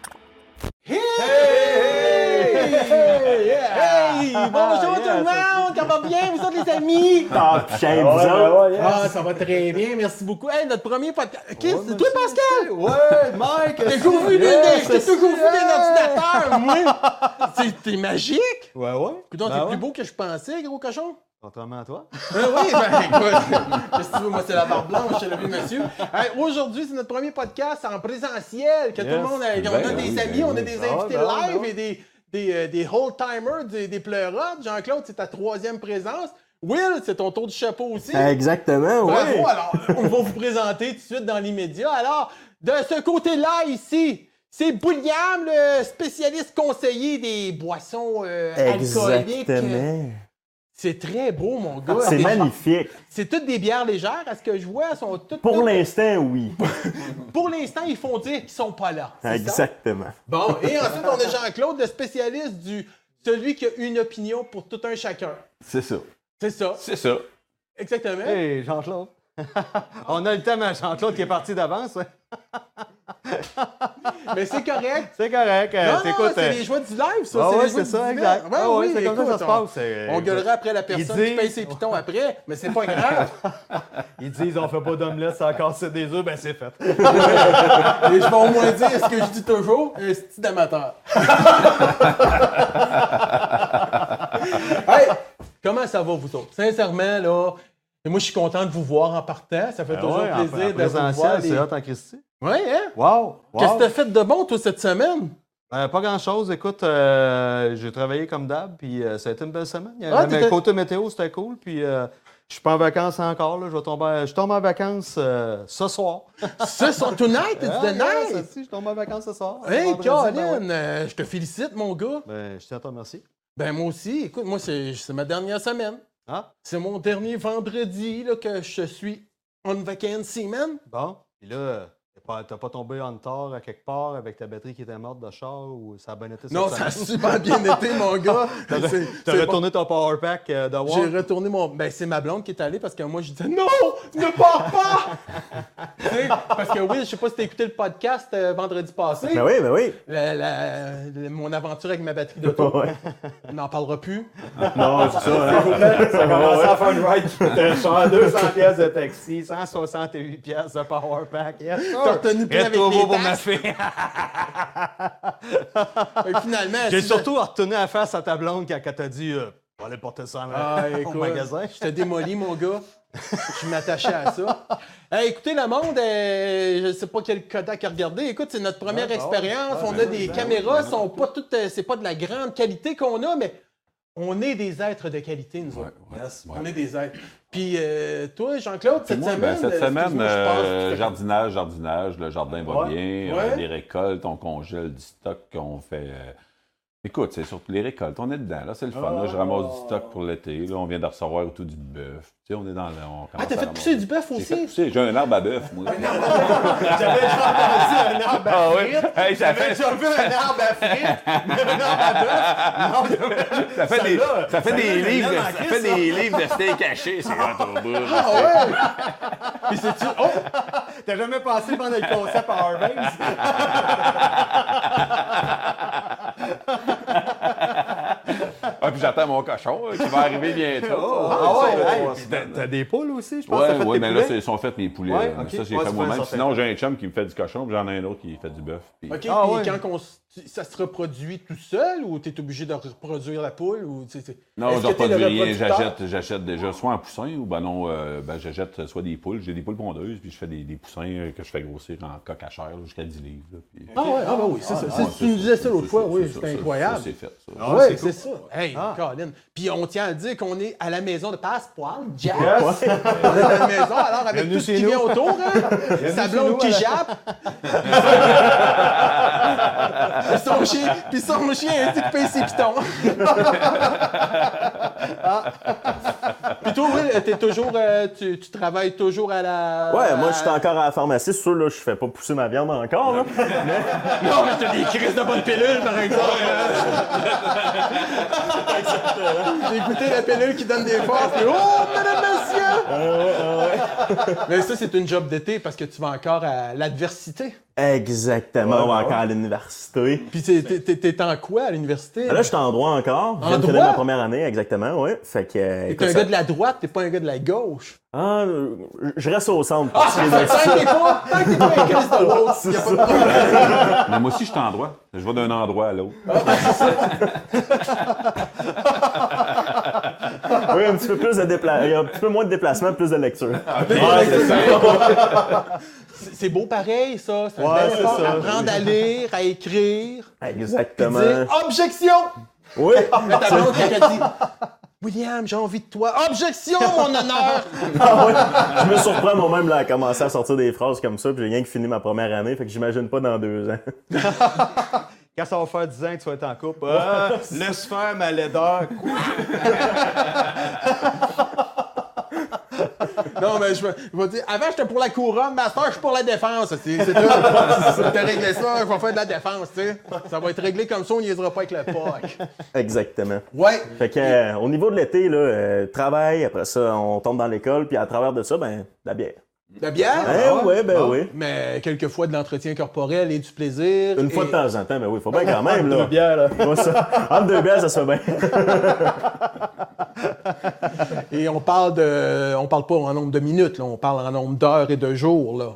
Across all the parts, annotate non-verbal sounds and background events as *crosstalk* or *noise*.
Ah, Ah, putain, vous autres. ben ouais, ouais, yeah. Ah, ça va très bien, merci beaucoup. Hey, notre premier podcast. Chris, Ouais, c'est toi, merci, Pascal? Ouais, Mike! J'ai toujours vu Yeah, des- des- j'ai c'est- toujours vu des Yeah. ordinateurs, *laughs* moi! C'est- T'es magique! Ouais, ouais. Écoute, Ben t'es ouais. plus beau que je pensais, gros cochon! Contrairement à toi. Ben oui, ben *laughs* écoute, qu'est-ce que tu veux, moi c'est la barbe blanche, c'est le vieux monsieur. Hey, Aujourd'hui, c'est notre premier podcast en présentiel, que Yes. tout le monde a, Ben on a des oui, amis, ben on a oui. des Ah, invités ben oui, live ben oui. et des, des, euh, des whole-timers, des, des pleurotes. Jean-Claude, c'est ta troisième présence. Will, c'est ton tour du chapeau aussi. Exactement, Bravo, oui. alors, on va vous présenter tout de suite dans l'immédiat. Alors, de ce côté-là, ici, c'est Bouliam, le spécialiste conseiller des boissons euh, alcooliques. Exactement. C'est très beau, mon gars. C'est Des- magnifique. c'est toutes des bières légères, à ce que je vois, elles sont toutes. Pour toutes- l'instant, oui. pour l'instant, ils font dire qu'ils sont pas là. c'est ça? Exactement. Bon, et ensuite, on a Jean-Claude, le spécialiste du. celui qui a une opinion pour tout un chacun. C'est ça. C'est ça, C'est ça. exactement. Hey, Jean-Claude. *laughs* On a le thème à Jean-Claude qui est parti d'avance. ouais. Mais c'est *laughs* correct. C'est correct. Eh, euh, Non, non, t'écoutes, c'est hein. euh, les joies du live, ça. Ah c'est ouais, les joies c'est du ça, dimanche. exact. Ouais, Ah ouais, oui, c'est comme ça que ça écoute, se on- passe. euh, On gueulera après la personne qui disent- paye ses pitons après, mais c'est pas grave. Ils disent on fait pas d'omelette sans casser des œufs, ben c'est fait. Et je vais au moins dire ce que je dis toujours, un style amateur. hey, comment ça va, vous autres? Sincèrement, là, et moi, je suis content de vous voir en partant. Ça fait Ben toujours ouais, en- en plaisir de vous voir. présentiel, les- c'est hot en Christie. Ouais, hein? Wow! wow. Qu'est-ce que t'as fait de bon, toi, cette semaine? Euh, pas grand-chose. Écoute, euh, j'ai travaillé comme d'hab, puis euh, ça a été une belle semaine. Il y Ah, avait- t'étais- côté météo, c'était cool, puis euh, je suis pas en vacances encore. Là. Je, vais tomber- je tombe en vacances euh, ce soir. Ah, Ce soir, tonight, it's Ah, the yeah, ça, night! si, je tombe en vacances ce soir. Hey, Vendredi, ben ouais. Colin, euh, je te félicite, mon gars. Ben, je tiens à te remercier. Ben, moi aussi, écoute, moi, c'est c'est ma dernière semaine. Ah, C'est mon dernier vendredi là, que je suis on vacancy, man. bon. Puis là, t'es pas- t'as pas tombé en retard à quelque part avec ta batterie qui était morte de char ou ça a bien été cette Non, ça a semaine? super bien *laughs* été, mon gars. T'as *laughs* C'est- t'as c'est retourné ton power pack euh, de bon. J'ai Ward? retourné mon. Ben, c'est ma blonde qui est allée parce que moi, je disais non, *laughs* ne pars pas! Tu sais, parce que oui, je sais pas si t'as écouté le podcast euh, vendredi passé. Ben oui, ben oui. La- la- la- mon aventure avec ma batterie d'auto. *laughs* Ouais. On n'en parlera plus. Non, c'est *laughs* ça. hein. Ça commence à faire une ride qui coûtait cher, 200 pièces de taxi. 168 pièces de power pack. Yes, sir. T'as retenu plein avec Rétro les pour ma taxes. fille. Fait que finalement, *laughs* J'ai si- surtout retourné la face à ta blonde quand elle t'a dit euh, « Va aller porter ça en- *laughs* Ah, au écoute, magasin. je te démolis, mon gars. Je m'attachais à ça. Hey, écoutez, le monde, euh, je ne sais pas quel Kodak à regarder. Écoute, c'est notre première Ah, bon. expérience. Ah, on ben a oui, des ben caméras, sont pas toutes, euh, c'est pas de la grande qualité qu'on a, mais on est des êtres de qualité, nous autres. Yes, On est des êtres. Puis euh, toi, Jean-Claude, Ah, cette Moi, semaine, ben, cette excuse-moi, semaine, je pense que euh, tu fais- jardinage, jardinage, le jardin va Ouais. bien, Ouais. euh, les récoltes, on congèle du stock qu'on fait. euh, Écoute, c'est surtout les récoltes, on est dedans, là, c'est le fun. là, je ramasse du stock pour l'été, là, on vient de recevoir tout du bœuf. Tu sais, on est dans le. on Ah, commence t'as à fait ramasser. pousser du bœuf J'ai fait aussi? Ah, pousser, j'ai un arbre à bœuf, *laughs* moi. J'avais déjà entendu un arbre *laughs* Ah à oui? frites. Hey, ça J'avais fait- déjà vu un arbre à frites, mais un arbre à bœuf. Non, mais- Ça fait, des, Celle-là, ça fait celle-là, des je livres, l'aime en de- ça Christ, fait ça. des livres de steak haché, c'est hot au bout, là, hein? Ah c'est- ouais! Puis c'est-tu- Oh! T'as jamais pensé pendant le concept à Harvey? Ah, puis j'attends mon cochon, là, qui va arriver bientôt. Ah ouais, Ça, hey, trois puis semaines. t'as- *laughs* T'as des poules aussi, Ah, je pense. Ouais, t'as fait ouais, tes mais là, poulets? ils sont faits mes poulets. Ouais, là. ok. Ça, j'ai Ouais, fait c'est moi-même. vrai, ça Sinon, j'ai un chum qui me fait du cochon, puis j'en ai un autre qui fait du bœuf. puis- OK, Ah puis ouais. quand qu'on s- tu- ça se reproduit tout seul ou t'es obligé de reproduire la poule ou tu sais, c'est- Non, Est-ce je que t'es le reproduis rien. reproducteur? J'achète, j'achète déjà soit un poussin ou ben non, euh, ben j'achète soit des poules. J'ai des poules pondeuses, puis je fais des, des poussins euh, que je fais grossir en coque à chair, là, jusqu'à 10 livres. là, puis- Ah ouais, ah ben oui, c'est ça. Ah, C'est- non, tu nous disais ça l'autre c'est fois, ça, oui, c'est ça, c'était ça, incroyable. ça, C'est fait, ça. Ah, ouais, c'est c'est ça. Hey, Ah. Colin. Puis on tient à dire qu'on est à la maison de Passepoil, Jack. Ouais. On est à la maison, alors avec Bienvenue tout ce chez qui nous. vient autour, hein? Sa chez blonde nous, qui à la- *laughs* jappe. puis son chien, puis son chien ainsi que paye ses pitons. Ah. puis toi, Will, t'es toujours, euh, tu, tu travailles toujours à la. Ouais, moi, je suis à- encore à la pharmacie. C'est sûr, là, je fais pas pousser ma viande encore. là. Non, mais t'as des crises de bonne pilule, par exemple. J'ai écouté la pilule qui donne des forces, puis oh, madame, monsieur! Mais ça, c'est une job d'été parce que tu vas encore à l'adversité. Exactement, Ouais, ouais. encore à l'université. Puis t'es- t'es t'es- t'es en quoi à l'université? Ah, Là, je suis en droit encore. Je viens de droit? finir ma première année, exactement, oui. Fait que. euh, T'es écoute, un ça- gars de la droite, t'es pas un gars de la gauche. Ah, euh, je reste au centre. Ah, parce que- tant que t'es pas, tant que t'es pas un Christ de l'autre, y a pas de problème. Ah. Mais moi aussi, je suis en droit. Je vais d'un endroit à l'autre. *laughs* Oui, un petit peu plus de dépla- il y a un petit peu moins de déplacement, plus de lecture. Ah, Ouais, c'est ça. C'est- C'est beau pareil, ça. C'est un Ouais, bel c'est effort. ça. Apprendre à lire, à écrire. puis Exactement. Dire, objection! Oui. La blonde qui a dit William, j'ai envie de toi. Objection, mon honneur! Je me surprends moi-même là, à commencer à sortir des phrases comme ça, puis j'ai rien que fini ma première année, fait que j'imagine pas dans deux ans. *laughs* Quand ça va faire 10 ans que tu vas être en couple, Ah, laisse faire ma laideur. Non, mais je vais je vais dire Avant, j'étais pour la couronne, master, je suis pour la défense. C'est c'est tout. T'as réglé ça, je vais faire de la défense, tu sais. Ça va être réglé comme ça, on niaisera pas avec le POC. Exactement. Ouais. Fait que, euh, au niveau de l'été, là, euh, travail, après ça, on tombe dans l'école, puis à travers de ça, ben, la bière. De bière? Eh ouais? ouais, ben Ah. oui. Mais quelquefois de l'entretien corporel et du plaisir. Une fois et- de temps en temps, ben oui, faut bien quand même, là. bière, là. Moi, ça, entre deux bières, ça se fait bien. Et on parle de. On parle pas en nombre de minutes, là. On parle en nombre d'heures et de jours, là.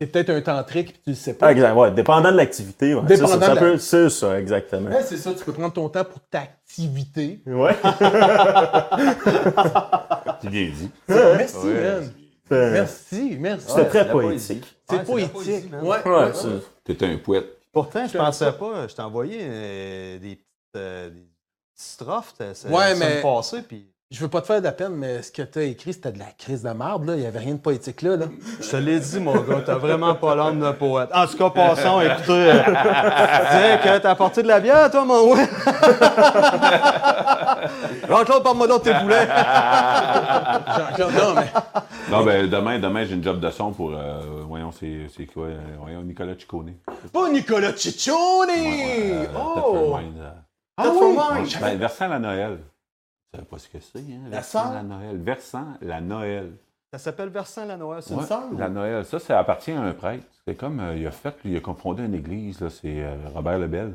C'est peut-être un tantrique, puis tu le sais pas. Ah, exact, ouais, dépendant de l'activité. ouais. Ça, Dépendant ça, de ça la- peut- C'est ça, exactement. Ouais, Eh, c'est ça, tu peux prendre ton temps pour ta activité. Ouais. *laughs* C'est bien dit. Merci, Ouais. man. C'était Merci, merci. c'était Euh, très la poétique. C'est Ouais, c'est la poétique. poésie, man. Ouais. Ouais, c'est- T'es un poète. Pourtant, je pensais pas. Je t'ai envoyé euh, des petites euh, des petites strophes euh, la Ouais, mais- semaine passée, puis Je veux pas te faire de la peine, mais ce que t'as écrit, c'était de la crise de marde, là. Il y avait rien de poétique là, là. je te l'ai dit, mon gars, t'as vraiment pas l'âme d'un poète. En tout cas, passons, écoutez. euh, tu disais que t'as apporté de la bière, toi, mon *laughs* ouais. Jean-Claude, parle-moi donc de tes poulets. Ah Jean-Claude, non, mais. Non, ben demain, demain j'ai une job de son pour. euh, voyons, c'est c'est quoi euh, Voyons, Nicolas Ciccone. *laughs* Pas Nicolas Ciccione! Ouais, euh, oh! Tetford Mine, euh, Ah Tetford oui! Mine. Ben, versant la Noël. Tu savais pas ce que c'est, hein? Versant sœur? la Noël. Versant la Noël. Ça s'appelle Versant la Noël, c'est Ouais, une sœur, ou- La Noël. Ça, ça appartient à un prêtre. C'est comme euh, il a fait, il a confondé une église, là, c'est euh, Robert Lebel.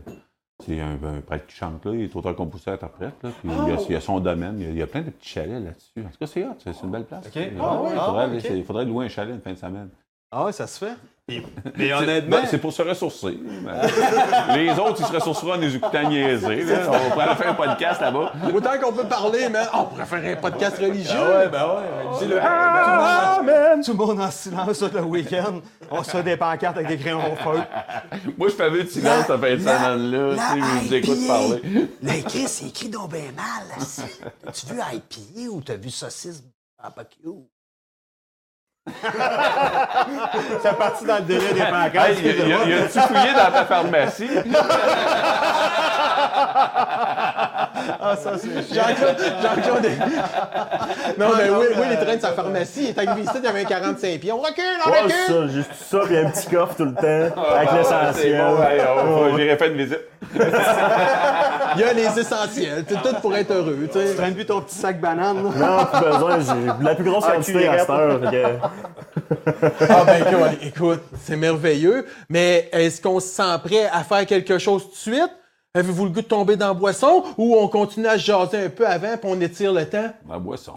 C'est un, un prêtre qui chante là, il est auteur, compositeur, interprète, là, puis il, Oh! a, il a son domaine, il y a, il y a plein de petits chalets là-dessus. En tout cas, c'est hot, c'est c'est une belle place. Ok. Ouais, Ah ouais, il, ah faudrait, ouais, aller- ok. c'est- il faudrait louer un chalet une fin de semaine. Ah ouais, ça se fait. Mais C'est- honnêtement, ben, c'est pour se ressourcer. *laughs* Les autres, ils se ressourceront en nous écoutant niaiser. là. On pourrait faire un podcast là-bas. Autant qu'on peut parler, mais on préfère un podcast religieux. ben Oh, ouais. Dis-le. Tout le monde en silence sur le week-end. On se fait des pancartes avec des crayons au feu. Moi, je fais de silence, ça fait une semaine là. tu sais, je vous écoute parler. Mais Chris, c'est écrit donc bien mal. là, si. T'as-tu vu IPA ou t'as vu saucisse barbecue? C'est parti dans le délai des pancartes. Ah, Hey, y a- y a- y a-tu fouillé dans ta pharmacie? Ah, ça, c'est chiant. Jean-Claude, Jean-Claude. non, mais oui, oui, il traîne de sa pharmacie. Il est arrivé ici, il y avait un 45 pieds. On recule, on Ouais, c'est recule! ça, juste ça, puis un petit coffre tout le temps, *laughs* avec bah Ah, C'est l'essentiel. bon, hey, on- J'irai faire une visite. Il y a les essentiels. C'est tout pour être heureux, tu sais. Traîne plus ton petit sac banane, là. Non, plus besoin, j'ai la plus grosse quantité à cette heure. fait que- Ah ben écoute, écoute, c'est merveilleux, mais est-ce qu'on se sent prêt à faire quelque chose tout de suite? Avez-vous le goût de tomber dans la boisson ou on continue à se jaser un peu avant puis on étire le temps? La boisson.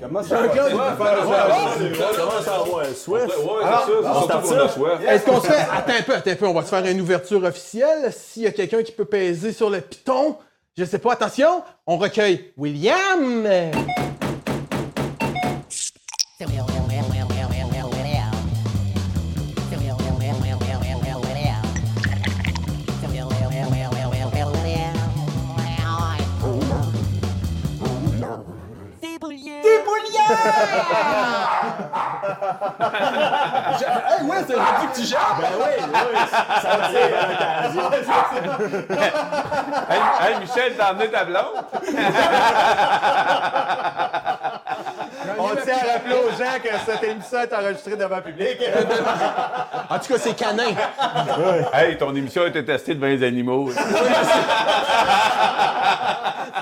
On surtout start qu'on ça? a Est-ce qu'on se fait... Attends un peu, attends un peu, on va se faire une ouverture officielle. S'il y a quelqu'un qui peut peser sur le piton, je sais pas, attention, on recueille William! Ah, Hey, ouais, c'est rendu que tu gères! Hey, hey, Michel, t'as emmené *laughs* ta blonde? On tient à rappeler aux gens que cette émission est enregistrée devant le *laughs* public. En tout cas, c'est canin! Hey, ton émission a été testée devant les animaux.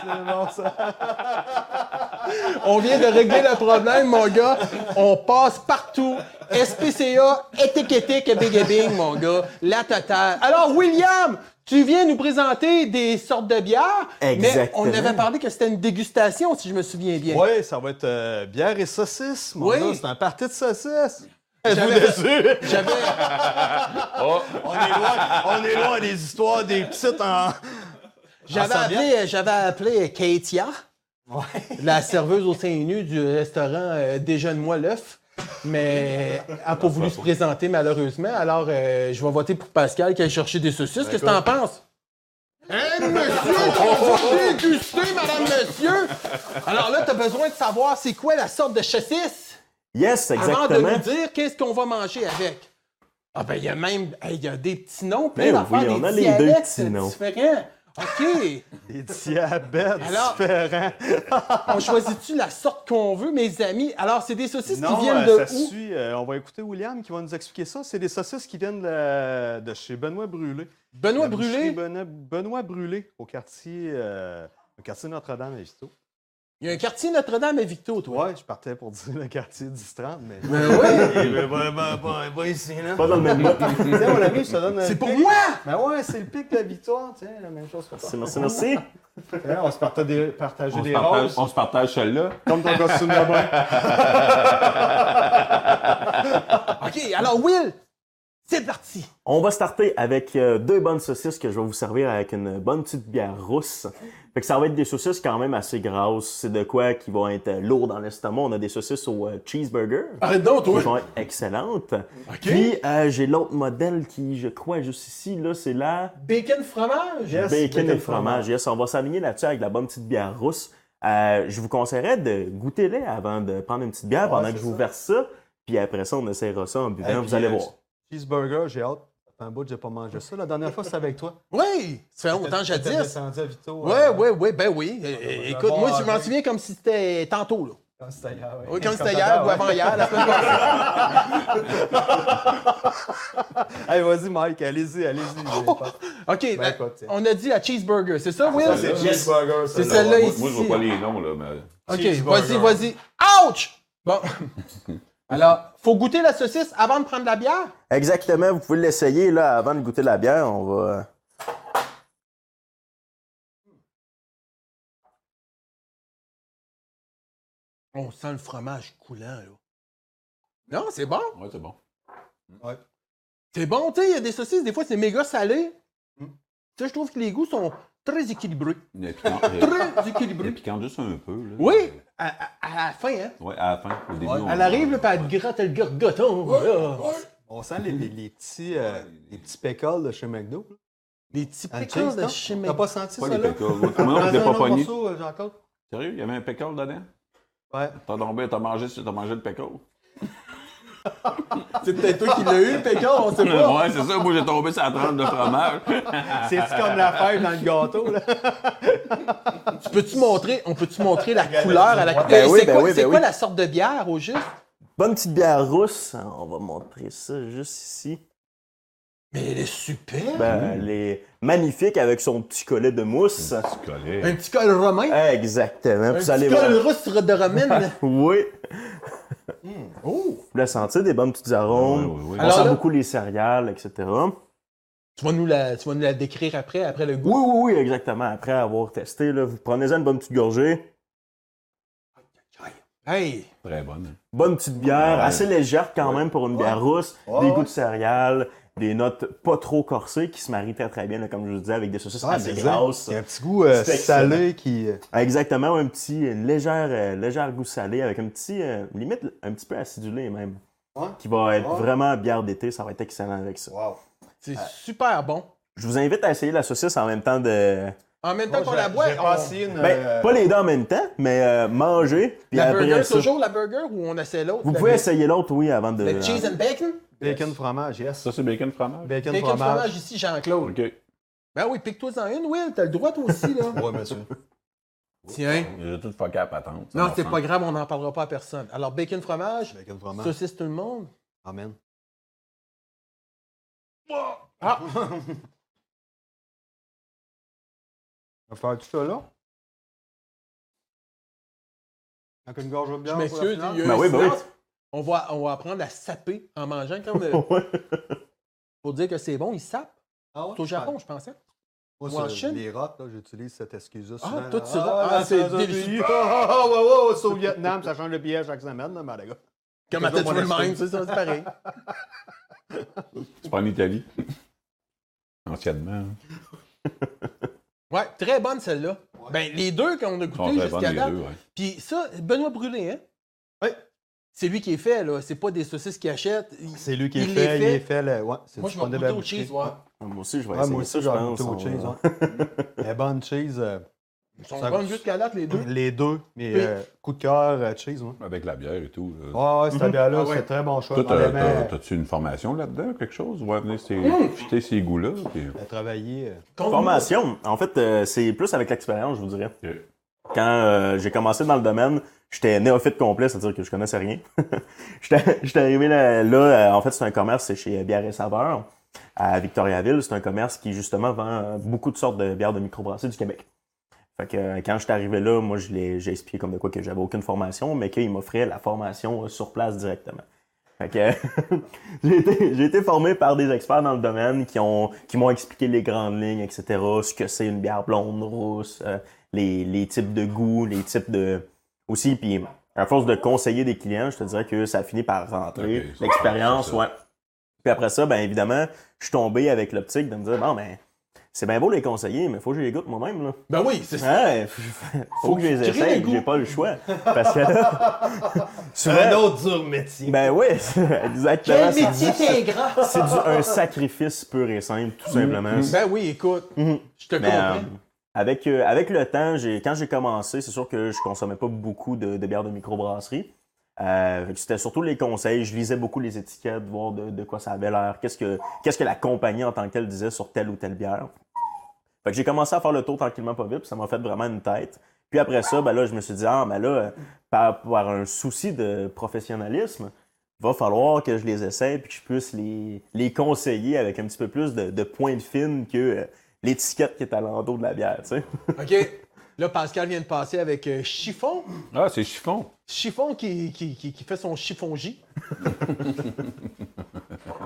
C'est bon, ça. On vient de régler le problème, mon gars. On passe partout. SPCA, étiqueté, Québéguébing, mon gars. La totale. Alors, William, tu viens nous présenter des sortes de bières. Mais Exactement. on avait parlé que c'était une dégustation, si je me souviens bien. Oui, ça va être euh, bière et saucisse, mon Oui. gars. C'est un party de saucisse. J'avais- Êtes-vous déçus? J'avais. On est loin, on est loin des histoires des petites en. Ah, J'avais En serviette? appelé, j'avais appelé Katia, la serveuse au sein nu du restaurant euh, Déjeune-moi l'œuf, mais elle n'a pas voulu se présenter malheureusement. Alors, euh, je vais voter pour Pascal qui a cherché des saucisses. Ben, Qu'est-ce que t'en penses? Hein, *laughs* monsieur, qu'on va déguster, madame, monsieur! Alors là, t'as besoin de savoir c'est quoi la sorte de saucisse Yes, avant de nous exactement. dire qu'est-ce qu'on va manger avec. Ah ben, il y a même... hey, Il y a des petits noms. puis Ben on va oui, faire on des a les deux dialectes petits noms. différents. OK! Des diabètes Alors- différents. On choisit-tu la sorte qu'on veut, mes amis? Alors, c'est des saucisses Non, qui viennent euh, de ça où? suit. Euh, on va écouter William qui va nous expliquer ça. C'est des saucisses qui viennent de, de chez Benoît Brûlé. Benoît La boucherie ben. Brûlé. Benoît, Benoît Brûlé, au quartier, euh, au quartier Notre-Dame à Victo. Il y a un quartier Notre-Dame à Victo, toi. Ouais, je partais pour dire le quartier 10-30, mais. *laughs* Ben oui, Pas dans le même mot. Tiens, mon ami, je te donne. le c'est pour pic. moi! Ben ouais, c'est le pic de la victoire, tiens, la même chose que toi. Merci, merci, merci. Tiens, On se partage des, partageait On se des partage, roses, on se partage celle-là. comme ton costume de bain. *laughs* OK, alors, Will, c'est parti. On va starter avec euh, deux bonnes saucisses que je vais vous servir avec une bonne petite bière rousse. Fait que ça va être des saucisses quand même assez grasses. C'est de quoi qui vont être euh, lourd dans l'estomac. On a des saucisses au euh, cheeseburger. Arrête donc, Qui vont être excellentes. Puis euh, j'ai l'autre modèle qui, je crois, est juste ici, là, c'est la Bacon fromage? Yes, bacon et fromage. Yes, on va s'aligner là-dessus avec la bonne petite bière rousse. Euh, je vous conseillerais de goûter les avant de prendre une petite bière pendant que je vous verse ça. Puis après ça, on essaiera ça en buvant. Et vous puis, allez euh, voir. Cheeseburger, j'ai hâte. Ça fait un bout que j'ai pas mangé ça. La dernière fois, c'était avec toi. Oui, ça fait longtemps, T'étais jadis. descendu à Vito. Ouais, ouais, ouais, ben oui. Euh, euh, écoute, bon, moi, je euh, m'en souviens comme si c'était tantôt, là. Comme c'était hier. ouais. Oui, comme t'étais c'était hier ou ouais. avant-hier, la semaine *laughs* passée. Allez, vas-y, Mike, allez-y, allez-y. Oh! OK, ben, écoute, tiens. on a dit la cheeseburger, c'est ça, Will? cheeseburger, C'est celle-là moi, ici. moi, je vois pas les noms, là, mais. OK, vas-y, Cheeseburger. vas-y. Ouch! *laughs* Bon. Alors, faut goûter la saucisse avant de prendre la bière? Exactement, vous pouvez l'essayer là avant de goûter la bière, on va On sent le fromage coulant, là. Non, c'est bon. Ouais, c'est bon. C'est bon, tu sais, il y a des saucisses, des fois, c'est méga salé. Tu sais, je trouve que les goûts sont très équilibrés. Il est piquant, il est- Très *laughs* il est équilibrés. piquant juste un peu, là. Oui, à, à- à la fin, hein. Ouais, à la fin, au début. on- Elle arrive, là, puis elle te gratte le gorgoton. là. On sent les, les- les petits, euh, les petits pickles de chez McDo. là. Les petits And pickles cheese, hein? de non? chez T'as McDo. pas senti Pas ça, les là? pécores. Comment on Prends-en t'es un pas autre pogné? morceau, euh, Jean-Claude. Sérieux, il y avait un pécor dedans? Ouais. *laughs* T'as tombé, t'as mangé, t'as mangé le pécor? C'est peut-être toi qui l'as eu, le pickle, on sait ouais, c'est ça. Moi, j'ai tombé sur la trempe de fromage. C'est comme la fève dans le gâteau, là. *laughs* Tu peux-tu montrer, on peut-tu montrer la couleur à la couleur? oui, c'est ben quoi, oui, c'est ben quoi oui. la sorte de bière, au juste? bonne petite bière rousse, on va montrer ça juste ici. Mais elle est super. Ben, elle est magnifique avec son petit collet de mousse. Tu collais. Mmh. Un petit col romain. Exactement, Un Ben, euh, vous allez petit voir. col russe de *laughs* romaine. Oui, Oh! vous la sentez des bonnes petites arômes. Oui, oui, oui. On Alors sent là- beaucoup les céréales, etc. Tu vas nous la, tu vas nous la décrire après, après le goût. Oui, oui, oui, exactement. Après avoir testé, là, vous prenez une bonne petite gorgée, Hey! Très bonne. bonne petite bière, Ouais. assez légère quand même pour une bière rousse, Ouais, des ouais. goûts de céréales, des notes pas trop corsées qui se marient très très bien, là, comme je vous disais, avec des saucisses Ah, assez grasses. Il y a un petit goût euh, C'est excellent. salé qui. euh, Exactement, un petit euh, légère, euh, légère goût salé avec un petit, euh, limite un petit peu acidulé même, Ouais. qui va être Ouais. vraiment bière d'été, ça va être excellent avec ça. Wow. C'est Euh, super bon. Je vous invite à essayer la saucisse en même temps de, En même temps Moi, qu'on j'ai- la boit, j'ai on- passé une. ben, euh, pas les deux en même temps, mais euh, manger puis la après burger, ça. toujours la burger ou on essaie l'autre? Vous la- pouvez essayer l'autre, oui, avant de. euh, Le cheese and bacon? Bacon fromage, yes. Ça, c'est bacon fromage? Bacon, Bacon fromage. fromage ici, Jean-Claude. OK. Ben oui, pique-toi-en une, Will. T'as le droit, toi aussi, là. *laughs* Ouais, monsieur. Tiens. J'ai tout fucké à la patente. ça Non, me c'est ressemble. pas grave, on n'en parlera pas à personne. Alors, bacon fromage, Bacon fromage. saucisse tout le monde. Amen. *laughs* Ah! On va faire tout ça là. Avec une gorge de Je bière. pour la m'excuse, finale. il y a eu Ben un oui, ben oui. silence. On va, on va apprendre à saper en mangeant. Quand *laughs* on- *laughs* Ouais. pour dire que c'est bon, ils sapent. Ah ouais? C'est au Japon, je pensais. Ah Moi, Ou en c'est- Chine? les rottes, là, j'utilise cette excuse-là Ah, toi, souvent. là. tu rotes. Ah, là, c'est ça, ça, délicieux. Ah, ah, ouais, ouais, ouais, c'est au Vietnam, ça change le billet chaque semaine, là, mais les gars. Comme à Toujours Tetris mon Mine, esprit. c'est ça, c'est pareil. C'est pas en Italie. Anciennement. hein. Ouais, très bonne celle-là. Ben, les deux qu'on a Ils sont goûté très bonnes, jusqu'à les date. deux, ouais. Puis ça, Benoît Brûlé, hein? Ouais. C'est lui qui est fait, là. C'est pas des saucisses qu'il achète. Il- C'est lui qui est Il fait, les il est fait. fait. Le... Ouais, c'est Moi, du je vais goûter fondue au babouchki. cheese, ouais. Moi aussi, je vais Ouais, essayer moi aussi, ça, j'ai je goûté pense. au On- cheese. ouais. *laughs* La bonne cheese, euh, Ils sont Ça bonnes goûte- jusqu'à date, les deux. les deux, mais Oui. euh, coup de cœur, euh, cheese. Ouais, Avec la bière et tout. là. ouais, ouais, cette bière-là, Ah ouais. c'est très bon choix. Toi, t'as- Vraiment, t'as- t'as-tu une formation là-dedans, quelque chose? Ouais, venir ces- jeter ces goûts-là. puis- elle a travaillé. euh, Oh. Formation. En fait, euh, c'est plus avec l'expérience, je vous dirais. Ok. Quand euh, j'ai commencé dans le domaine, j'étais néophyte complet, c'est-à-dire que je connaissais rien. *laughs* j'étais j'étais arrivé là, là, euh, en fait, c'est un commerce, c'est chez Bière et Saveur, à Victoriaville. C'est un commerce qui, justement, vend euh, beaucoup de sortes de bières de microbrasserie du Québec. Fait que euh, quand j'étais arrivé là, moi, je l'ai- j'ai expliqué comme de quoi que j'avais aucune formation, mais qu'ils m'offraient la formation euh, sur place directement. Fait que *laughs* j'ai été, j'ai été formé par des experts dans le domaine qui ont qui m'ont expliqué les grandes lignes, etc. Ce que c'est une bière blonde, rousse, euh, les, les types de goûts, les types de aussi. Puis à force de conseiller des clients, je te dirais que ça a fini par rentrer. Ok, ça, L'expérience, c'est ça. ouais. Puis après ça, ben évidemment, je suis tombé avec l'optique de me dire bon ben c'est bien beau les conseiller, mais faut que je les goûte moi-même là. Ben oui, c'est ça. Ouais, *laughs* faut que je les tu crées essaye, des goûts. j'ai pas le choix. Parce que souvent- autre dur métier. ben oui, *laughs* exactement. Quel c'est métier qui est gras! c'est du- un sacrifice pur et simple, tout simplement. Ben oui, écoute, je te Mais, euh, comprends. avec, euh, avec le temps, j'ai, quand j'ai commencé, c'est sûr que je consommais pas beaucoup de, de bières de microbrasserie. Euh, fait que c'était surtout les conseils. Je lisais beaucoup les étiquettes, voir de, de quoi ça avait l'air, qu'est-ce que, qu'est-ce que la compagnie en tant que telle disait sur telle ou telle bière. Fait que j'ai commencé à faire le tour tranquillement pas vite, puis ça m'a fait vraiment une tête. Puis après ça, ben là, je me suis dit, ah, mais là, euh, par, par un souci de professionnalisme, va falloir que je les essaie puis que je puisse les, les conseiller avec un petit peu plus de, de pointe fine que euh, l'étiquette qui est à l'endos de la bière, tu sais. OK. Là, Pascal vient de passer avec euh, Chiffon. Ah, c'est chiffon. Chiffon qui, qui, qui, qui fait son chiffon J.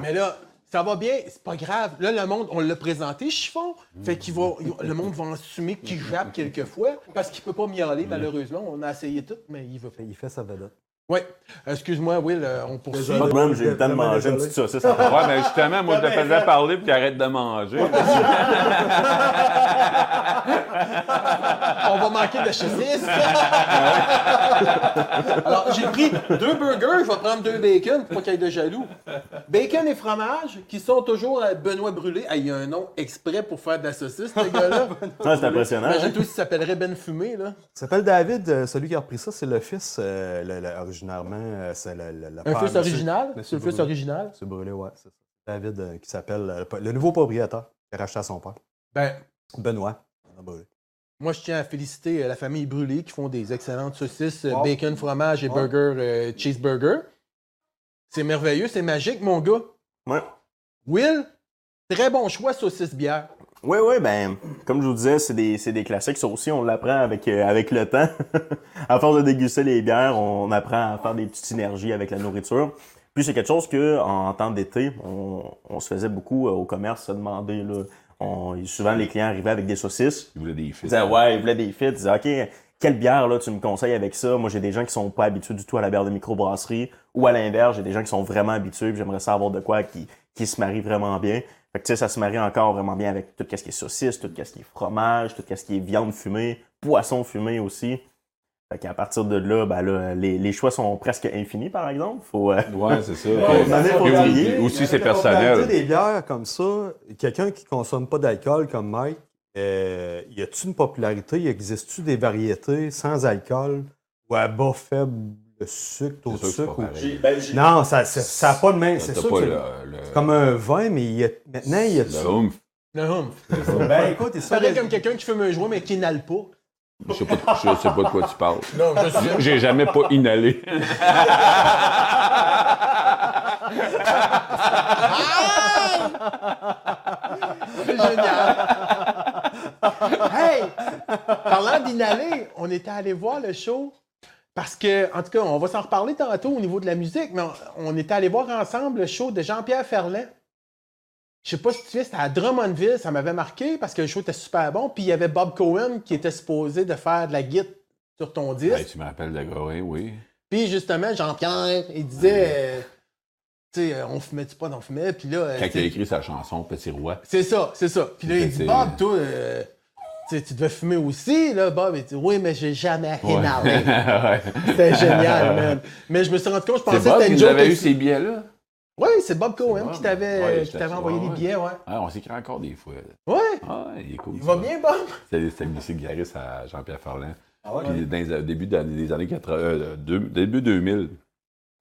Mais là, ça va bien, c'est pas grave. Là, le monde, on l'a présenté, Chiffon. Fait qu'il va, il- le monde va en assumer qu'il jappe quelquefois parce qu'il peut pas miauler, malheureusement. On a essayé tout, mais il veut pas. Il fait sa vedette. Oui, excuse-moi, Will, euh, on poursuit. Pas de problème, j'ai eu le temps de Vraiment manger une désolé. petite saucisse. après. Ouais, mais justement, moi, je le faisais parler puis qu'il arrête de manger. On va manquer de saucisses. Alors, j'ai pris deux burgers, je vais prendre deux bacon pour pas qu'il y ait de jaloux. Bacon et fromage qui sont toujours à Benoît Brûlé. Ah, il y a un nom exprès pour faire de la saucisse, ce *laughs* gars-là. Ouais, c'est impressionnant. hein? Imagine-toi s'il s'appellerait Ben Fumé, là. Il s'appelle David, euh, celui qui a repris ça, c'est le fils, euh, le- le- originairement, euh, c'est le, le- le Un père, fils monsieur- original. C'est monsieur le fils Brûlé. original. C'est brûlé, ouais, c'est ça. David, euh, qui s'appelle euh, le nouveau propriétaire, qui a racheté à son père. Ben, Benoît. Benoît Brûlé. moi, je tiens à féliciter euh, la famille Brûlé qui font des excellentes saucisses, euh, Wow. bacon, fromage et Wow. burger, euh, cheeseburger. C'est merveilleux, c'est magique, mon gars. Ouais. Will, très bon choix saucisse bière. Oui, oui, ben, comme je vous disais, c'est des, c'est des classiques. Ça aussi, on l'apprend avec, euh, avec le temps. *laughs* à force de déguster les bières, on apprend à faire des petites synergies avec la nourriture. Puis c'est quelque chose que, en temps d'été, on, on se faisait beaucoup euh, au commerce se demander. Là, on, souvent, les clients arrivaient avec des saucisses. Il voulait des fils. Ils disaient, ouais, ils voulaient des fits. Ils disaient, OK, quelle bière, là, tu me conseilles avec ça? Moi, j'ai des gens qui sont pas habitués du tout à la bière de microbrasserie. Ou à l'inverse, j'ai des gens qui sont vraiment habitués, puis j'aimerais savoir de quoi qui, qui se marie vraiment bien. Fait que, tu sais, ça se marie encore vraiment bien avec tout ce qui est saucisse, tout ce qui est fromage, tout ce qui est viande fumée, poisson fumé aussi. Fait qu'à partir de là, ben là, les, les choix sont presque infinis, par exemple. Faut, euh, Ouais, c'est ça. mais Puis faut oui, varier. aussi, c'est Quand on personnel. des bières comme ça, quelqu'un qui consomme pas d'alcool comme Mike, euh, y a-tu une popularité? Y existe-tu des variétés sans alcool ou à bas faible sucre, taux de C'est sûr que c'est sucre? pas ou- pareil. Non, ça n'a pas de même. T'as C'est pas sûr que le- le- c'est Euh, comme un vin, mais il y a- maintenant, il y a le oomph. Le hum. Ben écoute, c'est Ça ça. paraît comme quelqu'un qui fume un joint mais qui n'ale pas. Je sais pas de- je sais pas de quoi tu parles. Non, *laughs* je suis. J'ai- J'ai jamais pas inhalé. C'est génial. hey! Parlant d'inhaler, on était allé voir le show Parce que, en tout cas, on va s'en reparler tantôt au niveau de la musique, mais on, on était allé voir ensemble le show de Jean-Pierre Ferland. Je sais pas si tu sais, c'était à Drummondville, ça m'avait marqué parce que le show était super bon. Puis il y avait Bob Cohen qui était supposé de faire de la guitare sur ton disque. Hey, Ben, tu me rappelles de Gorée, oui. Puis justement, Jean-Pierre, il disait, euh, tu sais, euh, on fumait-tu pas, on fumait. Puis là, euh, Quand il a t'sais, écrit sa chanson Petit Roi. c'est ça, c'est ça. Puis là, il dit, C'était- Bob, toi, euh, tu sais, tu devais fumer aussi. Là, Bob, il dit, oui, mais j'ai jamais rien Ouais. arrêté. *laughs* Ouais. *laughs* C'était génial, man. Mais je me suis rendu compte, je pensais C'est que Bob c'était une qui nous joke. avait eu aussi. ces billets-là. Oui, c'est Bob Cohen Bob. qui t'avait Ouais, qui j'étais t'avait sûr, envoyé des ouais. billets, ouais. Ah, on s'écrit encore des fois. Ouais, Ah, il est cool. il va ça. bien, *laughs* Bob. C'était c'était le cigariste à Jean-Pierre Ferland. Puis dans les- au début des années- des années 80, euh, deux- début 2000,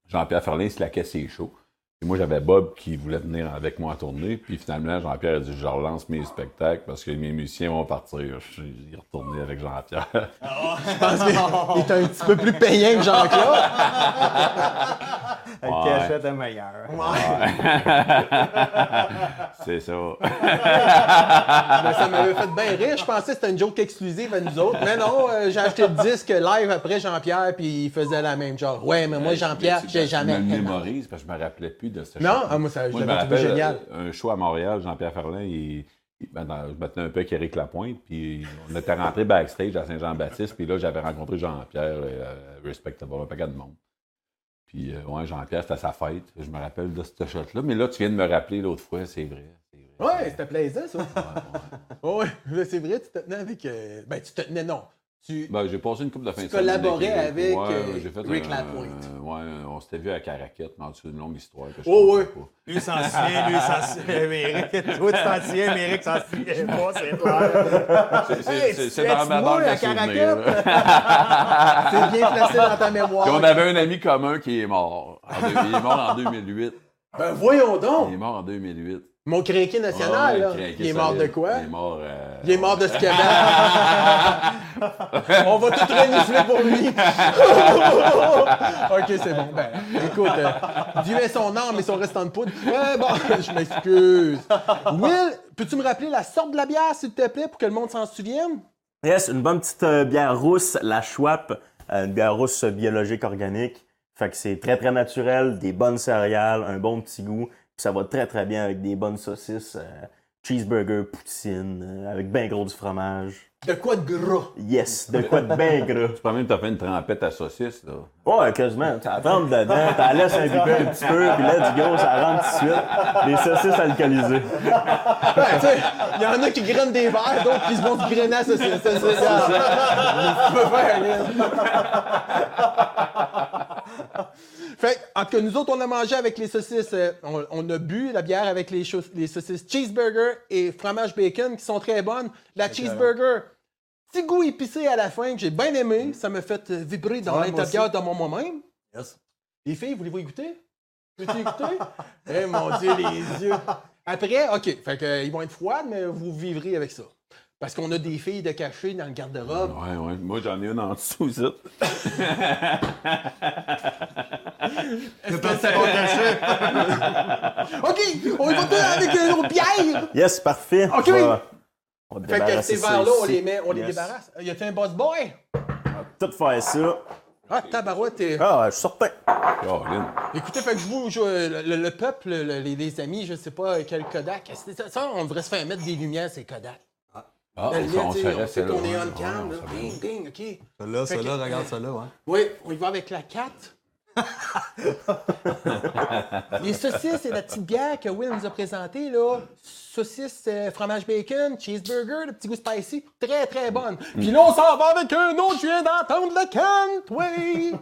Jean-Pierre Ferland se laquait ses shows. Puis moi, j'avais Bob qui voulait venir avec moi en tournée. Puis finalement, Jean-Pierre a dit Je relance mes spectacles parce que mes musiciens vont partir. Je suis retourné avec Jean-Pierre. Je pense *laughs* qu'il est un petit peu plus payant que *laughs* Jean-Claude. Elle Ouais. cachette est meilleure. C'est ça. *laughs* Ben, ça m'avait fait bien rire. Je pensais que c'était une joke exclusive à nous autres. Mais non, euh, j'ai acheté le disque live après Jean-Pierre, puis il faisait la même genre. Ouais, mais moi, Jean-Pierre, Mais *laughs* tu- j'ai jamais. Je me le mémorise parce que je me rappelais plus de ce Non? show. Ah, moi, ça- je je l'avais me trouvé rappelle, génial. euh, Un show à Montréal, Jean-Pierre Ferland, il, il- ben, dans- je battais un peu avec Éric Lapointe, puis on était rentré backstage à Saint-Jean-Baptiste, puis là, j'avais rencontré Jean-Pierre, euh, Respectable, un paquet de monde. Puis, euh, ouais, Jean-Pierre, c'était à sa fête. Je me rappelle de ce shot-là. Mais là, tu viens de me rappeler l'autre fois, c'est vrai. c'est vrai. Ouais, c'était plaisant, ça. Oh, Ouais, *laughs* mais c'est vrai, tu te tenais avec. euh, Ben, tu te tenais, non. Tu... Ben, j'ai passé une couple de fin de collaborais semaine avec, Rick. euh, j'ai fait Rick un- Lapointe. un- ouais, on s'était vu à Caraquette, mais en dessous d'une longue histoire que je Oh, connais ouais. pas. Lui s'en souvient, lui s'en *laughs* souvient, mais Eric, toi tu t'en souviens, mais Eric s'en souvient pas, c'est clair. C'est- c'est- C'est c'est tu dans ma mouilles banque à à souvenirs. Caraquette? là. C'est bien placé dans *laughs* ta mémoire. Puis on Bah, avait un ami commun qui est mort. En deux- il est mort en 2008. Ben, voyons Il est donc. mort en 2008. Mon crinqué national, Ah Ouais, là. craqué Il est mort de solide. quoi? Il est mort. euh, Il est mort de ce *laughs* Québec. On va tout renifler pour lui. *laughs* ok, c'est bon. Ben, écoute, euh, Dieu est son âme et son restant de poudre. Eh, bon, *laughs* je m'excuse. Will, peux-tu me rappeler la sorte de la bière, s'il te plaît, pour que le monde s'en souvienne? Yes, une bonne petite euh, bière rousse, la Schwab, euh, une bière rousse biologique organique. Fait que c'est très très naturel, des bonnes céréales, un bon petit goût, puis ça va très très bien avec des bonnes saucisses, euh, cheeseburger, poutine, euh, avec ben gros du fromage. De quoi de gras? Yes, de quoi de ben gras. Je pense même que t'as fait une trempette à saucisse, là. Ouais, quasiment. Ça rentre dedans, t'en laisses un peu un petit peu, puis là, du gros, ça rentre tout de suite. Des saucisses alcoolisées. Ben, tu sais, il y en a qui grainent des verres, d'autres qui se vont du grenasse. C'est ça, c'est ça. Tu peux faire, là. *laughs* Fait que, en tout cas, nous autres, on a mangé avec les saucisses, euh, on, on a bu la bière avec les, chauss- les saucisses cheeseburger et fromage bacon qui sont très bonnes. La cheeseburger, petit goût épicé à la fin que j'ai bien aimé. Ça m'a fait euh, vibrer dans Ouais, moi l'intérieur de mon moi-même. Yes. Les filles, voulez-vous y goûter? Peux-tu y goûter? *laughs* Eh mon Dieu, les yeux! Après, OK, fait que, euh, ils vont être froides, mais vous vivrez avec ça. Parce qu'on a des filles de cachet dans le garde-robe. Ouais, ouais. Moi, j'en ai une en dessous, ça. *laughs* OK, on y va tout avec euh, nos Eh bières! Yes, parfait. Ok. On va- on va ben, Fait que débarrasser ces ça verres-là, on ici. les met, on les Yes. débarrasse. Euh, Y a-t-il un boss boy? Tout faire ça. Ah, tabarouette, t'es- Ah, je suis certain. Caroline. Écoutez, fait que je vous, je- le, le- le peuple, le- les, les amis, je sais pas quel Kodak. c'est Ça, ça, on devrait se faire mettre des lumières, ces Kodak. Ah, La lumière, on tu se sais, on reste sait qu'on est là. on Ouais, Ah, cam, on là. se reste. Ding, ding, OK. Celle-là, Fait que- celle-là, regarde celle-là, ouais. Oui, on y va avec la *laughs* 4. Les saucisses et la petite bière que Will nous a présentée, là. Saucisses, euh, fromage bacon, cheeseburger, le petit goût spicy. Très, très bonne. Puis là, on s'en va avec un autre. Je viens d'entendre le cant, oui.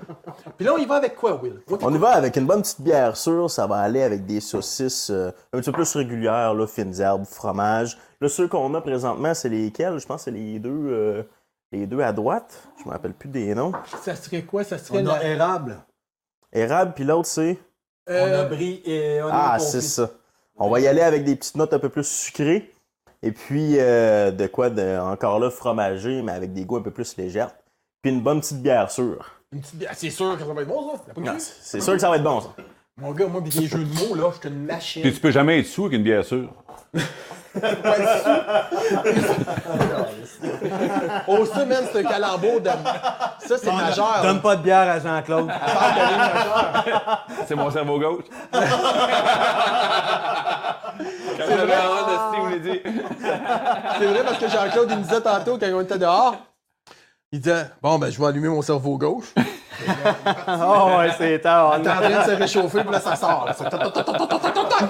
Puis là, on y va avec quoi, Will? On- On y va avec une bonne petite bière sûre. Ça va aller avec des saucisses euh, un petit peu plus régulières, là, fines herbes, fromage. Là, ceux qu'on a présentement, c'est lesquels? Je pense que c'est les deux, euh, les deux à droite. Je me rappelle plus des noms. Ça serait quoi? Ça serait On a la- érable, Érable, puis l'autre, c'est... on a euh, brie et on a Ah, confit. c'est ça. On va y aller avec des petites notes un peu plus sucrées. Et puis, euh, de quoi de, encore là, fromager, mais avec des goûts un peu plus légers. Puis une bonne petite bière sûre. une petite bière. C'est sûr que ça va être bon, ça. T'as pas Non, cru? c'est c'est sûr que ça va être bon, ça. *laughs* Mon gars, moi, des jeux de mots, là, je suis une machine. Puis tu peux jamais être sous avec une bière sûre. Au semaine, Oh, c'est un calembour de. Ça, c'est majeur. Donne pas de bière à Jean-Claude. Ah, C'est mon *laughs* cerveau gauche. Quand j'avais un on l'a dit. C'est vrai parce que Jean-Claude, il me disait tantôt quand on était dehors, il disait Bon, ben, je vais allumer mon cerveau gauche. *laughs* Oh, ouais, c'est tard. T'es en train de se réchauffer, puis là, ça sort. là. Ça toc, toc, toc, toc, toc, toc, toc, toc.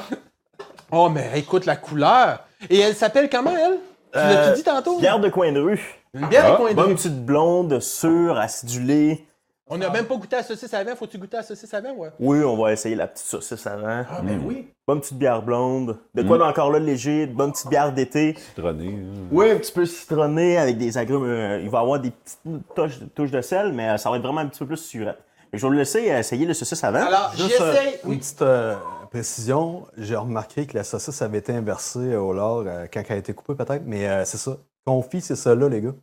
Oh, mais écoute la couleur. Et elle s'appelle comment, elle Tu l'as-tu dit tantôt Euh, Bière de coin de rue. Une bière de coin de Bonne rue. petite blonde, sûre, acidulée. On n'a même pas goûté à saucisse avant. Faut-tu goûter à saucisse avant, ouais Oui, on va essayer la petite saucisse avant. Ah, ben oui. Bonne petite bière blonde. De quoi d'encore là léger. de Bonne petite bière d'été. Citronné. hein. Oui, un petit peu citronnée avec des agrumes. euh, il va avoir des petites touches, touches de sel, mais euh, ça va être vraiment un petit peu plus surette. Mais Je vais le laisser euh, essayer le saucisse avant. Alors, Juste, euh, j'essaie. Une petite euh, précision, j'ai remarqué que la saucisse avait été inversée au lard euh, quand elle a été coupée, peut-être, mais euh, c'est ça. Confit, c'est ça là, les gars.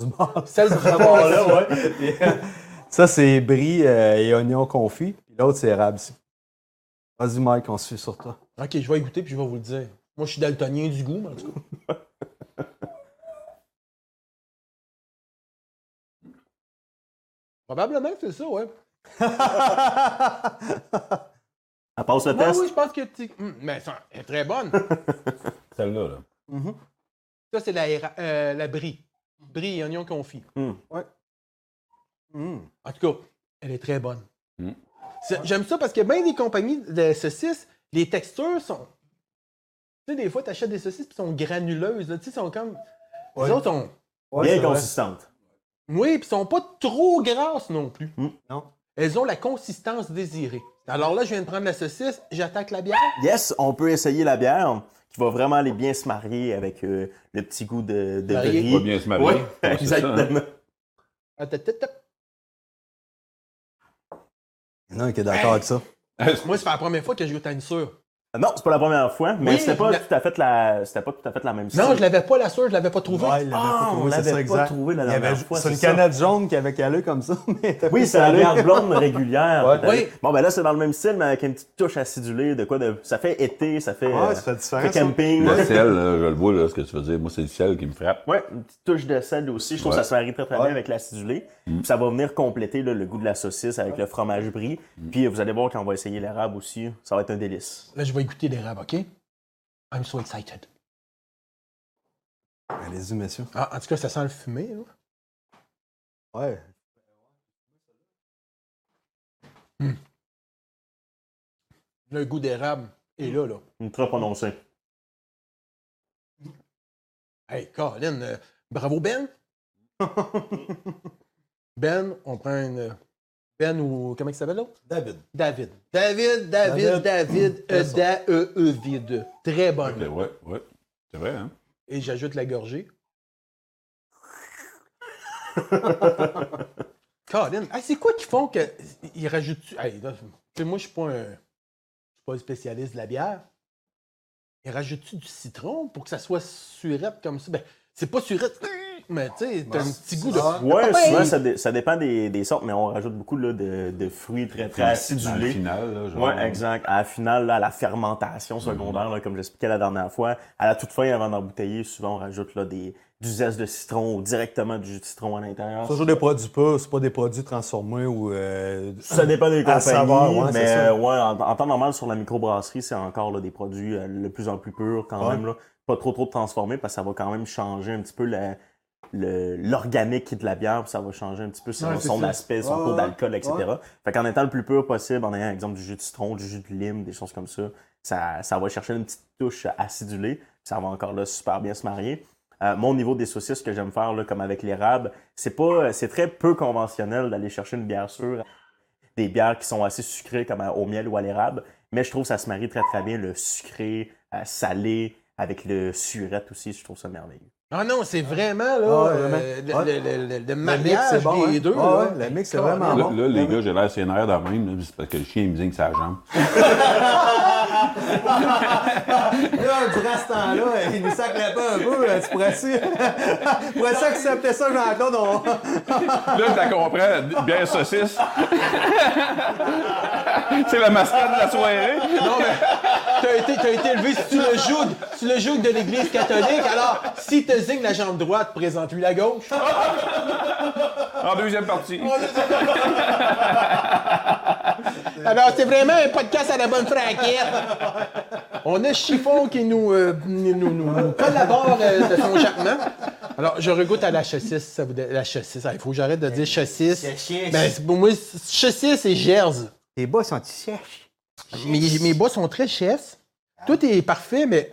Du mort. Celle du savoir, là, ouais. *laughs* ça, c'est brie euh, et oignon confit, puis l'autre, c'est érable. ici. Vas-y, Mike, on suit sur *laughs* toi. Ok, je vais y goûter, puis je vais vous le dire. Moi, je suis daltonien du goût, mais en tout cas. Probablement que c'est ça, ouais. Elle passe le Ouais, test. ben oui, je pense que tu. Hum, mais ça, elle est très bonne. Celle-là, là. Ça, c'est la, héra- euh, la brie. Brie et oignon confit. Hmm. Ouais. En tout cas, elle est très bonne. Hmm. C'est- J'aime ça parce que bien des compagnies de saucisses, les textures sont. Tu sais, des fois, tu achètes des saucisses qui sont granuleuses. là. Tu sais, sont comme. Ouais. Les autres sont. Bien c'est vrai. consistante. Oui, puis sont pas trop grasses non plus. Hmm, non. Elles ont la consistance désirée. Alors là, je viens de prendre la saucisse, j'attaque la bière. Yes, on peut essayer la bière qui va vraiment aller bien se marier avec euh, le petit goût de, de Marier. brie. Pas bien se marier. Ouais, Ouais, c'est ça, hein. exactement. Ah, tap, tap, tap. Il y en a un qui est d'accord avec ça. Moi, c'est la première fois que je goûte à une sûre. Non, c'est pas la première fois, mais Oui, c'était pas la- tout à fait la, c'était pas tout à fait la même Non, chose. je l'avais pas la sûre, je l'avais pas trouvée. Ouais, il l'avait Ah, pas on trouvé, c'est l'avait ça, pas exact. trouvé la Il y avait dernière ju- fois, C'est c'est une ça. canette jaune qui avait calé comme ça. *laughs* Mais t'as Oui, fait c'est la calé. bière blonde *laughs* régulière. Ouais. peut-être. Oui. Bon, ben là, c'est dans le même style, mais avec une petite touche acidulée, de quoi de. Ça fait été, ça fait. euh, Ouais, ça fait ça différent. fait ça. camping. Le sel, là, je le vois, là, ce que tu veux dire. Moi, c'est le sel qui me *laughs* frappe. Ouais, une petite touche de sel aussi. Je trouve Ouais. que ça se marie très très Ouais. bien avec l'acidulé. Mm. Puis ça va venir compléter là, le goût de la saucisse avec le fromage brie. Mm. Puis vous allez voir quand on va essayer l'arabe aussi, ça va être un délice. Là, je vais goûter l'érable, OK? I'm so excited. Allez-y, messieurs. Ah, en tout cas, ça sent le fumé. hein. là. Ouais. Le goût d'érable est là, là. Ultra prononcé. Hey, Colin, euh, bravo, *laughs* Ben. ben, on prend une... Ben ou... Comment il s'appelle, l'autre? David. David. David, David, David. Mm. David, Très e bon. da e e vide. Très Ouais, bonne. ouais. ouais. C'est vrai, hein? Et j'ajoute la *laughs* gorgée. Colin, hey, c'est quoi qu'ils font que ils rajoutent hey, là, tu sais, moi je suis pas un je suis pas un spécialiste de la bière. Ils rajoutent du citron pour que ça soit surette comme ça. Ben, c'est pas surette, mais tu sais, Bah, t'as un petit goût de Ouais, Ah, ben, souvent ça, dé- ça dépend des, des sortes, mais on rajoute beaucoup là, de, de fruits très très Dans le acidulés. final, là, genre. Oui, exact. À la finale, là, à la fermentation secondaire, Mm. là, comme j'expliquais la dernière fois, à la toute fin, avant d'embouteiller, souvent on rajoute là, des, du zeste de citron ou directement du jus de citron à l'intérieur. Toujours des produits purs, c'est pas des produits transformés ou. euh, Ça dépend des À compagnies, savoir, ouais, c'est mais ça. euh, ouais, en, en temps normal, sur la microbrasserie, c'est encore là, des produits euh, de plus en plus purs quand Ouais. même. Là. Pas trop trop de transformés parce que ça va quand même changer un petit peu la- le- l'organique de la bière, puis ça va changer un petit peu son, Ouais, c'est son ça. aspect, son Ouais, taux ouais, d'alcool, etc. ouais. Fait qu'en étant le plus pur possible, en ayant, exemple, du jus de citron, du jus de lime, des choses comme ça, ça, ça va chercher une petite touche acidulée, puis ça va encore là super bien se marier. Euh, mon niveau des saucisses que j'aime faire, là, comme avec l'érable, c'est pas, euh, c'est très peu conventionnel d'aller chercher une bière sûre des bières qui sont assez sucrées comme à- au miel ou à l'érable, mais je trouve que ça se marie très très bien le sucré, euh, salé avec le surette aussi, je trouve ça merveilleux. Ah non, c'est vraiment là Ah ouais, euh, vraiment. le, Ouais. le- le- le mix, mariage c'est bon, des hein? deux. Ah là. ouais, le mix, c'est Colin. vraiment Là, bon. là, les gars, j'ai l'air sénère dans le même, là, c'est parce que le chien il me dit que sa jambe. Là, durant ce temps-là, il nous sacrait pas un peu. euh, Tu *laughs* pourrais-tu pourrais accepter ça, Jean-Claude? On... Là, je la comprends. Bière saucisse. c'est la mascotte de la soirée. Non, mais t'as été, t'as été élevé si tu le joues, tu le joues de l'Église catholique, alors si te zigne la jambe droite, présente-lui la gauche. En deuxième partie. Alors, Ah c'est vraiment un podcast à la bonne franquette. On a Chiffon qui nous, euh, nous, nous- nous collabore euh, de son jappement. Alors, je regoute à la chaussisse. Ça vous dé- la chaussisse. Il faut que j'arrête de dire chaussisse. Ben, c'est- pour moi, c'est- chaussisse et gerze. Tes bas sont sèches. Mes, mes bas sont très chefs. Tout est parfait, mais.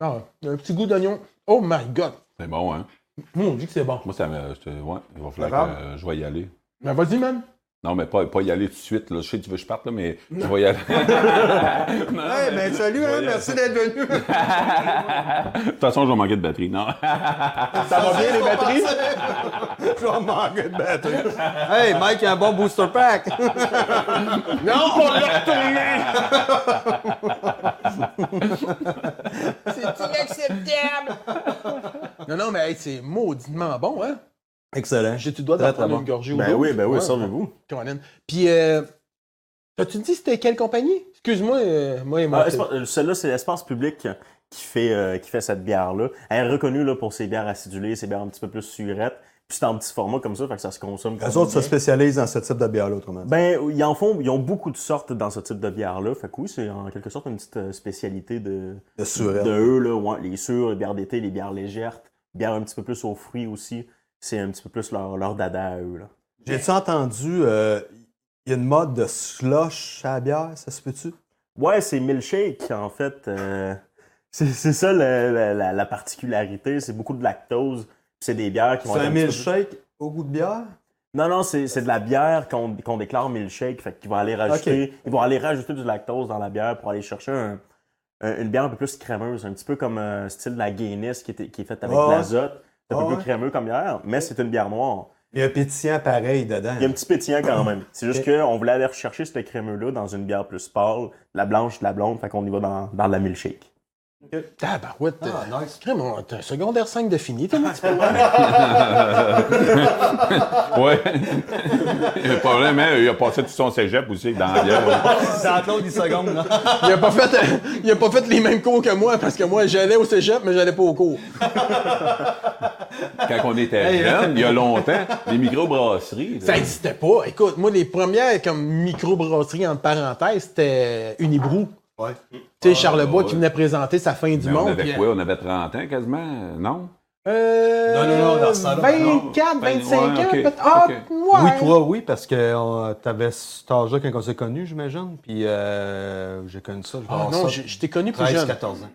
Ah, un petit goût d'oignon. Oh my god! C'est bon, hein? Mon Dieu que c'est bon. Moi, ça me. je te- Ouais, il va falloir Laval? que euh, je vais y aller. Ben vas-y, man. Non, mais pas, pas y aller tout de suite. Là. Je sais que tu veux que je parte, là, mais je vais y aller. Non, Hey, mais- ben, salut, je vais hein, y merci d'être venu. aller. De toute façon, je vais manquer de batterie. Non. Ça va bien, les batteries? Je vais manquer de batterie. *laughs* Hey, Mike, il y a un bon booster pack. *laughs* Non, non, mais hey, c'est mauditement bon, hein? Excellent. J'ai-tu le droit d'en Très, très prendre bon. une gorgée ou Ben deux? oui, ben oui, Ouais, servez-vous. Colin. Puis, euh, t'as-tu dit c'était quelle compagnie? Excuse-moi, euh, moi et moi. Ah, espa- euh, Celle-là, c'est l'espace public qui fait, euh, qui fait cette bière-là. Elle est reconnue là, pour ses bières acidulées, ses bières un petit peu plus surettes. Puis c'est en petit format comme ça, fait que ça se consomme. Les comme autres se bien. spécialisent dans ce type de bière-là, autrement dit. Ben, ils en font, ils ont beaucoup de sortes dans ce type de bière-là. Fait que oui, c'est en quelque sorte une petite euh, spécialité de, De surette. de eux, là. ouais. les sûres, les bières d'été, les bières légères, les bières un petit peu plus aux fruits aussi. C'est un petit peu plus leur, leur dada à eux, là. J'ai-tu entendu, euh, il y a une mode de slush à la bière, ça se peut-tu? Ouais, c'est milkshake, en fait. euh, *laughs* c'est c'est ça la, la- la- la particularité. C'est beaucoup de lactose. puis C'est des bières qui vont C'est être un un petit peu milkshake au goût de bière? Non, non, c'est c'est de la bière qu'on qu'on déclare milkshake. Fait qu'ils vont aller rajouter. Ils vont aller rajouter du lactose dans la bière pour aller chercher un- un- une bière un peu plus crémeuse. Un petit peu comme euh, style de la Guinness qui, était- qui est faite avec Ah de ouais. l'azote. C'est un Ah peu ouais. plus crémeux comme bière, mais c'est une bière noire. Il y a un pétillant pareil dedans. Il y a un petit pétillant quand même. C'est juste qu'on voulait aller rechercher ce crémeux-là dans une bière plus pâle, la blanche, la blonde, fait qu'on y va dans, dans la milkshake. Tabarouette. Ah, nice. T'as un secondaire 5 de fini, t'as un petit peu. ouais. Le problème, hein, *laughs* il a passé tout son cégep aussi dans la bière. Jean-Claude, il seconde, là. *laughs* Il a pas fait, euh, il a pas fait les mêmes cours que moi parce que moi j'allais au cégep mais j'allais pas au cours. Quand on était jeune, il y a longtemps, les microbrasseries. là. Ça existait pas. Écoute, moi les premières comme microbrasserie entre parenthèses c'était Unibrou. Ouais. Tu sais Charlebois ouais. qui venait présenter sa fin du Mais on monde. avait puis- quoi? On avait 30 ans quasiment, non? Euh, Non, non, non, dans ce temps-là, 24, non. 25 Ouais, ans ok, peut-être. Ah, ok. Oui, ouais. toi, oui, parce que euh, t'avais cet âge-là quand on s'est connus, j'imagine. Puis euh, j'ai connu ça, je Ah non, je, je t'ai connu plus jeune. 13-14 ans.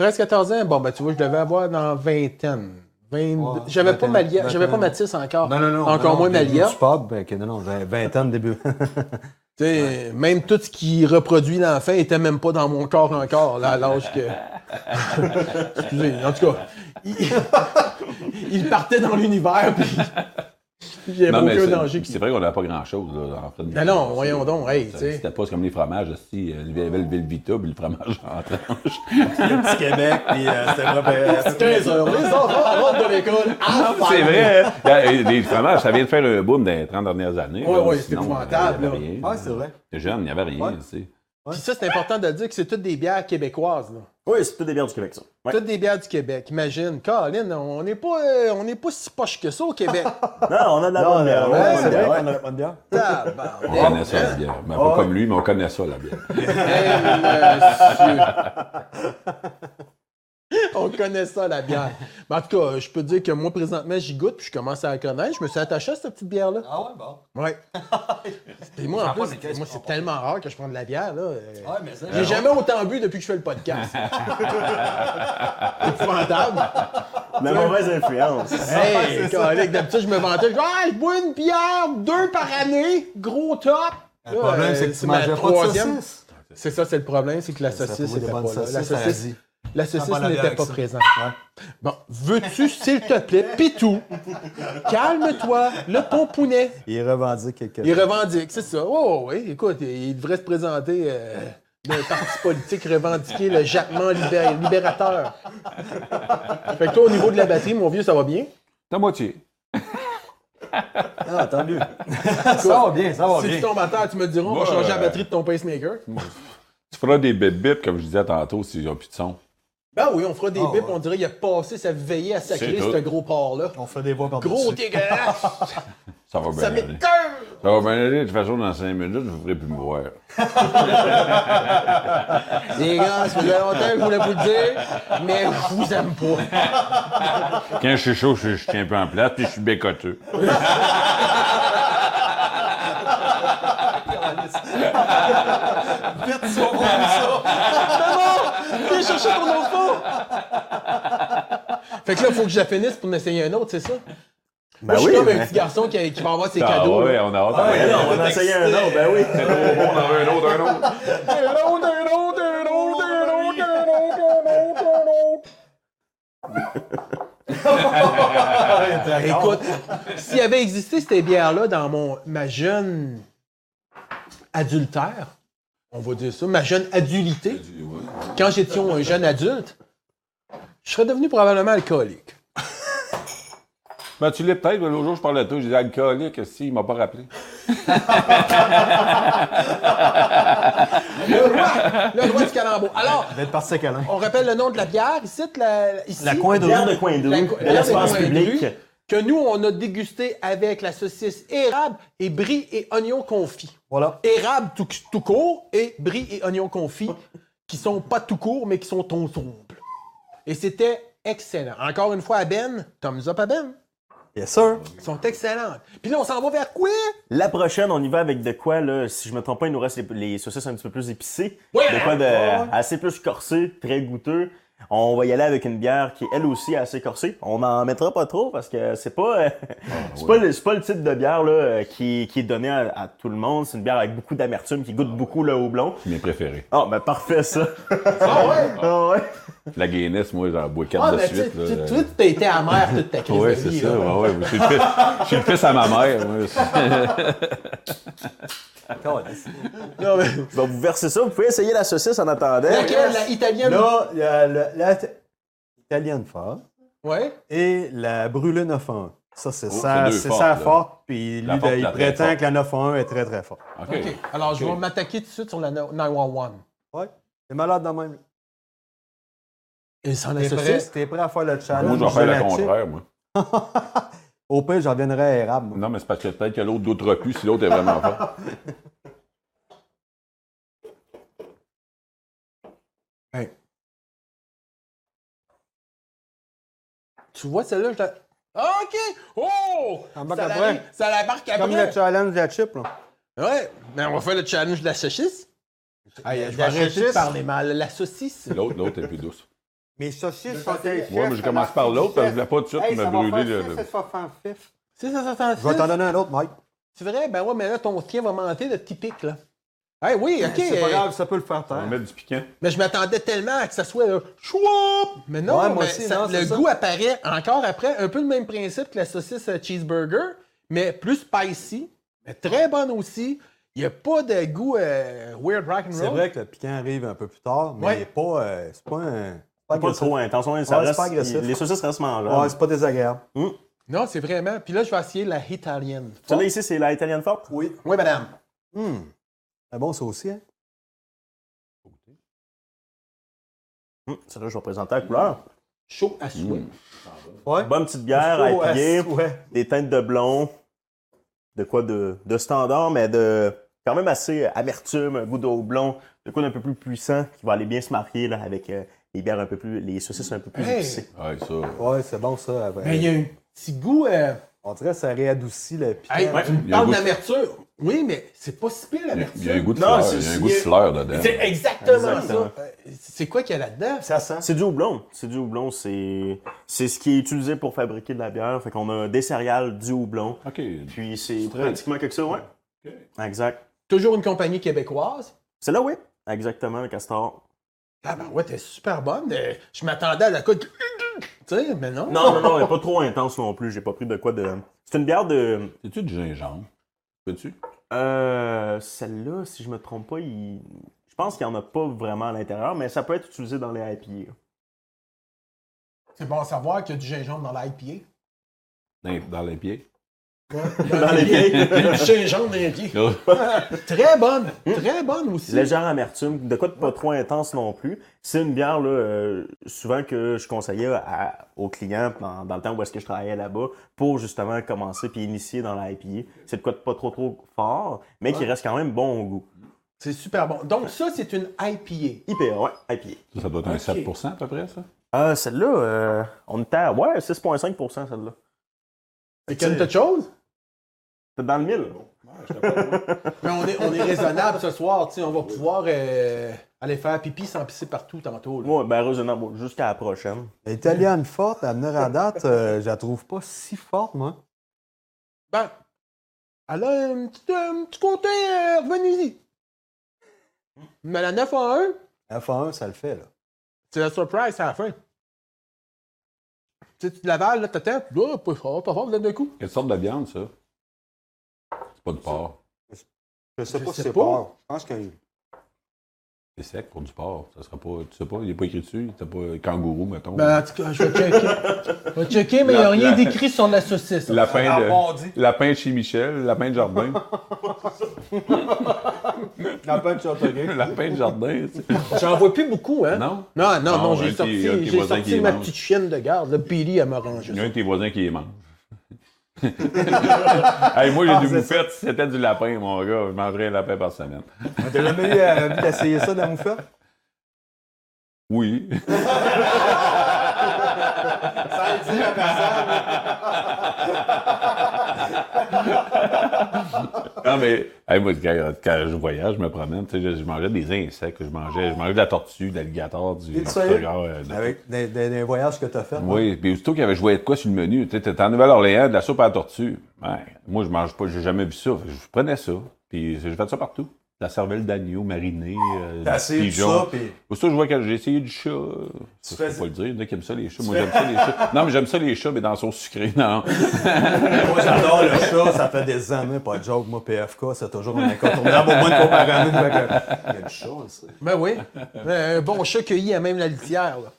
13-14 ans, bon, ben tu vois, je devais avoir dans vingtaine. Vingt- Ouais, j'avais pas vingtaine, Malia, j'avais pas vingtaine. Mathis encore. Non, non, non. Ah, Encore non, moins début Malia. du pub, ben, que non, non, j'avais 20 ans de début. Tu sais, Même tout ce qui reproduit l'enfant était même pas dans mon corps encore, là, à l'âge *laughs* que. Excusez, en tout cas. Il, il partait dans l'univers, puis. Il n'y avait Non, mais aucun c'est- danger. qui- C'est vrai qu'on n'avait pas grand-chose. là, en fait, Ben non, voyons donc, hey, tu sais. C'était pas comme les fromages. aussi. Il y avait le Velvita puis le fromage *laughs* en tranche. Petit Québec, puis euh, c'était vraiment. 15 heures, les enfants rentrent de l'école. à C'est faire. vrai. hein? Euh, Les fromages, ça vient de faire un boom dans les 30 dernières années. Ouais, là, ouais, sinon, c'est épouvantable, il y avait rien. Ah, c'est vrai. Les jeunes, il n'y avait rien. Ouais. tu sais. Puis ça, c'est important de dire que c'est toutes des bières québécoises, là. Oui, c'est toutes des bières du Québec, ça. *laughs* Ouais. Toutes des bières du Québec. Imagine, Colin, on n'est pas, euh, on n'est pas si poche que ça au *laughs* Québec. Non, on a de la bonne bière. on a de Ah, Ouais, c'est vrai la bonne bière, ouais. qu'on a pas de bière. On Tabarnak. connaît ça, la bière. Mais pas comme lui, mais on connaît ça, la *laughs* bière. On connaît ça, la bière. Mais en tout cas, je peux te dire que moi, présentement, j'y goûte, puis je commence à la connaître. Je me suis attaché à cette petite bière-là. Ah ouais, bon. *laughs* Ouais. Et moi, en plus, moi, c'est tellement rare que je prends de la bière, là. Euh, J'ai jamais autant bu depuis que je fais le *laughs* podcast. Épouvantable. La *laughs* mauvaise influence. Hey, collègue, d'habitude, je me vantais. Je dis, ah, je bois une bière, deux par année, gros top. euh, Le problème, Euh, c'est que tu mangeais pas de saucisse. C'est ça, c'est le problème, c'est que la Ça saucisse trouve des n'était pas bonnes là. La saucisses à saucisse, Asie. la Ça va saucisse la bière n'était avec pas ça. présente. Ouais. Bon, veux-tu, s'il te plaît, Pitou, calme-toi, le pompounet. Il revendique quelque Il chose. oh, revendique, c'est ça. Oh oui, écoute, il devrait se présenter euh, d'un parti politique revendiquer le jappement libé- libérateur. Fait que toi, au niveau de la batterie, mon vieux, ça va bien. La moitié. Ah, entendu. *laughs* ça va bien, ça va si bien. tu tombes à terre, tu me diras, on va Ouais. changer la batterie de ton pacemaker. Tu feras des bip bip comme je disais tantôt s'ils n'ont plus de son. Ben oui, on fera des Ah, bips, ouais. on dirait qu'il a passé sa veillée à sacrer C'est tout. ce gros porc-là. On fait des voix par Gros dégueulasse! Ça va bien ça aller. m'écoeure! Ça va bien aller. De toute façon, dans cinq minutes, vous ne pourrez plus me voir. Les gars, ça faisait longtemps que je voulais vous le dire, mais je vous aime pas. Quand je suis chaud, je, je tiens un peu en place, puis je suis bécoteux. Viens chercher ton enfant! Fait que là, faut que je la finisse pour en essayer un autre, c'est ça? Ben je suis oui, comme un mais- petit garçon qui, qui va avoir ses Ah cadeaux. ouais, là. on a hâte. Ah, mais non, on va en excité. essayer un autre, ben oui. on en veut un autre, un autre. Écoute, s'il avait existé ces bières-là dans mon, ma jeune adultère, on va dire ça, ma jeune adulité, quand j'étais un jeune adulte, je serais devenu probablement alcoolique. Ben, tu l'es peut-être. mais L'autre jour, je parlais à toi. J'ai dit alcoolique, si, il m'a pas rappelé. Le roi, le roi du calembour. Alors, Vous êtes parti à câlin. on rappelle le nom de la bière ici, la, ici La coin de Bière de coin de La- rue, la- de l'espace la- la- public. la- que nous, on a dégusté avec la saucisse érable et brie et oignon confit. Voilà. Érable tout, tout court et brie et oignon confit qui sont pas tout court, mais qui sont ensemble. Et c'était excellent. Encore une fois, à Ben, thumbs up à Ben, Yes, sir. ils sont excellentes. Puis là, on s'en va vers quoi? La prochaine, on y va avec de quoi, là, si je me trompe pas, il nous reste les, les saucisses un petit peu plus épicées. Ouais! hein? De quoi de assez plus corsé, très goûteux. On va y aller avec une bière qui, elle aussi, est assez corsée. On n'en mettra pas trop parce que c'est pas, *laughs* Ah, euh, c'est pas, le- c'est pas le type de bière là, euh, qui, qui est donné à, à tout le monde. C'est une bière avec beaucoup d'amertume qui goûte beaucoup le houblon. Mes préférés. Ah, ben parfait ça. Ah ouais? Ah ouais. La Guinness, moi, j'en bois quatre Ah, de ben, tu sais, suite. là. tu- tu- t'as été amer toute ta crise Ouais, de c'est vie. ça. là. Ouais, ouais. Je suis le fils, je suis le fils à ma mère. *laughs* moi. Non, mais... Donc, vous versez ça. Vous pouvez essayer la saucisse en attendant. Laquelle, la italienne? Là, il y a la, la t- italienne forte Ouais. et la brûlée 911. Ça, c'est Oh, ça, c'est deux c'est fortes, ça là. forte. Puis lui, La forte, il la très prétend forte. que la 911 est très, très forte. OK. OK. Alors, je Ok. vais m'attaquer tout de suite sur la 911. Ouais. T'es malade de même. Et sans la T'es prêt, saucisse? t'es prêt à faire le Moi, challenge. je vais faire de le la chip? contraire, moi. Au pire, j'en reviendrai à érable. moi. Non, mais c'est parce que peut-être que l'autre d'autres plus si l'autre est vraiment fort. Tu vois, celle-là, je la... Ah, OK! Oh! Ça embarque Ça après. l'arrive- Ça la marque Comme le après. challenge de la chip, là. Ouais. Mais on va faire le challenge de la saucisse. je je vais vais arrêter de saucisse. parler mal. La saucisse. L'autre, l'autre est plus douce. Mes saucisses sont un Moi, mais je commence par l'autre parce que je voulais pas tout de suite me brûler. le- le- C'est ça, ça, Je vais t'en donner un autre, Mike. C'est vrai? Ben ouais, mais là, ton tien va monter de typique, là. Eh oui, OK. Ben, C'est pas euh, grave, ça peut le faire On va taire. mettre du piquant. Mais je m'attendais tellement à que ça soit là, chouop! Mais non, Ouais, moi mais aussi, ça- non, le c'est ça. goût apparaît encore après. Un peu le même principe que la saucisse euh, cheeseburger, mais plus spicy, mais très bonne aussi. Il n'y a pas de goût euh, weird rock and roll. C'est vrai que le piquant arrive un peu plus tard, mais Ouais. pas, euh, c'est pas un. Pas trop intense. Ouais, ça Ouais, c'est reste- pas agressif. Les saucisses restent mangeables. Ouais, c'est pas désagréable. Non, c'est vraiment. Puis là, je vais essayer la italienne. Celle-là ici, c'est la italienne forte. Oui. Oui, madame. Hum. C'est bon, ça aussi, hein? Hum, Celle-là, je vais présenter la couleur. Chaud à souhait. Ouais. Bonne petite bière à épiller, ouais. des teintes de blond, de quoi de, de standard, mais de quand même assez amertume, un goût de blond, de quoi d'un peu plus puissant qui va aller bien se marier là, avec euh, les bières un peu plus, les saucisses un peu plus Hey! épicées. Ouais, ça. Ouais, c'est bon, ça. après. Mais Ben, il y a un petit goût. euh, On dirait que ça réadoucit le piquant. hey, tu Il me y a un parles goût- d'amertume. Oui, mais c'est pas si pire Il y a- l'amertume. il y a un goût de Non, fleur. c'est- Il y a un c'est- goût de fleur dedans. C'est exactement, Exactement. ça. Euh, C'est quoi qu'il y a là-dedans? Ça sent. C'est du houblon. C'est du houblon. C'est c'est ce qui est utilisé pour fabriquer de la bière. Fait qu'on a des céréales, du houblon. OK. Puis c'est Straight. pratiquement quelque chose, ouais. Exact. Toujours une compagnie québécoise. C'est là, oui. Exactement, le castor. Ah ben ouais, t'es super bonne. Euh, Je m'attendais à la côte. Tu sais, mais non. Non, non, non, elle est pas trop intense non plus. J'ai pas pris de quoi de. C'est une bière de. C'est-tu du gingembre? Peux-tu? Euh, celle-là, si je me trompe pas, il... je pense qu'il n'y en a pas vraiment à l'intérieur, mais ça peut être utilisé dans les IPA. C'est bon à savoir qu'il y a du gingembre dans *laughs* l'IPA. Dans, dans les pieds. Dans les Il y a du gingembre dans l'IPA. Là, Oh. *laughs* Très bonne. Très bonne aussi. Légère amertume, de quoi de pas trop intense non plus. C'est une bière là, euh, souvent que je conseillais à- aux clients dans, dans le temps où est-ce que je travaillais là-bas pour justement commencer puis initier dans la IPA. C'est de quoi de pas trop trop fort, mais qui reste quand même bon au goût. C'est super bon. Donc, ça, c'est une IPA. IPA, ouais, IPA. ça, ça doit être un Ok. 7 à peu près, ça. Euh, celle-là, euh, on était à ouais, 6,5% celle-là. C'est quelque chose? C'est dans le mille. Mais on est, on est raisonnable ce soir. tu sais, On va pouvoir euh, aller faire pipi sans pisser partout tantôt. là. Ouais, ben heureusement, bon, jusqu'à la prochaine. Italienne forte, à venir à date, euh, je la trouve pas si forte, moi. Ben, elle a un petit, un petit côté euh, revenez-y. Mais la 9 à 1, F1, ça le fait, là. c'est la surprise à la fin. Tu sais, tu l'avales, là, t'attends, puis là, pas fort, pas fort, vous êtes d'un coup. Quelle sorte de viande, ça? C'est pas du porc. Je sais Je pas sais si c'est pas. pas. Je pense que. C'est sec pour du porc. Ça sera pas. Tu sais pas, il n'est pas écrit dessus. T'as pas euh, kangourou, mettons. Ben, en tout cas, je vais *laughs* checker. je vais checker, mais il n'y a La- rien la- d'écrit sur la saucisse. lapin rebondit. de. Lapin de chez Michel, lapin de *laughs* jardin. La peine de Châteauguay. lapin de jardin, tu sais. J'en vois plus beaucoup, hein. Non? Non, non, Bon, non, j'ai ok, sorti, ok, j'ai voisin sorti qui ma mange. petite chienne de garde. Là, Billy, elle m'a rangé Il y ça. a un de tes voisins qui les *laughs* mange. Hey, moi, j'ai du bouffette. Si c'était du lapin, mon gars, je mangerais un lapin par semaine. T'as jamais eu euh, envie d'essayer ça dans la moufette? Oui. *laughs* Non, mais hey, moi, quand, quand je voyage, je me promène, tu sais, je, je mangeais des insectes, je mangeais, je mangeais de la tortue, de l'alligator, du T'es sérieux? frogard, euh, de- Avec des, des- des voyages que t'as fait. là. Oui, puis aussitôt qu'il y avait joué de quoi sur le menu, tu sais, t'étais en Nouvelle-Orléans, de la soupe à la tortue. Ouais, moi, je mange pas, j'ai jamais vu ça. Fait que Je prenais ça, puis j'ai fait ça partout. De La cervelle d'agneau marinée, euh, T'as du essayé tout pigeon. ça, puis Aussitôt, je vois que j'ai essayé du chat. euh, Tu Ça, fais- je peux pas le dire. Il y en a qui aiment ça, les chats. Moi, j'aime ça, les chats. Non, mais j'aime ça, les chats, mais dans la sauce sucrée, *laughs* non. moi j'adore le chat, ça fait des années, pas de joke, moi PFK, c'est toujours un incontournable, au moins une fois par année. fait que- Il y a du chat, on sait. Ben oui. Euh, Un bon chat cueilli à même la litière. là.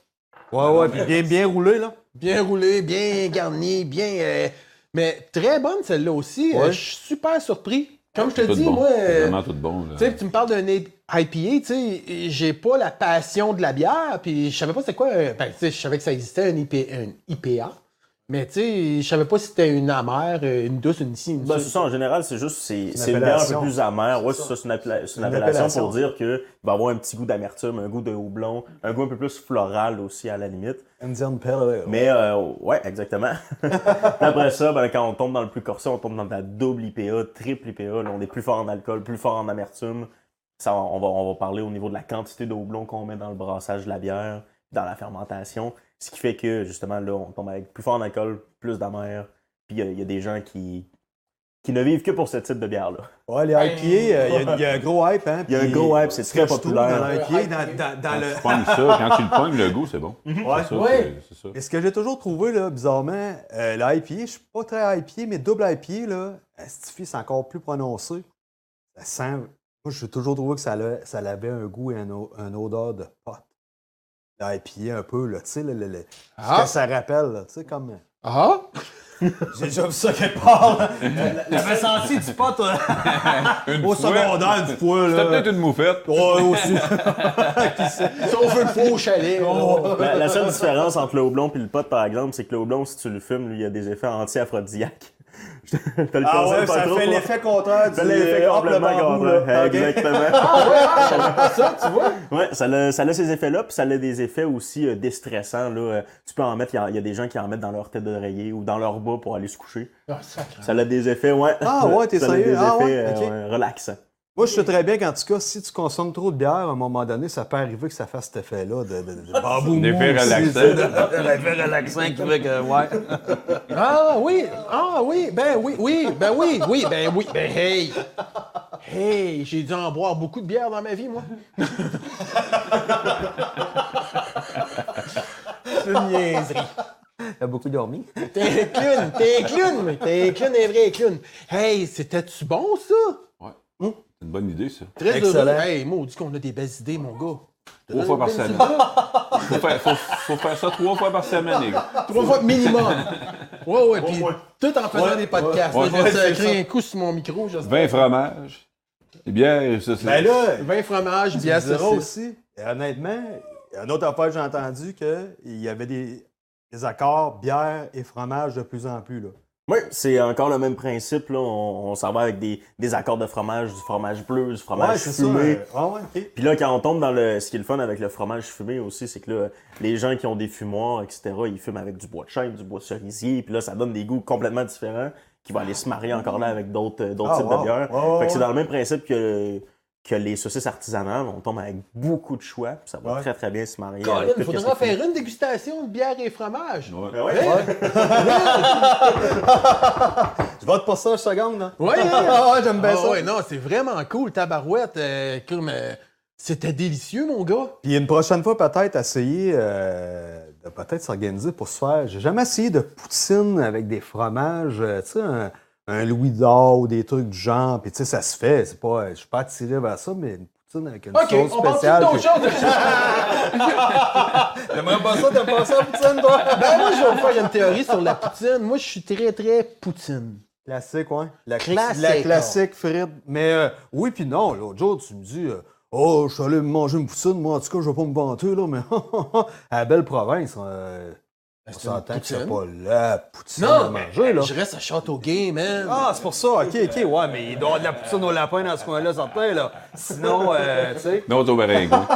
Ouais, ouais, puis bien, bien roulé, là. Bien roulé, bien garni, bien. euh, Mais très bonne celle-là aussi. Euh, Ouais. Je suis super surpris. Comme je te Tout dis, bon. moi. C'est euh, vraiment tout bon. là. Tu sais, tu me parles d'un IPA, tu sais, j'ai pas la passion de la bière, puis je savais pas c'est quoi. euh, Ben, tu sais, je savais que ça existait un, IP un IPA, mais tu sais, je savais pas si c'était une amère, euh, une douce, une ici, une Ben, ça. c'est ça, en général, c'est juste, c'est c'est une bière un peu appellation. plus amère. Ouais, c'est ça, c'est une, appela- c'est Une une appellation appellation. pour dire qu'il va avoir un petit goût d'amertume, un goût de houblon, un goût un peu plus floral aussi, à la limite. Indian Pale Ale. Mais, euh, ouais, exactement. *laughs* Après ça, ben, quand on tombe dans le plus corsé, on tombe dans de la double IPA, triple IPA. Là, on est plus fort en alcool, plus fort en amertume. Ça, on va, on va parler au niveau de la quantité de houblon qu'on met dans le brassage de la bière, dans la fermentation. Ce qui fait que, justement, là, on tombe avec plus fort en alcool, plus d'amer. Puis, il y a- il y, a des gens qui, qui ne vivent que pour ce type de bière-là. Ouais, les IPA, euh, il y a- il y, a un gros hype, hein. Il y a un puis- gros hype, c'est ce très que je trouve populaire. Dans l'IPA, dans, dans- dans quand le. Mhm. tu pognes ça, quand tu le pognes, le goût, c'est bon. Ouais. C'est ça, Ouais. c'est- c'est ça. Mais ce que j'ai toujours trouvé, là, bizarrement, euh, le IPA, je suis pas très IPA, mais double IPA, là, Astifi, c'est encore plus prononcé. Ça sent. Moi, j'ai toujours trouvé que ça, l'a- ça avait un goût et un o- une odeur de pote. L'IPA, un peu, là, tu sais, le- le- le- ce Ah, que ça rappelle, là, tu sais, comme. ah, J'ai déjà vu ça quelque part, *laughs* là. J'avais senti du pot, euh, Une au fouette. secondaire, du poids, C'était là. peut-être une moufette. Ouais, *laughs* aussi. si on veut le faux au chalet. Oh! Oh! là. La, la seule différence entre le houblon et le pot, par exemple, c'est que le houblon, si tu le fumes, lui, il y a des effets anti-aphrodisiaques. *laughs* Je te- je te le Ah conseille ouais, pas ça trop, fait moi. l'effet contraire du. Ça l'effet euh, hop, le complètement bambou, contraire. là. Ok. Exactement. Ah ouais, ah, je savais pas ça, tu vois. ouais, ça a, ça a ces effets-là, puis ça a des effets aussi euh, déstressants. Là. Euh, Tu peux en mettre, il y a- il y, a des gens qui en mettent dans leur tête d'oreiller ou dans leur bas pour aller se coucher. Ah, sacré. Ça a des effets, ouais. Ah ouais, t'es Ça a sérieux? des Ah effets ouais, euh, ok. ouais, relaxants. Moi, je sais très bien qu'en tout cas, si tu consommes trop de bière, à un moment donné, ça peut arriver que ça fasse cet effet-là de, de, de bambou. Des effets relaxants. Ah oui, ah oui, ben oui, oui, ben oui, oui, ben oui, ben hey. Hey, j'ai dû en boire beaucoup de bière dans ma vie, moi. C'est une niaiserie. T'as beaucoup dormi. T'es un clown, t'es un clown, mais t'es un clown, un vrai clown. Hey, c'était-tu bon, ça? Ouais. C'est une bonne bonne idée, ça. Très Excellent. heureux. Hey, maudit qu'on a des belles idées, mon gars. Trois fois par semaine. faut, faire, faut, faut faire ça trois fois par semaine, les gars. Trois fois minimum. Ouais, ouais, puis tout en faisant des podcasts. Là, ouais. je vais Ouais, te créer un coup sur mon micro, j'espère. 20 fromages. Eh bien, ça, c'est. Ben là, 20 fromages, Il y a bière ça sirop. aussi. Et honnêtement, il y a une autre affaire que j'ai entendu qu'il y avait des, des accords bière et fromage de plus en plus. Là. Oui, c'est encore le même principe. Là. On, on s'en va avec des, des accords de fromage, du fromage bleu, du fromage fumé. euh, ah ouais, ok. Puis là, quand on tombe dans le. Ce qui est le fun avec le fromage fumé aussi, c'est que là, les gens qui ont des fumoirs, etc., ils fument avec du bois de chêne, du bois cerisier, puis là, ça donne des goûts complètement différents qui vont aller se marier encore là avec d'autres euh, d'autres Ah, types wow. de bières. Ouais, ouais, fait que c'est ouais. dans le même principe que, que les saucisses artisanales. On tombe avec beaucoup de choix, puis ça va Ouais. très très bien se marier. Colin, avec tout il ce qui est faudra fumé. faire une dégustation de bière et fromage. Ouais. Ben ouais. *laughs* Je vote pour ça, je seconde. Hein. Ouais, hein? Ah ouais, j'aime bien Ah ça. ouais, non, c'est vraiment cool, tabarouette. Euh, comme, euh, c'était délicieux, mon gars. Puis une prochaine fois, peut-être essayer euh, de peut-être s'organiser pour se faire. J'ai jamais essayé de poutine avec des fromages, euh, tu sais, un, un Louis d'or ou des trucs du genre. Puis tu sais, ça se fait. C'est pas, je suis pas attiré vers ça, mais une poutine avec une OK, sauce on parle de spéciale. ton puis- *laughs* chose. T'aimerais pas ça, t'as pas ça, la poutine, toi? ben, moi, je vais vous faire une théorie sur la poutine. Moi, je suis très, très poutine. Classique, ouais. La Classique, La classique, Fred. Mais euh, oui, puis non, l'autre jour, tu me dis, euh, oh, je suis allé me manger une poutine, moi, en tout cas, je vais pas me vanter, là, mais *laughs* à la belle province, euh, Ben, on c'est une s'entend que c'est poutine. pas la poutine à Non, mais manger, là. je reste à Châteauguay, man. Ah, c'est pour ça, ok, ok, ouais, mais il doit y avoir de la poutine au lapin dans ce coin-là, certain, là. Sinon, euh, tu sais. Non, *laughs* au maringouin.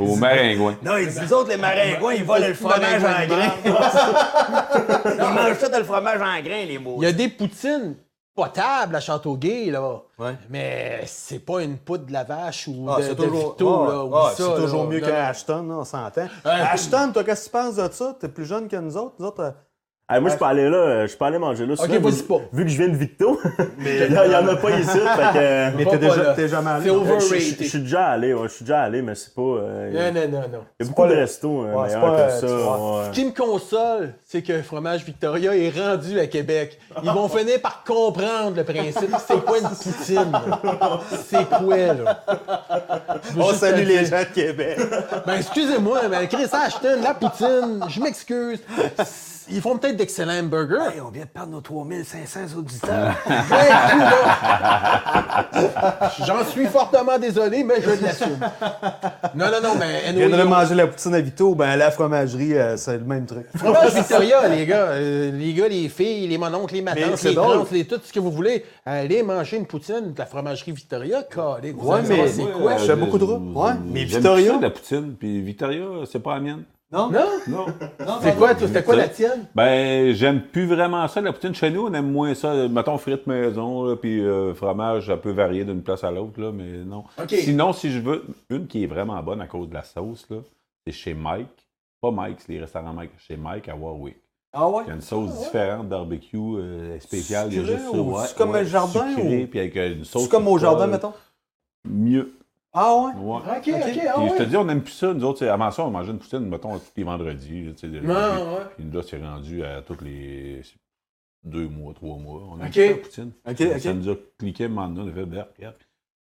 Au maringouin. Non, ils disent, autres, les maringouins, ils volent le fromage en grains. *laughs* ils mangent tout le fromage en grains, les mots. Il y a des poutines potables à Châteauguay, là. Ouais. Mais c'est pas une poudre de la vache ou Ah, de, c'est de toujours, Vito, ah, là. oublie ah, ça, c'est toujours là. mieux Non, qu'un Ashton, là, on s'entend. Ashton, toi, qu'est-ce que tu penses de ça? T'es plus jeune que nous autres. Nous autres, euh, Ah, moi, je peux aller là, euh, je peux aller manger là. Souvent, vas-y vu- pas. Vu que je viens de Victo, *laughs* il n'y en a pas ici. fait que, euh, mais va t'es pas déjà, là. t'es jamais allé. C'est non? Euh, Je je- Overrated. je suis déjà allé, ouais, je suis déjà allé, mais c'est pas. euh, Il Non, non, non, non. y a beaucoup de restos euh, Ouais, c'est meilleurs pas, comme euh, ça. tu vois. *laughs* ouais. Ce qui me console, c'est que Fromage Victoria est rendu à Québec. Ils vont finir par comprendre le principe. C'est quoi une poutine? là? C'est quoi, là? Je veux On juste salue te les dire- gens de Québec. Ben, excusez-moi, mais Chris Ashton, la poutine, je m'excuse. Ils font peut-être d'excellents burgers. Hey, on vient de perdre nos *laughs* 3500 auditeurs. Ben, coudonc. J'en suis fortement désolé, mais je l'assume. Non, non, non, mais Je viendrais anyway, manger la poutine à Vito, ben à la fromagerie, euh, c'est le même truc. Fromage Victoria, les gars, euh, les gars, les filles, les mononcles, les Mais matantes, c'est les drôle. tantes, les tout ce que vous voulez, allez manger une poutine de la fromagerie Victoria, calé. Vous Ouais, allez savoir mais- c'est quoi? euh, Je fais beaucoup de route. Ouais, mais Victoria- de la poutine, puis Victoria, c'est pas la mienne. Non? Non. C'est quoi, toi? C'était quoi la tienne? Ben, j'aime plus vraiment ça, la poutine. Chez nous, on aime moins ça. Mettons frites maison, là, puis euh, fromage, ça peut varier d'une place à l'autre, là, mais non. OK. Sinon, si je veux une qui est vraiment bonne à cause de la sauce, là, c'est chez Mike. Pas Mike, c'est les restaurants Mike. Chez Mike à Warwick. Ah ouais? Il y a une sauce différente barbecue euh, spéciale. il y a Sucrée juste ou c'est comme un jardin sucrée, ou- puis avec euh, une sauce. C'est comme au qui colle jardin, mettons. Mieux. Ah ouais? Ouais. OK, OK, ah Puis je te ouais. dis, on aime plus ça. Nous autres, c'est- avant ça, on mangeait une poutine, mettons, tous les vendredis. là, Tu sais, de- Non, ouais. puis nous, là, c'est rendu à tous les deux mois, trois mois. On a Ok. plus la poutine. Ok, ça, ok. nous a cliqué, maintenant, on a fait, ben, regarde.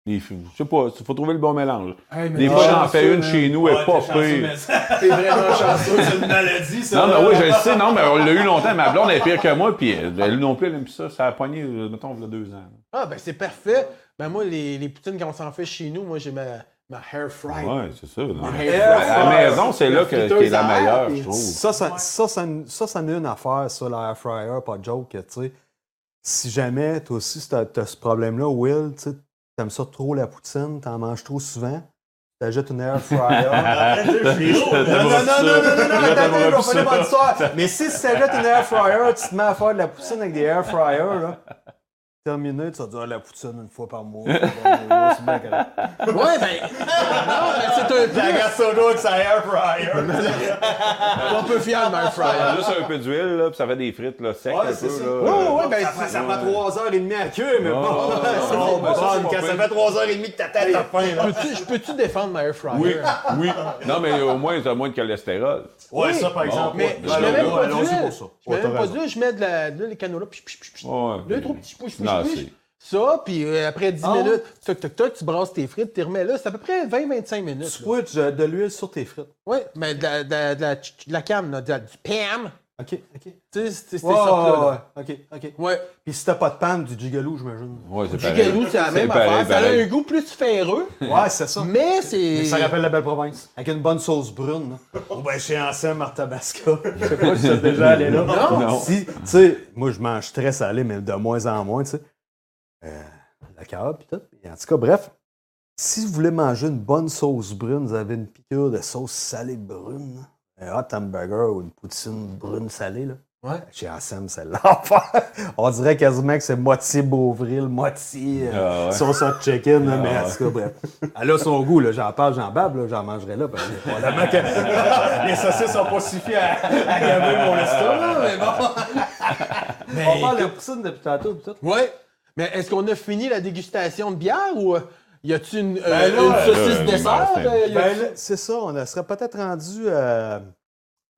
Et il faut- je sais pas, il faut trouver le bon mélange. Hey, mais Des t'es fois, j'en chanceux, fais une man. chez nous, elle est pas pire. T'es vraiment chanceux. Non, mais oui, je le sais, non, mais on l'a eu longtemps. Ma blonde est pire que moi, puis elle, elle non plus, elle aime ça. Ça a pogné, euh, mettons, il y a deux ans. Ah, ben c'est parfait. Ben moi, les, les poutines, quand on s'en fait chez nous, moi, j'ai ma, ma hair fry. Ouais, c'est ça. non. Air À- à fryer. la maison, c'est là que, qui est la Friteuse à air, meilleure, puis- je trouve. Ça, ça, ça, ça, ça, ça en est une affaire, ça, l'air fryer, pas de joke, que, tu sais. Si jamais, toi aussi, t'as as ce problème-là, Will, tu sais, t'aimes ça trop la poutine, t'en manges trop souvent, t'ajoutes une air fryer. non, non, non, non, non, non, non, attends, attends, on va finir votre histoire. Mais si tu t'ajoutes une air fryer, tu te mets à faire de la poutine avec des air fryers, là. Terminé, tu vas dire Ah, la poutine une fois par mois. c'est bon, c'est bien correct. Ouais, ben. *laughs* Non, mais c'est un plus. Gassodo avec sa air fryer. On peut fier de ma air fryer. Juste un peu d'huile, là, puis ça fait des frites, là, sec, un Ouais, peu, c'est ça. là. Ouais, ouais, Euh, ouais, ben, ça, ça prend 3h30 à queue, mais bon, *laughs* non, non, c'est non, bon, ben, ça, c'est bon, pas quand pire. Ah, ça fait 3h30 que ta tête a faim, là. Peux-tu- Je peux-tu défendre ma air fryer? Oui, oui. Non, mais au moins, ça a moins de cholestérol. Ouais, ça, par exemple. Mais ouais. je Ouais, mets même ouais, pas allons-y d'huile. pour ça. Je mets Ouais, t'as même pas raison. d'huile, je mets de la- de l'huile, les canola, puis puis, puis, puis. Ouais. Deux, trois petits pouces, pouces, Non, pouces. c'est- Ça, puis euh, après 10 Ah. minutes, toc, toc, toc, tu brasses tes frites, tu remets là. C'est à peu près 20-25 minutes. Tu là. switches euh, de l'huile sur tes frites. Oui, mais de la, de la, de la, de la cam, là, de la- du PAM. OK, OK. Tu sais, c'est c'est Ouais, sortes-là, là. ouais, ouais, OK, OK. Ouais. Puis si t'as pas de panne, du gigalou, j'imagine. Ouais, c'est Du pareil. galou, c'est la même pareil, affaire. Ça a pareil. un goût plus *laughs* ferreux, *laughs* Ouais, c'est ça. mais c'est. Mais Oh, ben, Ça rappelle la belle province. Avec une bonne sauce brune. là. Ou bien chez Ancien Martabasca. Je sais pas si t'es déjà allé là. Non. *laughs* Non. Si, tu sais, moi, je mange très salé, mais de moins en moins, tu sais. Euh, la carotte, pis tout. Et En tout cas, bref, si vous voulez manger une bonne sauce brune, vous avez une piqûre de sauce salée brune. Un hot hamburger ou une poutine brune salée, là. ben, Ouais. Chez Assem, c'est l'enfer. *laughs* On dirait quasiment que c'est moitié Beauvril, moitié euh, Ah ouais. sauce hot chicken, là, mais Ah en tout cas, bref. Elle a son goût, là. J'en parle, j'en bave, là. J'en mangerai là. Parce que probablement *laughs* que les saucisses n'ont pas suffi à, à gaver mon estomac, mais bon. Ben, On parle de poutine depuis tantôt, pis tout. *laughs* Ouais. Mais est-ce qu'on a fini la dégustation de bière ou euh, y a-tu une, euh, là, une saucisse euh, dessert? ben, euh, y a- Ben, là, c'est ça, on serait peut-être rendu euh,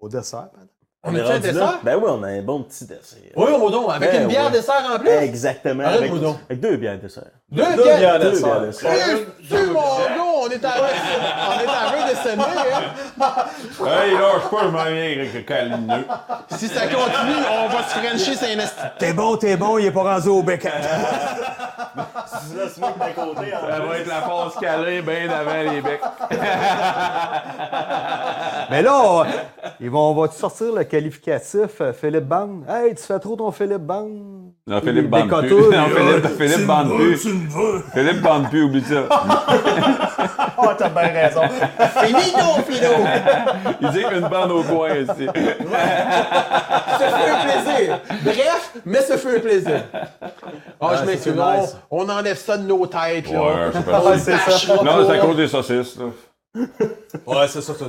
au dessert. ben. madame. on est a-tu un rendu là? dessert? Ben oui, on a un bon petit dessert. Oui, au don, avec Ben une bière ouais. dessert en plus. Exactement. Arrête, Avec, Boudon. avec deux bières dessert. Deux, Deux bières. bières Deux dessert. bières dessert. Hey, tu, mon gars, on est à on est à deux de s'aimer, hein. Hey, lâche pas, je m'en viens avec le calineux. Si ça continue, on va se frencher, c'est un esti. T'es bon, t'es bon, il est pas rendu au bec. Ça va être la phase calée bien avant les becs. *laughs* Mais là, on, ils vont, on va te sortir le qualificatif euh, Philippe Bande. Hey, tu fais trop ton Philippe Bande. Non, Philippe bande Des plus. coteaux, Non, là. Philippe, Philippe bande plus. Philippe bande plus, oublie ça. Oh, t'as bien raison. Finito, Fido! Il dit une bande au coin ici. Ce fut un plaisir. Bref, mais ce fut un plaisir. Ah, je m'excuse. c'était On, nice. on enlève ça de nos têtes, là. Ouais, c'est pas Ouais, c'est ça. Tâchera Non, c'est à pas. cause des saucisses, là. Ouais, c'est ça, ça.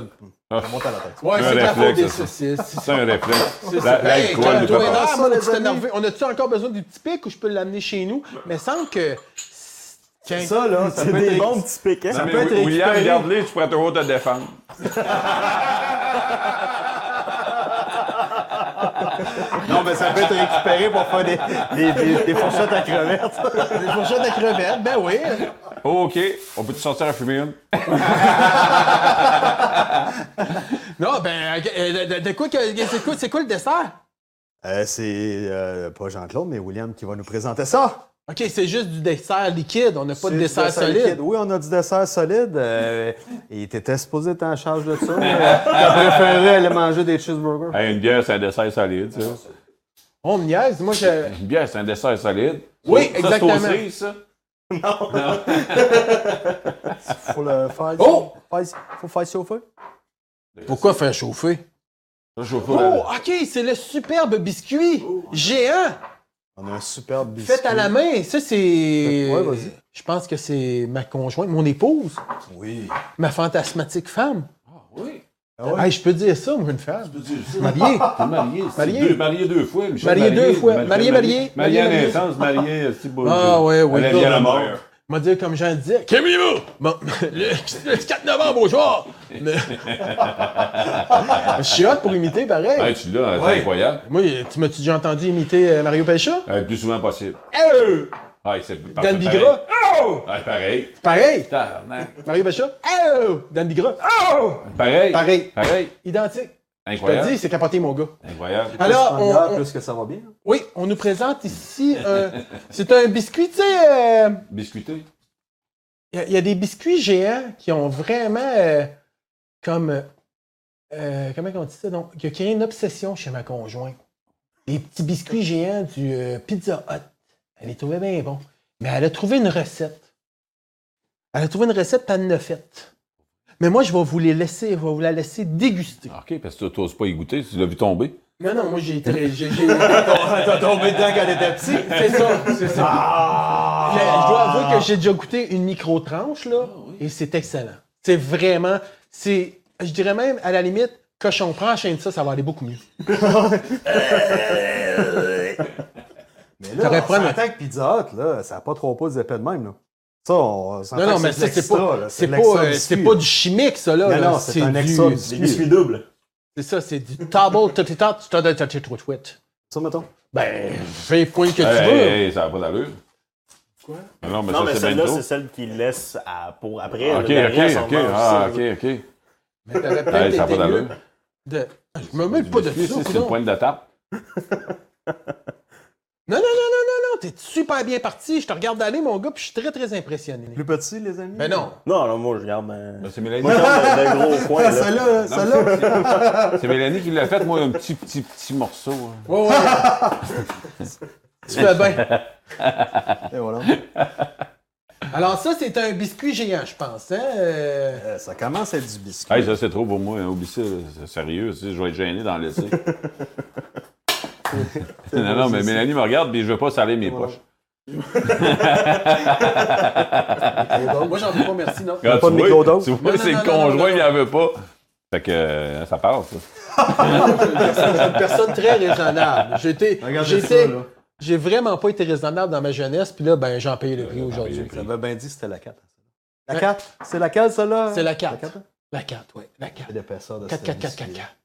Ah, monte à la tête. Ouais, Un c'est de la faute réflexe, des ça. saucisses. C'est un réflexe. C'est La- ça. Hey, L'alcool nous toi, fait peur. Nord, ça, moi, les tu t'es amis. énervé. On a-tu encore besoin du petit pic ou je peux l'amener chez nous? Mais semble que. Tiens. Ça, là, ça C'est peut des être... bons petits pics, hein? Non, mais peut être Wi- William, récupéré. regarde-les, tu pourrais toujours te défendre. Non, mais ça peut être récupéré pour faire des, des, des, des fourchettes à crevettes. Des fourchettes de crevettes, ben oui. Oh, OK, on peut te sortir à fumer une? Non, ben, euh, de, de- de quoi que- c'est quoi, c'est quoi le dessert? Euh, c'est euh, pas Jean-Claude, mais William qui va nous présenter ça. OK, c'est juste du dessert liquide. On n'a pas de C'est dessert, du solide. liquide. Oui, on a du dessert solide. Euh, il était supposé être en charge *laughs* de ça. mais, euh, Il préférait aller manger des cheeseburgers. Hey, une bière, c'est un dessert solide, ça. On me niaise. Moi, je... Une bière, c'est un dessert solide. Oui, Ça, c'est exactement. aussi, ça. Faut le faire. Oh! Faire- Faut faire chauffer. Pourquoi faire chauffer? Ça, je vois pas. Oh, OK, c'est le superbe biscuit géant On a un superbe biscuit. fait à la main. Ça, c'est. Ouais, vas-y. Je pense que c'est ma conjointe, mon épouse, Oui. ma fantasmatique femme. Oui. Ah ouais? Hey, je peux dire ça, moi, une femme. *laughs* Mariée. T'es marié. c'est Ah, Marié. Deux, marié deux fois, Michel. Marié deux fois. Marié, marié, Marié à marié, marié. naissance, *laughs* marié à petit bout. Ah, ouais, ouais. Elle vient à la mort. M'a dire comme Jean disait. Calmez-vous! Bon, le, le 4 novembre au soir! Mais- Je suis hot pour imiter pareil. Hey, tu l'as, c'est Ouais. incroyable. Moi, tu m'as-tu déjà entendu imiter euh, Mario Pelcha? Euh, le plus souvent possible. Euh, Hey, Ah, c'est parfait, Dan pareil. Bigra? Oh! Hey, pareil. Pareil! Tabarnak. Mario Pelcha? Oh! Dan Bigra? Oh! Pareil. Pareil. Pareil. Identique. Je te Incroyable. dis, c'est capoté, mon gars. Incroyable. Alors, on- Standard, on- plus que ça va bien. oui, on nous présente ici un. c'est un biscuit, tu sais. euh, Il Biscuité. y, a- y a des biscuits géants qui ont vraiment. euh, comme. euh, euh, comment on dit ça? Donc, qui a créé une obsession chez ma conjointe. Des petits biscuits géants du euh, Pizza Hut. Elle les trouvait bien bons. Mais elle a trouvé une recette. Elle a trouvé une recette, puis elle l'a faite. Mais moi, je vais vous les laisser, je vais vous la laisser déguster. Ah, OK, parce que tu n'oses pas y goûter, tu l'as vu tomber. Non, non, moi j'ai été. j'ai- j'ai- T'as tombé dedans quand t'étais petit? C'est ça, c'est ça. Ah! Mais je dois avouer que j'ai déjà goûté une micro-tranche, là, et c'est excellent. C'est vraiment. C'est. Je dirais même, à la limite, cochon prend la chaîne de ça, ça va aller beaucoup mieux. Mais là, T'aurais on pas, mais- s'entend que Pizza Hut, là, ça n'a pas trop pas des épais de même. Là. Ça, on s'entend Non, non, que mais de ça, c'est l'extra, pas. là, C'est de pas, l'extra euh, biscuit, c'est là. pas du chimique, ça, là. Non, là, non, c'est un du- extra Des biscuit. biscuits doubles. C'est ça, c'est du double totita, totita, totita, totita. Ça, mettons. Ben, fais point que tu Hey, veux. hey, hey, ça n'a pas d'allure. Non, mais Non, mais ça, c'est bien celle-là, trop. Ah, c'est celle qu'il laisse à- pour après. OK, Le reste, OK, on OK. mange Ah, ça. OK, OK. Mais t'aurais Hey, peut-être ça n'a pas été d'allure. mieux de. Je me mêle pas de ça, Tu sais, C'est une coudonc. pointe de tarte. Non, non, non, non, non, non, t'es super bien parti. Je te regarde aller, mon gars, puis je suis très, très impressionné. Plus petit, les amis? Mais Ben non, Non, non, moi, je garde un Ah, C'est Mélanie. Moi, je garde un gros coin. Ah, Là. celle-là, là, Non, Ben celle-là. *laughs* c'est- C'est Mélanie qui l'a fait, moi, un petit, petit, petit morceau. hein. *laughs* Ouais, ouais. tu fais bien. Et Eh, voilà. Alors, ça, c'est un biscuit géant, je pense. Hein? euh, Euh, ça commence à être du biscuit. Hey, ça, c'est trop pour moi. hein. Oublie ça. là. C'est Sérieux, tu sais, je vais être gêné *laughs* d'en laisser. non, non, mais Mélanie me regarde, puis je veux pas saler mes poches. et donc, moi, j'en veux pas, merci, non. Ah, pas de tu vois, microdose. tu vois Non, c'est non, le non, non, non, conjoint, non. il en veut pas. Fait que euh, ça passe, ça. Une personne très raisonnable. J'étais. Regardez J'étais. ça, là. J'ai vraiment pas été raisonnable dans ma jeunesse, puis là, ben, j'en paye le prix aujourd'hui. Ça avait bien dit que c'était la 4. Ouais. La 4? C'est laquelle, celle-là? C'est la 4. La 4? La 4, oui, la 4. L'épaisseur de 4, ce 4, 4, 4, biscuit. 4.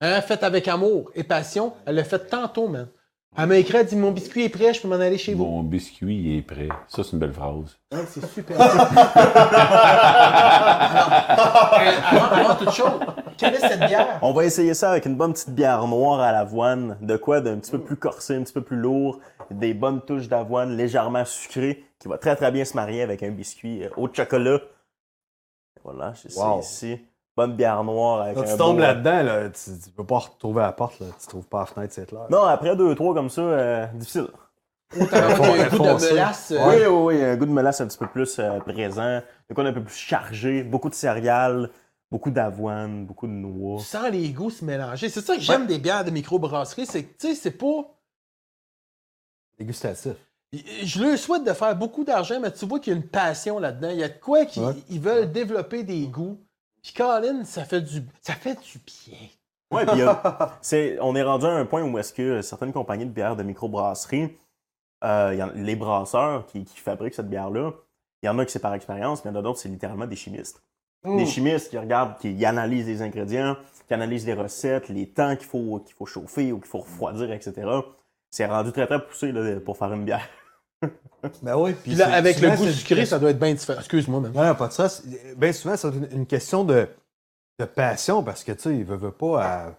Hein, faite avec amour et passion. Elle l'a fait tantôt, man. Elle m'a écrit, elle dit Mon biscuit est prêt, je peux m'en aller chez vous. Mon biscuit il est prêt. Ça, c'est une *laughs* belle phrase. Hein, c'est super. Alors, Eh, avant, avant toute chose, quelle est cette bière On va essayer ça avec une bonne petite bière noire à l'avoine. De quoi D'un Mm. petit peu plus corsé, un petit peu plus lourd. Des bonnes touches d'avoine légèrement sucrées qui va très très bien se marier avec un biscuit euh, au chocolat. Voilà, c'est ça Wow. ici. Bonne bière noire avec Quand un tu bon- tombes là-dedans, là, tu ne peux pas retrouver à la porte. Là. Tu trouves pas la fenêtre, c'est clair. Non, après deux, trois comme ça, euh, difficile. Oh, t'as vraiment un goût de Foncé. mélasse. euh, Oui, oui, oui, un goût de mélasse un petit peu plus euh, présent. De quoi un peu plus chargé. Beaucoup de céréales, beaucoup d'avoine, beaucoup de noix. Tu sens les goûts se mélanger. C'est ça que j'aime des bières de microbrasserie, c'est que, tu sais, c'est pas. Dégustatif. Je leur souhaite de faire beaucoup d'argent, mais tu vois qu'il y a une passion là-dedans. Il y a de quoi qu'ils Ouais. ils veulent développer des goûts. Puis Colin, ça fait du, ça fait du bien. Ouais, puis il y a- *laughs* c'est- on est rendu à un point où est-ce que certaines compagnies de bières de microbrasserie, euh, il y en- les brasseurs qui, qui fabriquent cette bière-là, il y en a qui c'est par expérience, mais il y en a d'autres, c'est littéralement des chimistes. Mm. Des chimistes qui regardent, qui analysent les ingrédients, qui analysent les recettes, les temps qu'il faut, qu'il faut chauffer ou qu'il faut refroidir, etc. C'est rendu très très poussé là, pour faire une bière. *laughs* Ben oui. Puis là, c'est- avec le souvent, goût c'est- sucré, ça doit être bien différent. Excuse-moi, même. Non, non, pas de stress. Bien souvent, c'est une, une question de, de passion parce que, tu sais, il veut, veut pas. à-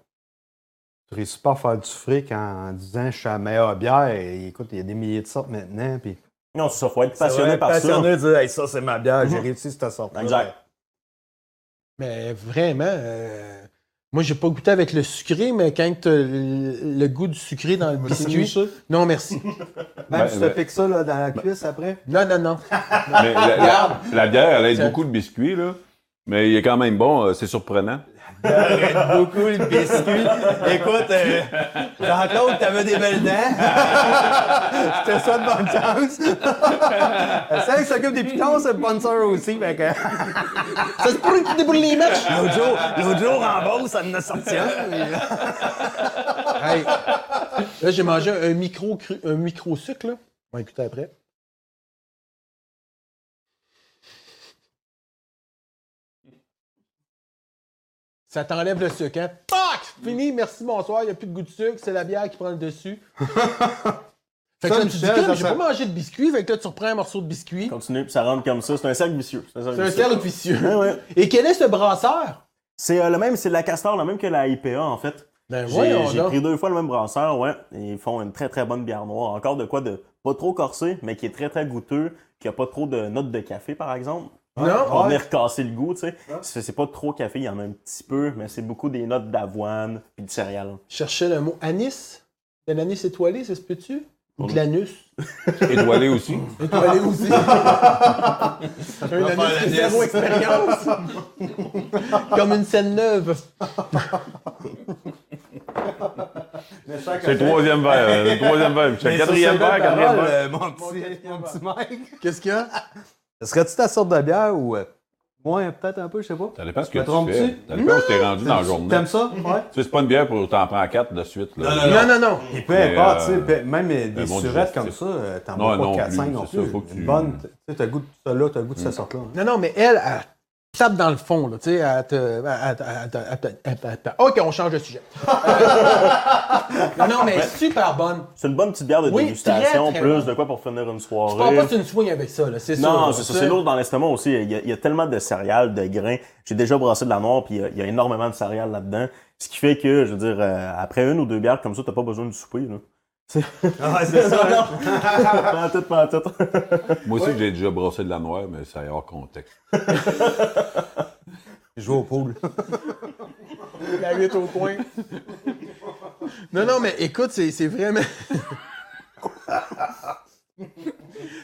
Tu réussis pas à faire du fric en disant je suis la meilleure bière. Et, écoute, il y a des milliers de sortes maintenant. Puis, Non, c'est ça, faut être passionné par passionné de dire hey, ça, c'est ma bière, j'ai réussi cette sorte. ça. Exact. Mais vraiment, euh, moi, j'ai pas goûté avec le sucré, mais quand t'as le, le goût du sucré dans le biscuit. Non, merci. Même Ben, si tu ben- te piques ça là, dans la cuisse après. Non, non, non. Mais la, la- la bière, elle aide C'est- beaucoup de biscuits, là. Mais il est quand même bon, euh, *laughs* c'est surprenant. beaucoup le *laughs* biscuit. Écoute, euh, Jean-Claude, t'avais des belles dents. *laughs* Je te souhaite bonne chance. *laughs* Euh, Celle qui s'occupe des pitons, c'est le sponsor aussi. Fait que... Ça se pourrait que tu débrouilles les matchs. L'autre jour, l'autre jour, en bas, ça en a sorti un. mais- Hey, Là, j'ai mangé un micro, cru- un micro sucre, là. On va écouter après. Ça t'enlève le sucre, hein? Fuck! Fini, merci, bonsoir, il n'y a plus de goût de sucre, c'est la bière qui prend le dessus. fait que Ça, là, tu dis, Michel, comme, ça j'ai fait- pas mangé de biscuit, fait que là, tu reprends un morceau de biscuit. Continue, puis ça rentre comme ça. C'est un cercle vicieux. C'est un cercle C'est un vicieux. cercle vicieux. Ouais, ouais. Et quel est ce brasseur? C'est euh, le même, c'est de la castor, le même que la IPA en fait. Ben J'ai voyons j'ai donc. pris deux fois le même brasseur, ouais. Et ils font une très très bonne bière noire. Encore de quoi de pas trop corsé, mais qui est très très goûteux, qui a pas trop de notes de café par exemple. Non? Pour venir casser le goût, tu sais. Ah. C'est c'est pas trop café, il y en a un petit peu, mais c'est beaucoup des notes d'avoine puis de céréales. Je cherchais le mot anis. De l'anis étoilé, ça se peut-tu? Ou de Bon. l'anus? Étoilé aussi. Étoilé aussi. un anus de zéro expérience. Comme une scène neuve. C'est le troisième verre. euh, Le troisième verre. Michel. Mais sur quatrième ces verre, belles quatrième paroles, verre. euh, Mon petit, mon petit Mike. Qu'est-ce qu'il y a? Ce Serait-tu ta sorte de bière ou. euh, Moins, peut-être un peu, je sais pas. Ça dépend ce que me tu trompes-tu? fais. Ça dépend où t'es rendu dans la journée. T'aimes ça? Ouais. Tu sais, c'est pas une bière pour t'en prendre quatre de suite. Là. Non, non, non. Et peu Mais, importe, euh, tu sais, pe- même euh, un des bon surettes comme digestif. ça, euh, t'en bois Non, non pas 4-5 plus, non c'est ça, plus. faut que tu- Une bonne, tu sais, t'as le goût de ça là, t'as le goût de cette sorte-là. hein. Non, non, mais elle, elle, tape dans le fond, là, tu sais, elle te- elle te- elle te- elle te- elle te- elle te- OK, on change de sujet. non, non, mais super bonne. C'est une bonne petite bière de Oui, dégustation, très, très plus bon. de quoi pour finir une Je pense soirée. pas que tu une swing avec ça, là, c'est sûr. Non, là, c'est ça, tu c'est sais. lourd dans l'estomac aussi. Il y, a, il y a tellement de céréales, de grains. J'ai déjà brassé de la noire, puis il y a, il y a énormément de céréales là-dedans. Ce qui fait que, je veux dire, euh, après une ou deux bières comme ça, t'as pas besoin de souper. Là. *laughs* Ah, c'est ça. non, *laughs* pas en tout, pas en tout. Moi aussi, j'ai déjà brossé de la noire, mais c'est hors contexte. Jouer au pool. La huit au coin. Non, non, mais écoute, c'est c'est vraiment.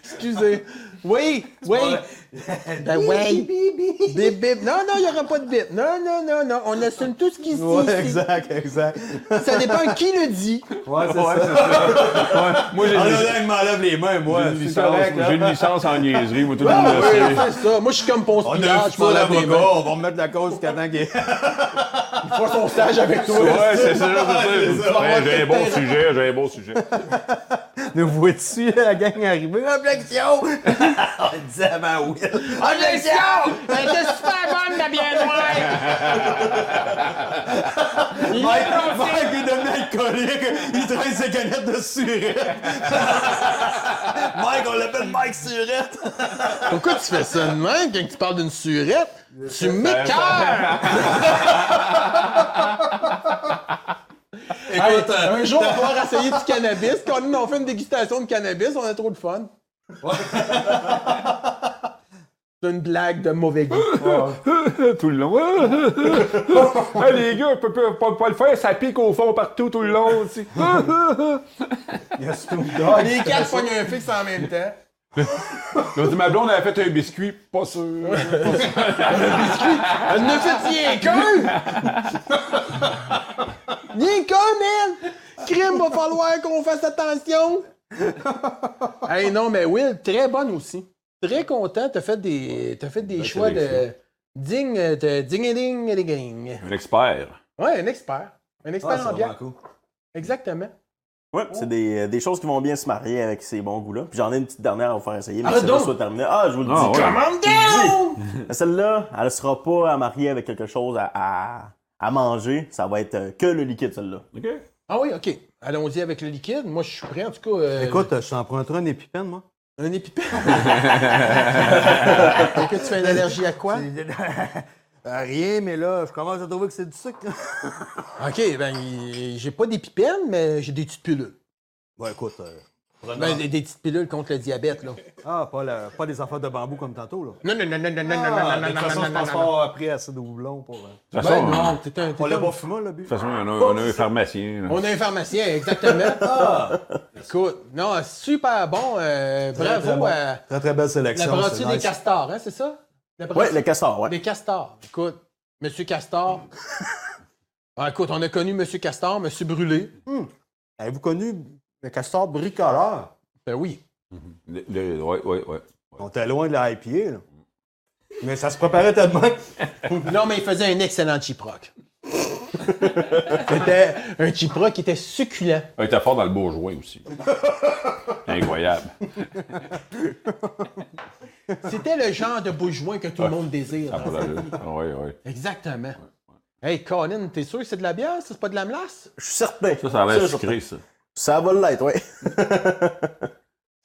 Excusez. Oui, oui. Ben oui. Des bips. Non, non, il n'y aura pas de bips. Non, non, non, non. On assume tout ce qui se dit. *laughs* Ouais, ici. exact, exact. Ça dépend qui le dit. Ouais, c'est ça. Moi, j'ai Ah là une- là, il m'enlève les mains, moi. Euh, j'ai une C'est licence- correct, là. j'ai une licence en niaiserie, moi, tout le Ah, monde oui, le sait. c'est ça. Moi, je suis comme Ponce On a un Pilate, je m'en futur lave les mains. avocat, on va remettre la cause jusqu'à temps qu'il Faut son stage avec toi. Ouais, c'est ça, Ouais, c'est c'est ça. ça. Ouais, J'ai un bon sujet, j'ai un bon sujet. Nous vois-tu euh, la gang arriver? Objection! On disait avant oui. Objection! Elle était super bonne, la bière *laughs* noire! Il Mike, est lancé. Mike est devenu alcoolique, il traîne ses canettes de *laughs* surette. Mike, on l'appelle Mike Surette. Pourquoi tu fais ça de même quand tu parles d'une surette? Tu *laughs* m'écœures! Écoute, un jour, on va pouvoir essayer du cannabis. Quand on fait une dégustation de cannabis, on a trop de fun. C'est une blague de mauvais *laughs* goût. *laughs* tout le long. *laughs* Hey, les gars, on peut peut- pas, pas le faire, ça pique au fond partout tout le long. tu sais. Il y a Snoop Les quatre pognent un fixe en même temps. Ils ont dit, ma blonde, elle a fait un biscuit, pas sûr. Elle ne fait rien *laughs* qu'un! Rien qu'un, man! Crime, va falloir qu'on fasse attention! hey, non, mais Will, très bonne aussi. Très content, t'as fait des, t'as fait des choix de sélection. ding, de ding, ding, ding, ding. Un expert. Ouais, un expert. Un Ah, expert en bière. cool. Exactement. Ouais, c'est des, des choses qui vont bien se marier avec ces bons goûts-là. Puis j'en ai une petite dernière à vous faire essayer, mais Arrête celle-là donc! soit terminée. Ah, je vous le dis. Ah, ouais. Commande down! Mais Celle-là, elle sera pas à marier avec quelque chose à, à, à manger. Ça va être euh, que le liquide, celle-là. OK? Ah oui, OK. Allons-y avec le liquide. Moi, je suis prêt, en tout cas. euh, Écoute, je t'emprunterai une épipène, moi. Un épipène. Est-ce que tu as une allergie à quoi? Euh, Rien, mais là, je commence à trouver que c'est du sucre. OK, ben, y- j'ai pas d'épipène, mais j'ai des petites pilules. Ouais, écoute. euh, Ben, des, des petites pilules contre le diabète, là. Ah, pas, la- pas des affaires de bambou comme tantôt, là. Non, non, non, non, non, non, non, Ah, non, de toute non, façon, non, je pense non, pas non. avoir appris assez de houblon pour... euh, De toute Ben façon, non, t'es un... t'es On l'a un- pas fumé, le but. de toute façon, il y en a- on a un pharmacien. là. On a un pharmacien, *laughs* exactement. Ah. Écoute, non, super bon. euh, très bravo bon. à Très, très belle la sélection. brasserie c'est des nice. castors, hein, c'est ça? La Ouais, brasserie le castor, ouais. des castors. Écoute, Monsieur *laughs* Castor... Ah, écoute, on a connu Monsieur Castor, Monsieur Brûlé. Avez-vous connu le castor bricoleur? Ben oui. Le- le- Ouais, ouais, ouais. On était loin de la IPA, là. Mais ça se préparait tellement que Non, mais il faisait un excellent *laughs* chiproc. C'était un chiproc qui était succulent. Il était fort dans le bourgeois *laughs* aussi. Incroyable. C'était le genre de bourgeois que tout le monde désire. Ah Ça a pas d'allure. Ah, Ouais, ouais. Exactement. Hey, Colin, t'es sûr que c'est de la bière? ça, C'est pas de la melasse? Je suis certain. Ça, ça a l'air je suis sucré, ça. certain. Ça va l'être, ouais.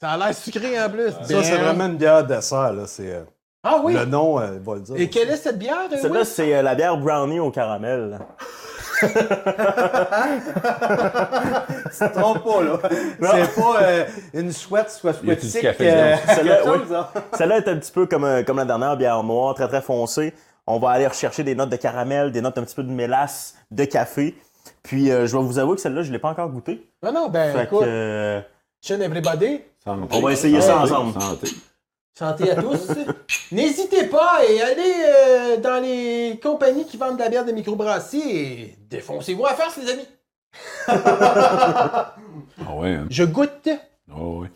Ça a l'air sucré en plus. ça, c'est vraiment une bière dessert, là. C'est, euh, Ah oui! Le nom euh, va le dire. Et quelle est cette bière? euh, Celle-là, Will? c'est euh, la bière brownie au caramel. Ça trompe pas, *laughs* là. c'est pas euh, une chouette, soit Y a-t-il du chouettique. *laughs* café euh, dedans? Celle-là, quelque oui. chose, hein. Celle-là est un petit peu comme, euh, comme la dernière bière noire, très très foncée. On va aller rechercher des notes de caramel, des notes un petit peu de mélasse, de café. Puis euh, je vais vous avouer que celle-là, je l'ai pas encore goûtée. Non, non, ben Fait que, écoute, euh, Chin everybody, Santé. On va essayer ça Santé, ensemble. santé. santé à tous. *laughs* N'hésitez pas et allez euh, dans les compagnies qui vendent de la bière de microbrasserie et défoncez-vous à farce, les amis. Ah ouais, hein. Je *laughs* goûte. Ah ouais.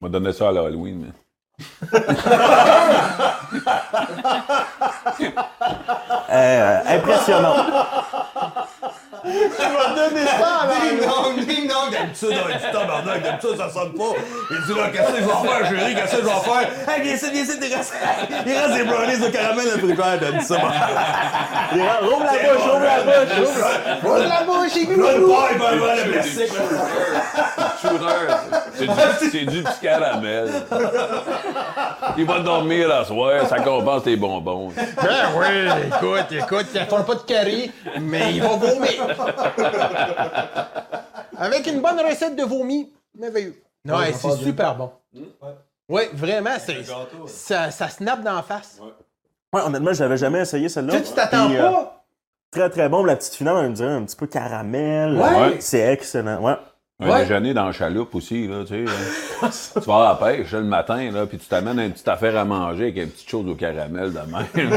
On va donner ça à la Halloween, mais. euh, impressionnant. Ding dong, ding dong, d'habitude, on dit tabarnak, d'habitude, ça sonne pas. Il dit là, qu'est-ce que je vais faire, chérie, qu'est-ce que je vais faire? Hey, *laughs* viens ici, viens ici, t'es resté. Il reste des brownies de caramel à bricole, t'as dit ça. Rouvre la bouche, rouvre la bouche! Roule la bouche, il Roule pas, il va le plastique. Chouineur, c'est du- c'est du petit caramel. Il va dormir la soirée, ça compense tes bonbons. Ben oui, écoute, écoute, il font pas de caries, mais ils vont vomir. Avec une bonne recette de vomi, merveilleux. Non, hey, c'est super bon. Oui, vraiment, c'est, ça, ça snap dans la face. Ouais, honnêtement, je l'avais jamais essayé celle-là. Tu sais, tu t'attends Puis, euh, pas. Très très bon, la petite finale, on me dirait un petit peu caramel. Ouais. C'est excellent, ouais. Un Ouais. déjeuner dans la chaloupe aussi, là, tu sais. hein. tu vas à la pêche là, le matin, là, puis tu t'amènes une petite affaire à manger avec une petite chose au caramel de même.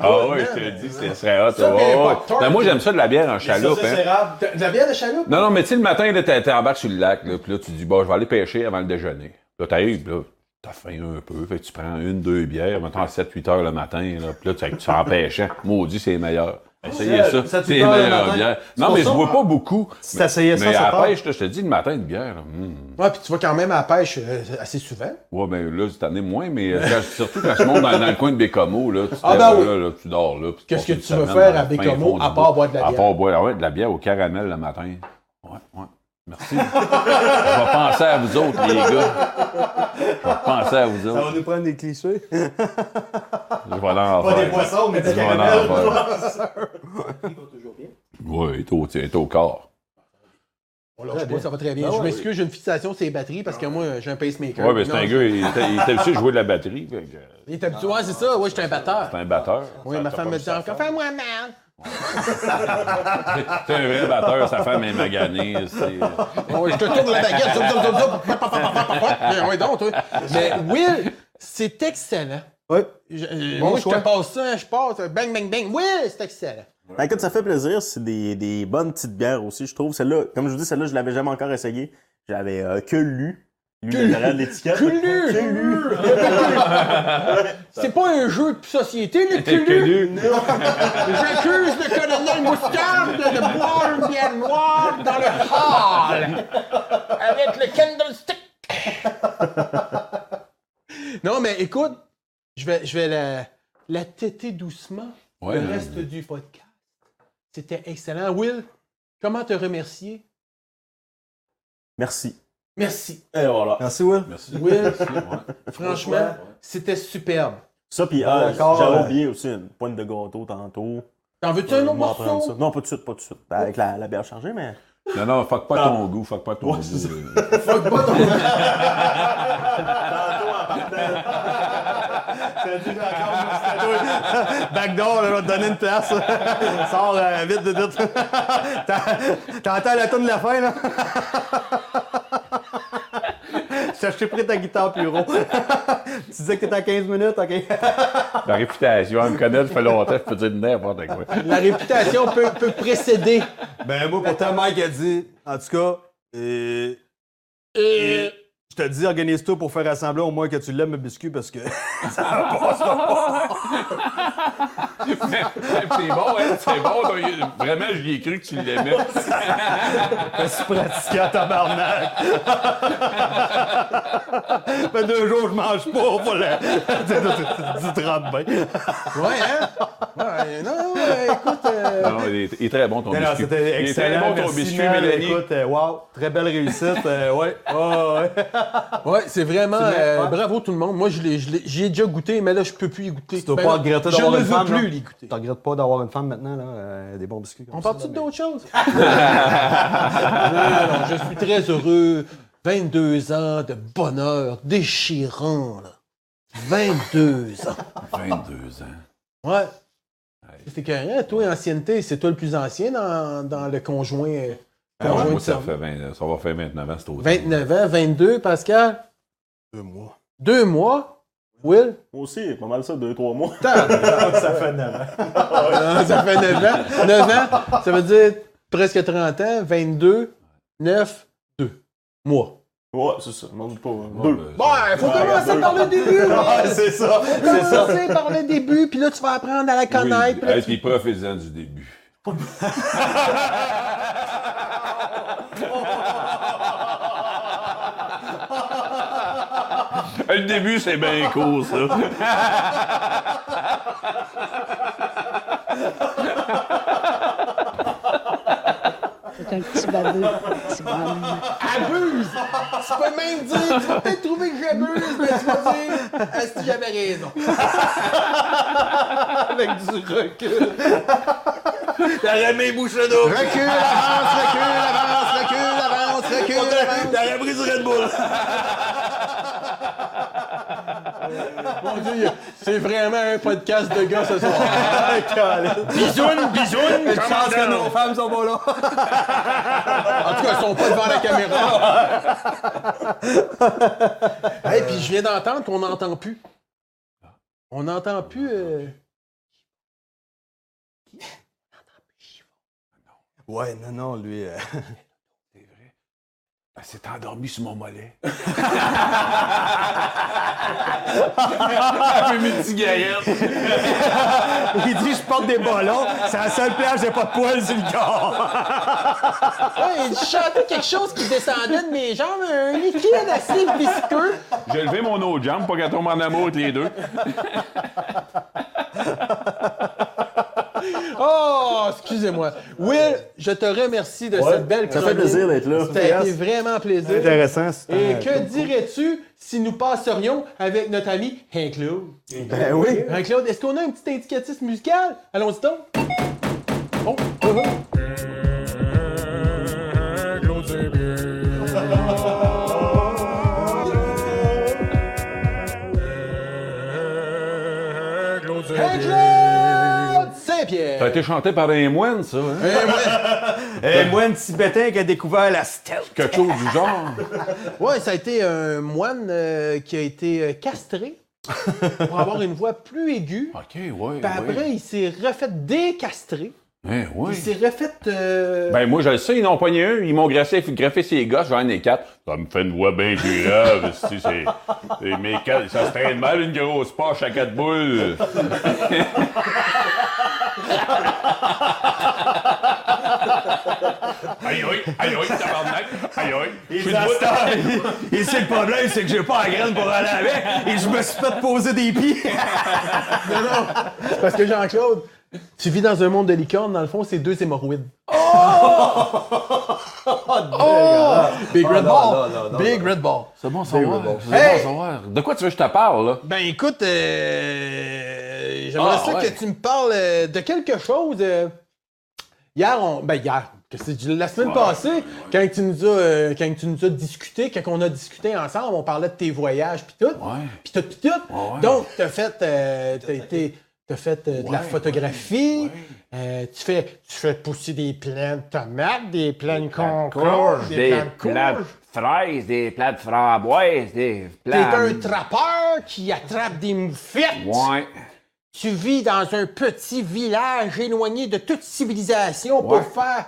ah oui, je te dis, ce serait hot. Ça, ouais, mais ouais. Pop-Tart, Ben, moi, j'aime ça de la bière en chaloupe. hein. De, de la bière de chaloupe? Non, non, mais tu sais, le matin, là, t'es- t'embarques sur le lac, là, puis là, tu dis, bon, je vais aller pêcher avant le déjeuner. Là, t'arrives, là, t'as faim un peu, fait que tu prends une, deux bières, mettons à 7-8 heures le matin, là, puis là, tu, tu en pêchant. Maudit, c'est les meilleurs. Essayez ça. 7-8 C'est les heures le meilleures matin. bières. Non, mais je bois pas beaucoup. Si t'essayais ça, Mais ça à la part. pêche, là, je te dis, le matin, une bière, là, hum. Ouais, puis tu vas quand même à la pêche euh, assez souvent. Ouais, ben là, cette année, moins, mais euh, quand- surtout quand je monte dans, dans le coin de Bécomo, là, tu, te Ah, lèves, ben oui. là, là, tu dors là. puis tu Qu'est-ce passes que une tu veux semaine faire dans à le fin Bécomo fond du à part bois. boire de la À bière? part boire, ah ouais, de la bière au caramel le matin. Ouais, ouais. Merci. je vais penser à vous autres, les gars. Je vais penser à vous autres. nous prendre des clichés. Je vais en faire. mais Je vais en faire. Ouais, il est au- il est au corps. On lâche pas, ça va très bien. je m'excuse, j'ai une fixation sur les batteries parce que moi, j'ai un pacemaker. Ouais, mais c'est Non, un gars, il était il était habitué à jouer de la batterie. fait que Il est habitué, ouais, c'est ça. Ouais, j'étais un batteur. C'est un batteur. Oui, Ça, ma t'as femme pas me vu dit ça. encore, fais-moi mal. C'est un vrai batteur, sa femme est maganée. c'est- Ouais, je te tourne la baguette. zoup, zoup, zoup, zoup, pop, pop, pop, pop, pop, pop. Mais ouais, Ben donc, toi. Mais Will, c'est excellent. Ouais. Je- euh, Bon moi, je choix. te passe ça, je passe. Bang, bang, bang. Will, c'est excellent. Ben, écoute, ça fait plaisir. C'est des, des bonnes petites bières aussi, je trouve. Celle-là, comme je vous dis, celle-là, je l'avais jamais encore essayée. J'avais euh, que lu. Lu le derrière de l'étiquette. Que lu. Que lu. *laughs* C'est pas un jeu de société, le T'es cul. connu. *laughs* J'accuse le colonel Moutarde de boire une bière noire dans le hall avec le candlestick. *laughs* non, mais écoute, je vais, je vais la, la téter doucement. Ouais, le mais- reste du podcast. C'était excellent. Will, comment te remercier? Merci. Merci. Et voilà. Merci, Will. Merci. Will. Merci, ouais. Franchement, c'était superbe. Ça, puis ah, Ben, d'accord, j'avais ouais. oublié aussi une pointe de gâteau tantôt. T'en veux-tu Je un vais autre m'en prendre ça. morceau? Non, pas de suite, pas de suite. Ben, avec la, la bière chargée, mais. Non, non, fuck pas ton goût, fuck pas ton goût. euh. Fuck pas ton- Ah, *laughs* Backdoor, là, je vais te donner une place. Sors euh, vite, vite, *laughs* vite. T'en- T'entends la tune de la fin, là? *laughs* Je t'ai pris ta guitare plus rond. *laughs* tu disais que t'étais à 15 minutes, OK? La réputation, elle me connaît, ça fait longtemps, je peux dire n'importe quoi. *laughs* La réputation peut, peut précéder. *laughs* Ben moi, pourtant, Mike a dit, en tout cas, euh, Et... je te dis, organise-toi pour faire assembler au moins que tu l'aimes, le biscuit, parce que... *laughs* *laughs* C'est bon, hein? C'est bon. ton- Vraiment, j'y ai cru que tu l'aimais. C'est pratiqué en tabarnak. *laughs* fait deux jours, je mange pas. Pour le... *laughs* tu te rends bien. Ouais, hein? Ouais, non, ouais, écoute. euh, Non, il est, il est très bon, ton Non, non, biscuit. c'était Il est très bon, excellent. ton merci, biscuit, Mel. Mélanie. Écoute, euh, wow, très belle réussite. euh, ouais, ouais, ouais. Ouais, c'est vraiment. C'est vrai, euh, ouais. Bravo tout le monde. Moi, je l'ai- je l'ai- j'y ai déjà goûté, mais là, je peux plus y goûter. Tu dois Ben pas là, regretter Je d'avoir ne une femme. veux plus là. l'y goûter. Tu regrettes pas d'avoir une femme maintenant, là, euh, des bons biscuits. comme On ça, Ben, parle-tu là, d'autres choses? *laughs* non, non, non, je suis très heureux. 22 ans de bonheur déchirant, là. 22 ans. 22 ans. Ouais. C'est carré, toi, ancienneté, c'est toi le plus ancien dans, dans le conjoint. euh, Ah, conjoint moi, de ça, service. fait 20 ça va faire 29 ans, c'est automne. 29 ans, 22, Pascal? Deux mois. Deux mois? Will? Moi aussi, pas mal ça, deux, trois mois. ça fait neuf ans. Ah, ça fait 9 ans. 9 ans, ça veut dire presque 30 ans, 22, 9, 2 mois. Ouais, c'est ça. Monte pas. hein. Bon, Deux. ben, Bon, il faut commencer par le début. Ouais, Will. c'est ça. Commencer par le début, puis là, tu vas apprendre à la oui. connaître. puis Ah, là, Hey, tu- puis profitez-en du début. *laughs* Le début, c'est bien cool, ça. C'est un petit baveux, un petit bonhomme. Abuse! tu peux même dire, tu vas peut-être trouver que j'abuse, mais tu vas dire, est-ce que j'avais raison? Avec du recul. T'aurais mes bouchons d'eau. Recule, avance, recule, avance, recule, avance, recule, avance. T'aurais pris du Red Bull. *laughs* Mon Dieu, c'est vraiment un podcast de gars ce soir. Bisoun, bisoun, Je pense que nos femmes sont pas là. *laughs* En tout cas, ils sont pas devant la caméra. Et puis je viens d'entendre qu'on n'entend plus. On n'entend plus. euh, Ouais, non, non, lui. euh, Elle s'est endormie sur mon mollet. *laughs* Il dit je porte des ballons, c'est la seule place, j'ai pas de poils sur le corps. Ah! Ouais, il chantait quelque chose qui descendait de mes jambes, un liquide assez visqueux. J'ai levé mon autre jambe pour qu'elle tombe en amour entre les deux. Oh, excusez-moi. Will, je te remercie de cette belle Ça fait chronique. plaisir d'être là. *laughs* Ça a été vraiment plaisir. Intéressant. Et que dirais-tu si nous passerions avec notre ami Hank-Claude? Ben oui. Hank-Claude, est-ce qu'on a un petit indicatif musical? Allons-y donc. Bon, oh, oh. Hank-Claude Saint-Pierre. Ça a été chanté par un moine, ça. Hein? Et moine tibétain qui a découvert la stealth. Quelque chose du genre. Ouais, ça a été un moine euh, qui a été euh, castré pour avoir une voix plus aiguë. OK, ouais. Puis après, ouais. il s'est refait décastrer. Hein, ouais. Il s'est refait. euh, Ben, moi, je le sais, ils n'ont pogné un. Ils m'ont graffé, graffé ses gosses, j'en ai quatre. Ça me fait une voix bien grave. *laughs* c'est, c'est, c'est mes quatre- ça se traîne mal, une grosse poche à *laughs* quatre boules. aïe, aïe, aïe, aïe, tabarnak. Aïe, aïe. Je suis debout. Et c'est le problème, c'est que j'ai pas la graine pour aller avec et je me suis fait poser des pieds. Non, non! C'est parce que Jean-Claude, tu vis dans un monde de licorne, dans le fond, c'est deux hémorroïdes. *laughs* Oh! Big Red Ball! Big Red Ball! C'est bon, ça va. C'est Hey! bon, savoir. De quoi tu veux que je te parle, là? Ben écoute, euh, j'aimerais Ah, ça ouais. que tu me parles euh, de quelque chose. euh, hier, on, ben hier, que c'est la semaine passée, quand tu nous as, euh, quand tu nous as discuté, quand on a discuté ensemble, on parlait de tes voyages puis tout, Ouais. puis tout, puis tout. ouais. Donc t'as fait, euh, t'as été, t'as fait euh, de la Ouais, photographie. euh, tu fais, tu fais pousser des plants de tomates, des plants de concours, des plants de courges. fraises, des plats de framboises, des T'es plats. un trappeur qui attrape des moufettes. Ouais. Tu vis dans un petit village éloigné de toute civilisation Ouais. pour faire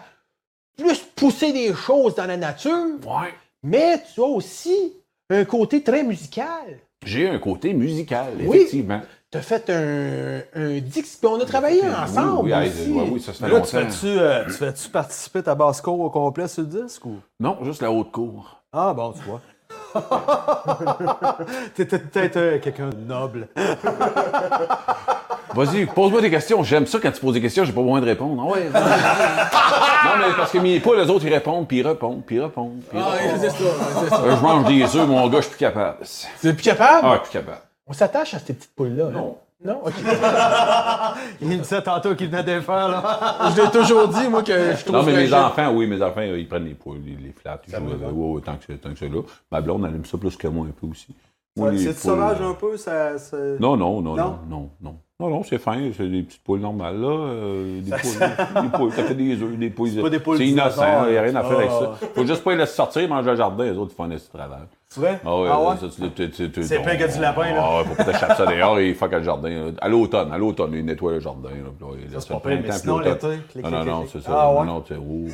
plus pousser des choses dans la nature, Ouais. mais tu as aussi un côté très musical. J'ai un côté musical, Oui. effectivement. Tu as fait un, un dix, puis on a travaillé ensemble Oui, oui, hey, aussi. ouais, oui, ça, ça fait Là, tu longtemps. fais-tu euh, tu fais-tu participer ta basse cour au complet sur le disque ou? Non, juste la haute cour. Ah bon, tu vois. *laughs* T'étais peut-être euh, quelqu'un de noble. Vas-y, pose-moi des questions. J'aime ça quand tu poses des questions, j'ai pas besoin de répondre. Ah ouais. *laughs* non, mais parce que mes poules, les autres, ils répondent, puis ils répondent, puis ils répondent. Puis ils Ah, répondent. c'est ça, c'est ça. Euh, je mange des œufs, mon gars, je suis plus capable. C'est plus capable? Ah, je suis plus capable. On s'attache à ces petites poules-là. hein? Non. Non? OK. Il me disait tantôt qu'il venait de le faire, là. *laughs* je l'ai toujours dit, moi, que je trouve Non, mais que mes j'ai- enfants, oui, mes enfants, ils prennent les poules, ils les flattent. Ils jouent avec, ouais, ouais, tant que c'est- tant que c'est là. Ma blonde, elle aime ça plus que moi un peu aussi. Moi, les C'est poules, sauvage euh, un peu, ça. ça- Non, non, non, Non? non, non, non. Non, non, c'est fin, c'est des petites poules normales, là. euh, des, poules, des poules, ça fait des œufs, des poules. pas des poules C'est innocent, dinosaures, il n'y a rien à faire avec ah. ça. Faut juste pas les laisser sortir, manger le jardin, les autres, ils font un petit travail. C'est vrai? Ah ouais, Ah ouais? ça, tu l'as peut-être- tu- tu- C'est on- plein que du lapin, là. Ah ouais, faut pas t'échapper ça dehors et il fuck le jardin. là. À l'automne, à l'automne, il nettoie le jardin. Là, puis là, il laisse c'est pas le pire, mais printemps, sinon, puis l'été, l'automne. clic, Non, non, clic, non, clic. c'est ça. Ah non, ouais? non, c'est oh.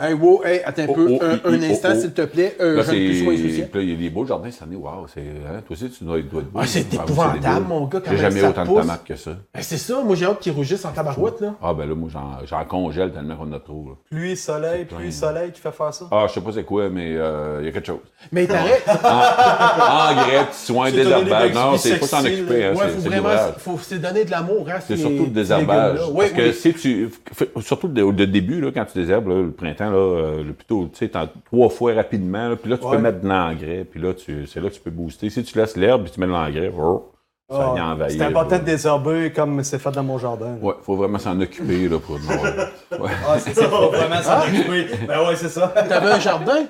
Hey, wow, hey, attends un Oh, peu. oh, un, hi, un hi, instant, oh, oh. s'il te plaît. Euh, Là, je c'est. ne plus sois Puis insouciant. là, il y a des beaux jardins cette année. Waouh, c'est. hein, toi aussi, tu dois dois être beau. Ah, c'est Ah, oui, épouvantable, beau. mon gars, quand même, J'ai jamais ça autant de pousse. tomates que ça. Ben, c'est ça, moi j'ai hâte qu'ils rougissent en tabarouette, là. Ah, ben là, moi, j'en- j'en congèle tellement qu'on en a trop. là. Pluie, soleil, plein. pluie, soleil qui fait faire ça. Ah, je sais pas c'est quoi, mais euh, il y a quelque chose. Mais t'arrêtes. Engrais, petits soins, C'est donner des désherbage. Non, petits c'est faut s'en sexy, occuper. hein, ouais, c'est- faut c'est vraiment l'ouvrage. faut se donner de l'amour, hein. C'est surtout le désherbage. parce que si tu. f- Surtout le, le début, là, quand tu désherbes, là, le printemps, là, euh, le- plutôt, tu sais, t'en- trois fois rapidement, là, puis là, tu peux mettre de l'engrais, puis là, tu- c'est là que tu peux booster. Si tu laisses l'herbe, puis tu mets de l'engrais, brrr, Ah, ça vient envahir. C'est important là. de désherber comme c'est fait dans mon jardin. là. Ouais, faut vraiment s'en occuper, *laughs* là, pour. ouais. Ouais. Ah, c'est ça, faut vraiment s'en occuper. Ben ouais, c'est ça. T'avais un jardin?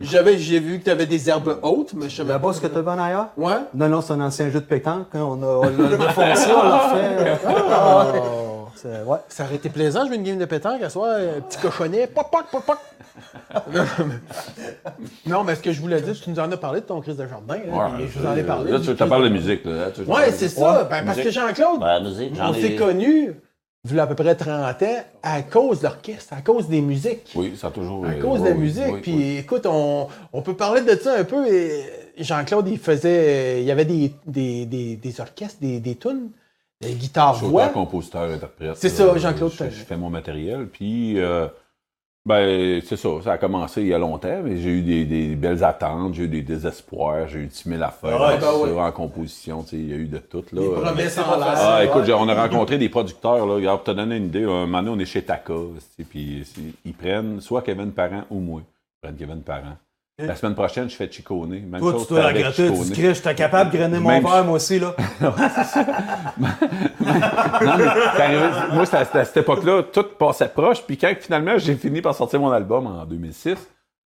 J'avais, j'ai vu que t'avais des herbes hautes, mais je savais Là-bas, ce que tu as vu en arrière? Ouais. Non, non, c'est un ancien jeu de pétanque. hein. On a, on l'a défoncé, on l'a fait. Ah, Oh, c'est- ouais. Ça aurait été plaisant, je veux une game de pétanque à soir, euh, petit cochonnet, pop, pop, pop, pop. *laughs* non, mais ce que je voulais dire, tu nous en as parlé de ton crise de jardin, là, puis je vous en ai parlé. Euh, Là, du tu crise t'en parles de- de musique, là. là, tu- Ouais, c'est ça. Ben, parce musique. que Jean-Claude, Ben, musique, j'en on ai- s'est connus, vu à peu près 30 ans, à cause de l'orchestre, à cause des musiques. Oui, ça a toujours. À euh, cause de ouais, la oui, musique. oui, puis oui. écoute, on, on peut parler de ça un peu. et Jean-Claude, il faisait. Il y avait des, des, des, des orchestres, des, des tunes, des Je suis auteur, guitares-voix. compositeur, interprète. C'est ça, Euh, Jean-Claude Je, Tonier. je fais mon matériel, puis euh, ben c'est ça. Ça a commencé il y a longtemps, mais j'ai eu des, des belles attentes, j'ai eu des désespoirs, j'ai eu 10 000 affaires Ah ouais, ben ça, ouais. en composition. tu sais, Il y a eu de tout là. Des Euh, promesses en l'air. Ah, écoute, j'ai- on a rencontré des producteurs, là. Regarde, pour te donner une idée, un moment donné, on est chez Taka, c'est- puis c'est- ils prennent soit Kevin Parent ou moi. Ils prennent Kevin Parent. La semaine prochaine, je fais Chicone. Même Toi, chose, tu dois la avec gratter. Tu Chicone. te cries, j'étais capable de grainer mon Même- verre, moi aussi, là. C'est arrivé- moi, c'était à, c'était à cette époque-là, tout passait proche. Puis quand finalement j'ai fini par sortir mon album en 2006,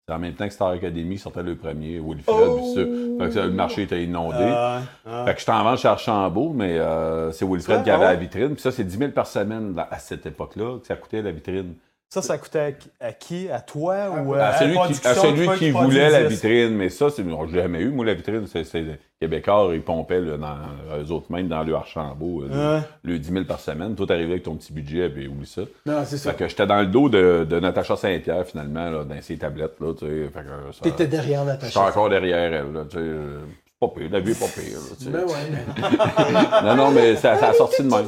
c'est en même temps que Star Academy sortait le premier, Wilfred, Oh! puis ça. Fait que ça, le marché était inondé. Ah, Fait que je t'en vends chez Archambault, mais euh, c'est Wilfred Ça, qui avait ah la ouais? vitrine. Puis ça, c'est 10 000 par semaine là, à cette époque-là que ça coûtait la vitrine. Ça, ça coûtait à, à qui À toi ou Ah, À, la celui qui, Euh, production, à celui toi qui produis voulait le la disque? vitrine, mais ça, c'est, on l'a jamais eu. Moi, la vitrine, c'est, c'est les Québécois, ils pompaient là, dans eux autres même dans le Archambault, euh, le, le 10 000 par semaine. Toi, t'arrivais avec ton petit budget, puis oublie ça. Non, c'est ça. Fait que j'étais dans le dos de, de Natacha Saint-Pierre, finalement, là, dans ses tablettes, là, tu sais. Fait que euh, ça- T'étais derrière J'étais Natacha. encore derrière elle, là, tu sais. euh, c'est Pas pire, la vie est pas pire, là, tu sais. Ben ouais, ben- Non, non, mais Ah, ça, ça a sorti de même.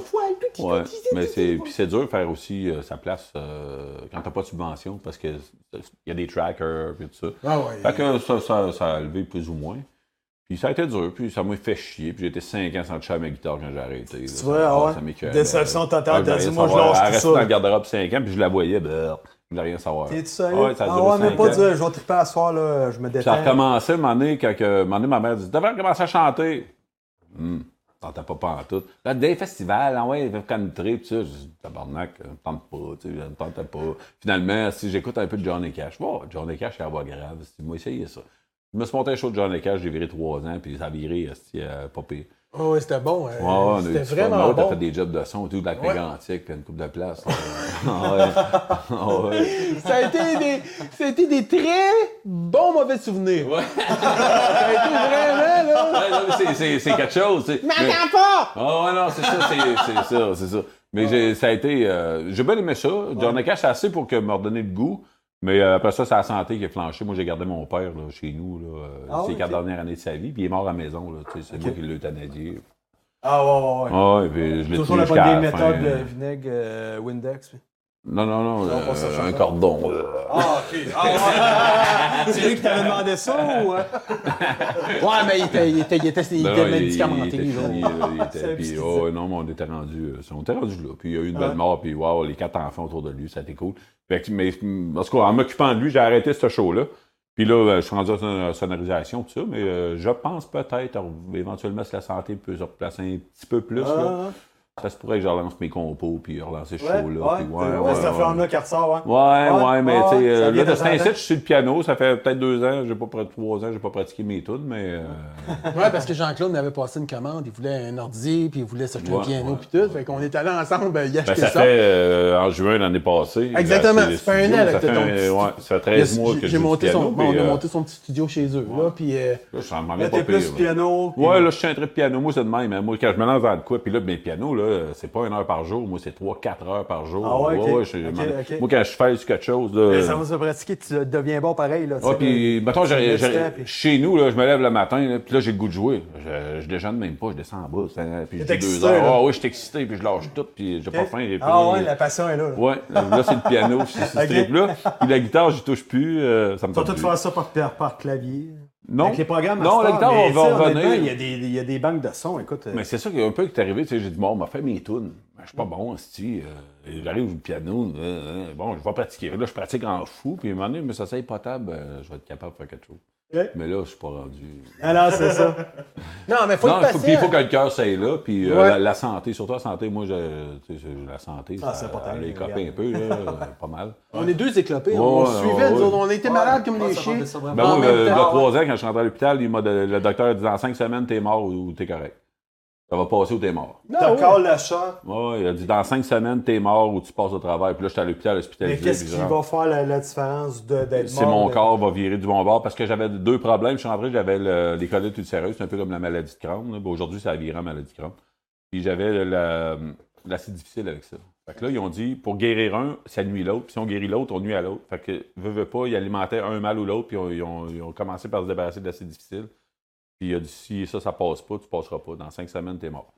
Ouais, mais c'est, puis c'est dur de faire aussi euh, sa place euh, quand t'as pas de subvention, parce que euh, il y a des trackers, puis tout ça. Ah ouais. Fait que euh, ça, ça, ça a levé plus ou moins. Puis ça a été dur, puis ça m'a fait chier, puis j'ai été 5 ans sans toucher à ma guitare quand j'ai arrêté. là. vrai, Ça- ah ouais? ça m'écoeurait. Déception totale, t'as je dit, voulais moi, rien je lance Ah, savoir. tout Elle restait ça. dans le garde-robe 5 ans, puis je la voyais, ben, je voulais rien savoir. T'es-tu Ah sérieux Ouais, ça a Ah duré ouais, même cinq pas ans. dire, je vais triper à soir, là, je me Puis ça a détends. recommencé, un moment donné, quand que, un moment donné, ma mère dit « Devrais commencer à chanter! Hum, T'entends pas pas en tout. Là, des festivals, ah ouais, country, pis ça, je dis, tabarnak, ça me tente pas, tu sais, ça me tentait pas. Finalement, si j'écoute un peu de Johnny Cash, bon, Johnny Cash, c'est la voix grave, si moi, essayez ça. Je me suis monté un show de Johnny Cash, j'ai viré trois ans, puis ça a viré, c'était pas pire. Ah ouais, c'était bon. hein. Ouais, on a eu c'était du fun. Mais vraiment l'autre, elle bon. fait des jobs de son, tout, de la Ouais. pégantique, puis une coupe de place. là. *laughs* Ah ouais. Ah ouais. Ça a été des, ça a été des très bons mauvais souvenirs. Ouais. *laughs* Ça a été vraiment, là. Ouais, non, mais c'est- c'est- C'est quelque chose, tu sais. Mais Mais- attends pas! Ah ouais, non, c'est ça, c'est c'est ça, c'est ça. Mais j'ai- ça a été. euh, j'ai bien aimé ça. Johnny Cash, c'est assez pour que me redonner le goût. Mais euh, après ça, c'est la santé qui a flanché. Moi, j'ai gardé mon père là, chez nous là, euh, Ah ses ouais, quatre ok. dernières années de sa vie. Puis il est mort à la maison. là, tu sais, C'est moi qui l'ai euthanasié. Ah ouais, ouais, ouais. Ah ouais, puis je l'ai Toujours tenu la bonne jusqu'à vieille la fin. méthode de vinaigre euh, Windex. oui. Non, non, non. euh, pas ça, ça, un ça. cordon. euh. là. Ah, ok. Ah, ouais. C'est lui qui t'avait demandé ça *laughs* ou. euh? Ouais, mais il était, il était, il était, il Non, était non, il- médicamenté, il était lui, là. fini, là, il *laughs* était- C'est puis, bizarre. oh, non, mais on était euh, rendu, on était rendu là. Puis il y a eu une belle Ouais. mort, puis wow, les quatre enfants autour de lui, ça a été cool. Fait que, mais, en tout cas, en m'occupant de lui, j'ai arrêté ce show-là. Puis là, euh, je suis rendu à son- sonorisation, tout ça, mais Ah, euh, je pense peut-être, euh, éventuellement, si la santé peut se replacer un petit peu plus, là, Ça se pourrait que je relance mes compos, puis relance ce Ouais, show-là. ouais, puis ouais, cette E affaire-là qui ressort, hein. Ouais, Ouais, ouais, mais ouais, ça tu sais, hein. vient euh, là, de de cet temps en temps. incite, je suis le piano. Ça fait peut-être deux ans, j'ai pas près de trois ans, j'ai pas pratiqué mes tunes, mais. euh, Ouais, parce que Jean-Claude m'avait passé une commande, il voulait un ordi, puis il voulait s'acheter un Ouais, piano, ouais, puis tout. Fait qu'on est allés ensemble, ben, y ben, acheter ça ça. fait euh, en juin l'année passée. Exactement, j'ai acheté ça fait le un studio, an, là, ça que t'as fait un- ton petit- ouais, ça Il fait a- 13 mois que j'ai je joue du monté piano, son, on puis, a euh, monté son petit studio chez eux, là, puis euh, Là, je m'en Là, reviens pas t'es pire. plus là. piano. puis- Ouais, là, je suis un truc piano. Moi, c'est de même. hein. Moi, quand je me lance dans de quoi, puis là, mes pianos, là, c'est pas une heure par jour. Moi, c'est trois, quatre heures par jour. Ah ouais, ok. je suis- Ok, m'en- ok. Moi, quand je fais sur quelque chose, là. Mais Ça va se pratiquer, tu deviens bon pareil. Là, tu Euh. Ah, sais, puis, là, mettons, tu j'ai- le j'ai- fais, puis- chez nous, là, je me lève le matin, là, puis là, j'ai le goût de jouer. Je, je déjeune même pas, je descends en bas. ça- Puis je T'es joue deux excité, heures. là. Ah, ouais, je suis excité, puis je lâche tout, puis j'ai pas faim. j'ai Ah plus- ouais, la passion est là. là. Ouais, là, c'est le piano, c'est ce *laughs* Ok. trip-là. Puis la guitare, j'y touche plus. euh, ça me Tu vas tente tout plus. faire ça par, par, par clavier. Non. Avec les programmes à Non, cette la guitare, heure, mais on va tu sais, revenir. honnêtement, Il y, a des, il y a des banques de sons, écoute. euh, Mais c'est ça qui est un peu qui est arrivé, tu sais, j'ai dit, bon, on m'a fait mes tunes. Ben, je suis pas bon, si j'arrive au piano, euh, euh, bon, je vais pratiquer. Là, je pratique en fou, puis à un moment donné, mais ça c'est potable, euh, je vais être capable de faire quelque chose. Ouais. Mais là, je suis pas rendu. Alors, Ah, c'est *laughs* ça. Non, mais faut non, être il faut, patient. puis il faut que le cœur s'aille là, puis euh, Ouais. la, la santé, surtout la santé, moi, je, tu sais, je- la santé, Ah, c'est ça, important, les regarde. copains un *laughs* peu, là, euh, pas mal. On est deux éclopés, Ouais, on ouais, se suivait, nous ouais. autres, on était malades comme Ouais, des ça chiens. rendait ça vraiment- Ben, En moi, même le- temps. de trois ans, quand je suis rentré à l'hôpital, il m'a de- le docteur disait, en cinq semaines, t'es mort ou t'es correct. Ça va passer ou t'es mort. T'as Non, encore la charte. Ouais, il a dit dans cinq semaines, t'es mort ou tu passes au travail. Puis là, j'étais à l'hôpital hospitalisé. Mais qu'est-ce puis qui genre, va faire la, la différence de- d'être C'est mort, mon de- corps va virer du bon bord parce que j'avais deux problèmes. Je suis rentré, j'avais le- les colites ulcéreuses, c'est un peu comme la maladie de Crohn. là. Bon, Aujourd'hui, ça a viré en maladie de Crohn. Puis j'avais la- l'acide difficile avec ça. Fait que là, ils ont dit, pour guérir un, ça nuit l'autre. Puis si on guérit l'autre, on nuit à l'autre. Fait que, veut, veut pas, ils alimentaient un mal ou l'autre, puis on- ils ont, ils ont commencé par se débarrasser de l'acide difficile. Puis il a dit, si ça, ça passe pas, tu passeras pas. Dans cinq semaines, t'es mort.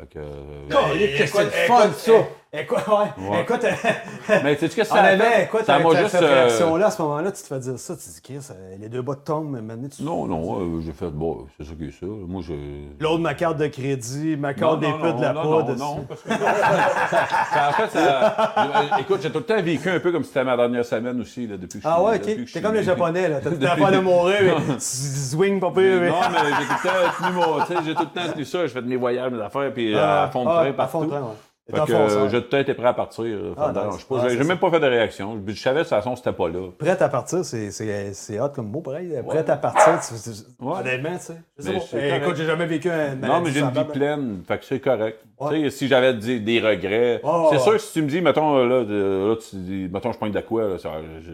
Fait que... euh, que c'est le Écoute, fun, écoute, ça. Écoute, ouais. Ouais. Écoute, *laughs* Mais tu sais que ça a fait? honnêtement, écoute, Ça m'a avec la- juste, cette euh, réaction-là, à ce moment-là, tu te fais dire ça, tu te dis, Chris, euh, les deux bas de tombe, mais maintenant, tu... Non, non, euh, j'ai fait, bon, c'est ça que c'est ça. Moi, je. L'autre, ma carte de crédit, ma carte des non, putes de la non, peau. non, non, parce que- Ça, en fait, ça- euh, Écoute, j'ai tout le temps vécu un peu comme si c'était ma dernière semaine aussi, là, depuis que je Ah suis- ouais, depuis que ok. je T'es suis- comme les Japonais, *laughs* là. T'as tout à Depuis- faire de mourir, mais tu swing, pas pire. mais- Non, mais j'ai tout le temps tenu mon. tu sais, j'ai tout le temps tenu ça. Je fais mes voyages, mes affaires, puis euh, à fond de Ah, train À fond de partout. train, ouais. T'es Fait en que fond, ça. euh, j'ai tout le temps été prêt à partir. euh, Ah, fait que, nice. je sais pas, Ah, j'ai c'est j'ai même pas fait de réaction. Je, je savais de toute façon c'était pas là. Prête à partir, c'est- c'est c'est hot comme mot, pareil. Prête à partir, tu- tu- tu- Ouais. honnêtement, tu sais. Je sais Mais pas. c'est Eh, correct. Écoute, j'ai jamais vécu un Non, mais j'ai une vie pleine, fait que c'est correct. Ouais. Tu sais, si j'avais des, des regrets, Oh, c'est ouais. sûr que si tu me dis, mettons, là, de- là, tu dis, mettons, je pogne de quoi, là, ça, je- je-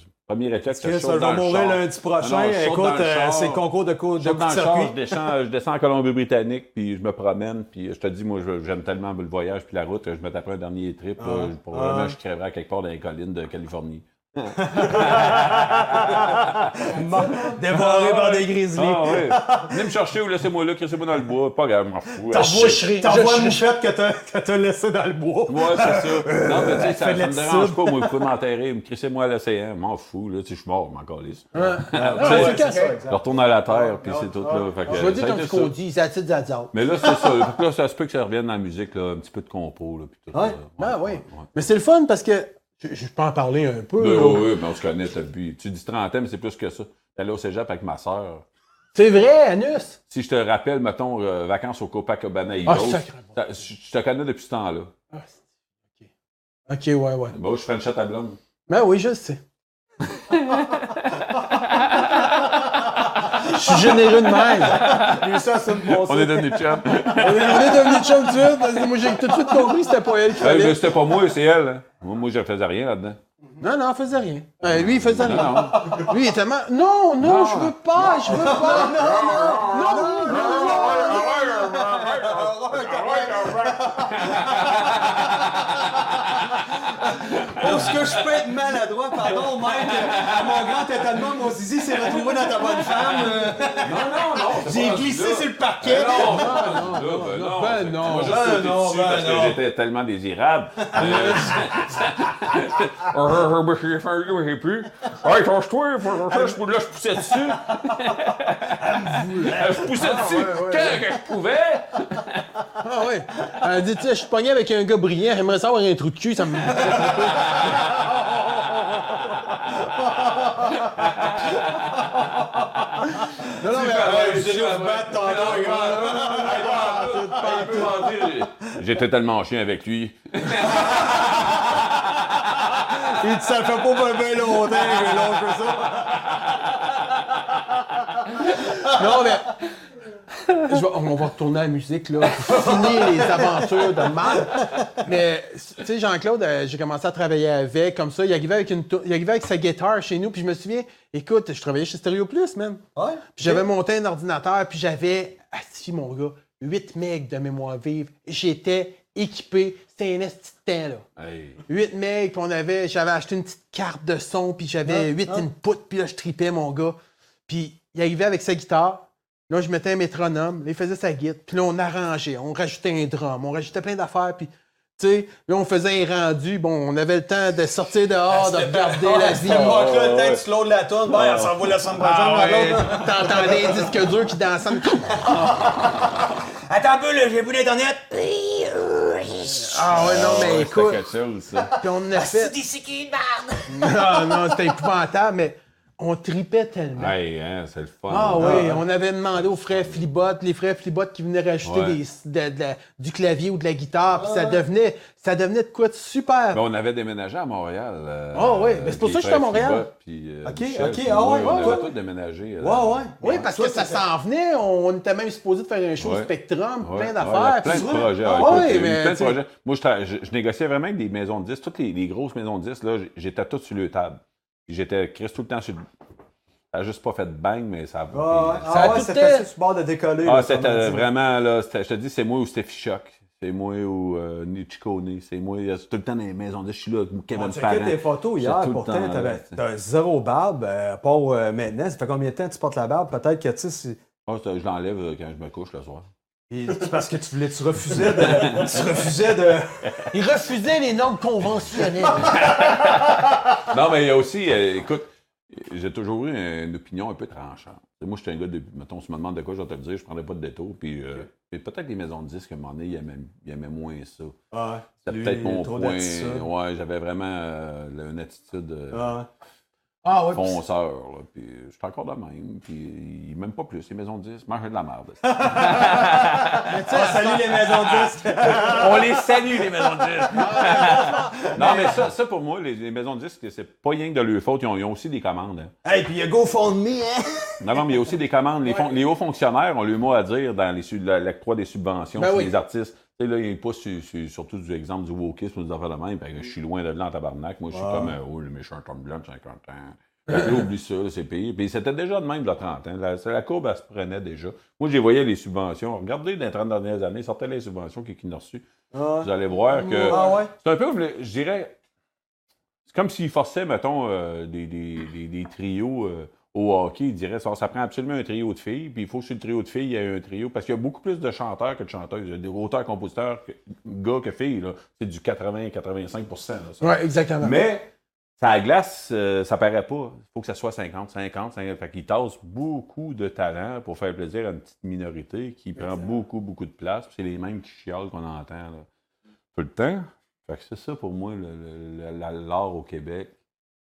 je- premier réflexe, Chris, je saute je dans vais le mourir char. lundi Non, prochain. non, je saute dans Écoute, le euh, char. c'est le concours de cours de Je saute coup dans de le char, je circuit. descends, je descends en Colombie-Britannique, puis je me promène, puis je te dis, moi, je- j'aime tellement le voyage puis la route que je me taperais un dernier Ah, trip, là, je- probablement, je crèverais à quelque part dans les collines de Californie. Mort- Dévoré par des grizzlies. *laughs* Ah oui! Venez me chercher ou laissez-moi là, crissez-moi dans le bois, pas grave, je m'en fous. Ah, shit. T'envoies une mouchette que t'as- que t'as laissée dans le bois. Ouais, *laughs* c'est ça. Non, mais tu sais, ça, Euh, de ça me l'attitude. dérange pas. Moi, vous pouvez m'enterrer, me crisser moi à l'océan, m'en fous, là, tu sais, je suis mort, m'en calisse. non, c'est correct. Je retourne à la terre, puis c'est tout, là. Fait que, Je vais ça dire a comme été ce qu'on ça. dit, c'est à titre d'hasard. Mais là, c'est ça. Fait que là, ça se peut que ça revienne dans la musique, là, un petit peu de compo, là, puis tout. Ouais. là. Ah, ouais. ouais. Mais c'est le fun parce que, je, je peux en parler un peu. Ben là. oui, oui, mais on se connaît, t'as bu. Tu dis 30 ans, mais c'est plus que ça. T'es allé au cégep avec ma sœur. C'est vrai, Anus. Si je te rappelle, mettons, euh, vacances au Copacabana Hills, Ah, sacrément. t'as- je je te connais depuis ce temps-là. Ah, Ok, ouais, ouais. Bah, je ferais une chatte à blonde. Ben oui, je le *laughs* sais. je suis généreux de même. On est devenu *laughs* chum. On est, on est devenus chum tout de suite, parce que moi j'ai tout de suite compris que c'était pas elle qui Ben, mais fallait. c'était pas moi, c'est elle. hein. Moi, moi, je faisais rien là-dedans. Non, non, faisait rien. Euh, lui, il faisait Non, rien. non. Lui, il était tellement. Non, non, je veux pas, je veux pas. Non, non, non, non, non. Ah, Est-ce que je peux être maladroit, pardon, mec? À mon grand étonnement, mon zizi s'est retrouvé dans ta bonne femme. euh. J'ai glissé sur le parquet. Ben Non, non, non, ben ben non, c'est- non, moi, je ben sautais non, dessus ben parce non. que j'étais tellement désirable. Euh, *laughs* j'ai fait *laughs* un gars, j'ai plus. Hey, change-toi, faut que je change. Puis Là, je poussais dessus. Euh, Je poussais Ah, dessus quand que je pouvais. Ah ouais. Elle dit, tu sais, je suis pogné avec un gars brillant, j'aimerais savoir un trou de cul, ça me. non, non, mais. Ah, Ah, Ouais, je suis battu, ton gars. J'étais tellement chien avec lui. Ah. Il dit, ça fait pas bien ben longtemps que j'ai long que ça. Non, mais. Je vais- on va retourner à la musique, là. Finir les aventures de mal. Mais, tu sais, Jean-Claude, euh, j'ai commencé à travailler avec, comme ça. Il arrivait avec, une tou- il arrivait avec sa guitare chez nous, puis je me souviens, écoute, je travaillais chez Stereo Plus, man. Ouais. Puis j'avais monté un ordinateur, puis j'avais, ah, si mon gars, 8 megs de mémoire vive. J'étais équipé. C'était un esti de temps, là. Ben, Hey. 8 megs, puis on avait, j'avais acheté une petite carte de son, puis j'avais 8 inputs, puis là, je tripais, mon gars. Puis il arrivait avec sa guitare, là, je mettais un métronome, là, il faisait sa guitare, puis là, on arrangeait, on rajoutait un drum, on rajoutait plein d'affaires, puis, tu sais, là, on faisait un rendu, bon, on avait le temps de sortir dehors, de regarder la vie. Donc là, le temps Ah, que tu loads la tonne, ben, on s'en va la semaine prochaine. Ah on va ouais, l'autre. T'entendais les disques durs qui dansaient. Attends un peu, là, j'ai plus d'internet. Ah ouais, non, mais écoute. Ah, C'était quelque chose, ça. Puis on a fait. d'ici qui une merde. Non, non, c'était épouvantable, mais on tripait tellement. Hey, hein, c'est le fun. Ah oui, on avait demandé aux frères Flibot, les frères Flibot qui venaient rajouter Ouais. des- de- de la- du clavier ou de la guitare, puis ça devenait, ça devenait de quoi de super. Ben, on avait déménagé à Montréal. euh, Ah oui, ben, c'est pour les ça que je suis à frères Montréal. Fibotte, puis, euh, Ok, Michel, ok, puis ah ouais, moi, On ouais, avait ouais. tous déménagé. euh, Ouais, ouais. oui, parce que ça s'en venait, on, on était même supposé de faire un show Ouais. Spectrum, Ouais, plein ouais, il y a d'affaires. plein puis- de projets. Ah écoute, ouais, il y a eu mais plein de t'sais- projets. Moi, j'étais- je, je négociais vraiment avec des maisons de 10. Toutes les, les grosses maisons de 10, là, j- j'étais tout sur le table. Puis J'étais Chris tout le temps sur le. Ça n'a juste pas fait de bang, mais ça va. Ah, Ça a ah ouais, tout c'était fait. sur le bord de décoller. Ah, là, c'était comme on dit. vraiment, là, c'était- je te dis, c'est moi ou Steffi Choc. C'est moi ou euh, Nichikone. C'est moi, euh, c'est tout le temps dans les maisons. de- Je suis là, avec On Kevin checkait Parent. tes photos hier, C'est tout le pourtant, temps, t'avais là, c'est- t'as zéro barbe, euh, à part euh, maintenant. Ça fait combien de temps que tu portes la barbe? Peut-être que, tu sais, c'est- Ah, ça, je l'enlève euh, quand je me couche le soir. Et c'est parce que tu voulais, tu refusais de. tu refusais de. Ils refusaient les normes conventionnelles. non, mais il y a aussi, euh, écoute, j'ai toujours eu une opinion un peu tranchante. Moi, je suis un gars, de, mettons, si tu me demandes de quoi, je vais te le dire, je prendrais pas de détour. Puis, euh, puis peut-être les maisons de disques, à un moment donné, ils aimaient, ils aimaient moins ça. Ah, Ouais. C'était Lui, peut-être mon trop point. d'attitude. Ouais, j'avais vraiment euh, là, une attitude euh, Ouais. ah ouais, puis- fonceur. là. Puis euh, je suis encore de même. Puis même pas plus. Les maisons de disques, mangent de la merde. Ah, Salut les maisons de disques! *laughs* On les salue, les maisons de disques. *laughs* non, mais ça, ça, pour moi, les, les maisons de disques, c'est pas rien que de leur faute. Ils ont, ils ont aussi des commandes. hein. hey, puis il y a GoFundMe, hein! Non, non, mais il y a aussi des commandes. Les, fon- les hauts fonctionnaires ont le mot à dire dans les su- la- l'octroi des subventions Ben sur oui. les artistes. Tu sais, là, ils poussent sur- sur- surtout du exemple du wokisme ou des affaires de même. Fait que je suis loin de là en tabarnak. Moi, je suis comme, euh, oh, le méchant Tom Blanc de 50 ans. Fait que là, oublie ça, là, c'est payé. Puis c'était déjà de même, de 30 ans. La, la courbe, elle se prenait déjà. Moi, j'ai voyais les subventions. Regardez, dans les 30 dernières années, sortaient les subventions qui, qui n'ont reçu. Vous allez voir que. Ah ouais? C'est un peu, je dirais, c'est comme s'ils forçaient, mettons, euh, des, des- des- des trios euh, au hockey. Ils diraient, ça, ça prend absolument un trio de filles, puis il faut que sur le trio de filles, il y ait un trio. Parce qu'il y a beaucoup plus de chanteurs que de chanteuses. Il y a des auteurs, compositeurs, que- gars que filles. là. C'est du 80-85 là, *laughs* ça. Ouais, exactement. Mais ça glace, euh, ça paraît pas. Il faut que ça soit 50, 50, 50. Fait qu'ils tassent beaucoup de talent pour faire plaisir à une petite minorité qui prend beaucoup, beaucoup de place. Puis C'est les mêmes qui chiolent qu'on entend là, tout le temps. Fait que c'est ça pour moi, le- le- le- la- l'art au Québec.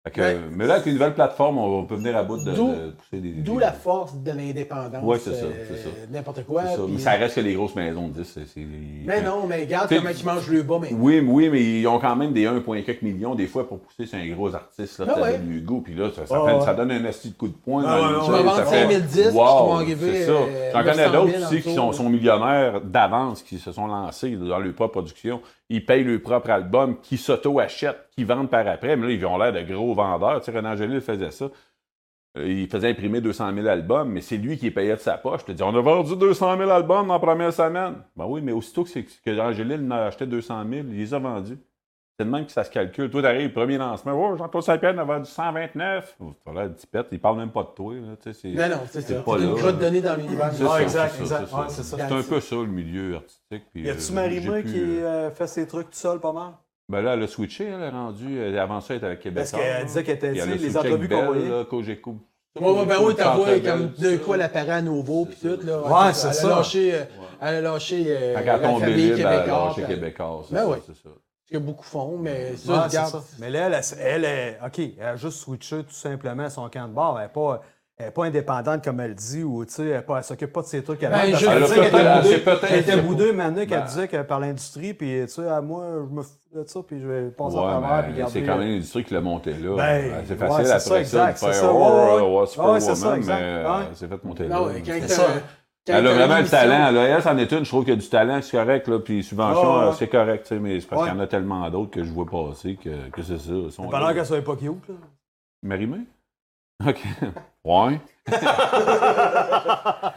Fait que, Ouais. mais là, avec une nouvelle plateforme, on on peut venir à bout de, D'où- de pousser des. D'où des- la force de l'indépendance. Ouais, c'est ça, euh, c'est ça. N'importe quoi. C'est ça. puis- Mais ça reste que les grosses maisons de 10. c'est- c'est- Mais non, mais regarde T'sais- comment ils mangent le bas, mais. Oui, mais- oui, mais ils ont quand même des 1,4 millions des fois pour pousser sur un gros artiste. Là, Ah t'as ouais. Denis Hugo, puis là, ça, ça Ah fait- ouais. ça donne un asti de coup de poing. Ah dans ouais, le ouais, jeu, ouais. ça Tu vas fait, 5 vendre 000 disques, puis wow, tu vas arriver, C'est ça. euh, J'en 900 connais 000 d'autres aussi en qui tout. sont, sont millionnaires d'avance, qui se sont lancés dans leur propre production. Ils payent leur propre album, qui s'auto-achètent, qui vendent par après. Mais là, ils ont l'air de gros vendeurs. Tu sais, Renan Gelil faisait ça. Euh, Il faisait imprimer 200 000 albums, mais c'est lui qui les payait de sa poche. Je te dis, on a vendu 200 000 albums dans la première semaine. Ben oui, mais aussitôt que, c'est- que Angelil en a acheté 200 000, il les a vendus. C'est de même que ça se calcule. Toi, t'arrives, premier lancement, oh, Jean-Claude Sapien a vendu 129. Oh, T'as l'air d'ipette, il parle même pas de toi. Là, tu sais, c'est- Non, non, c'est ça. C'est pas C'est une là. grotte donnée dans l'univers. C'est Ah, ça, exact, c'est ça, exact. c'est ça. Ouais, c'est ça. C'est un peu ça, le milieu artistique. Puis, Y a-tu euh, j'ai Marie-Moi pu, qui euh, euh, fait ses trucs tout seul pas mal? Ben là, elle a switché, elle a rendu. euh, Avant ça, elle était avec Québec. hein. Parce qu'elle disait qu'elle était, tu sais, les entrevues qu'on voyait. là, Cogeco. Ouais, ouais, ben oui, t'as Chantal vu comme Bell, de tout quoi ça. la parade à nouveau pis tout, là. Ouais, c'est Elle a ça. lâché, euh, elle a lâché, euh, Fait qu'elle la tombait famille libre, elle a hein. québécoise. lâché euh, Québécois. c'est Ben ça, oui. c'est ça. Ce que beaucoup font, mais ça, Ouais, Ah, c'est regarde. ça. Mais là, elle, elle, elle est. OK, elle a juste switché tout simplement son camp de bord. Elle n'est pas, elle elle est pas indépendante comme elle dit, ou tu sais, elle ne s'occupe pas de ses trucs. Ben, avant, parce je- qu'elle elle a disait qu'elle peut-être- était c'est boudée- peut-être- Elle était c'est boudée, maintenant qu'elle Ben. disait que par l'industrie, puis tu sais, ah, moi, je me fous de ça, puis je vais passer à travers, puis Ouais, mais garder. c'est quand même l'industrie qui l'a monté là. Ben, c'est ouais, facile c'est ça, après ça, exact, de c'est faire ça, ouais, ouais, Oh, ouais. ouais, Ouais, c'est ça, Superwoman, mais exact, ouais. euh, c'est fait monter là. Non, quand C'est t'as- ça. quand Elle t'as a une vraiment le émission- talent. Là, elle, c'en est une. Je trouve qu'il y a du talent, c'est correct. Là, puis subvention, Ouais, ouais, euh, ouais. c'est correct. tu sais, Mais c'est parce Ouais. qu'il y en a tellement d'autres que je vois passer que, que c'est ça. Sont euh, Pendant qu'elle soit pas cute, là. Marimé? *laughs* OK. Ouais.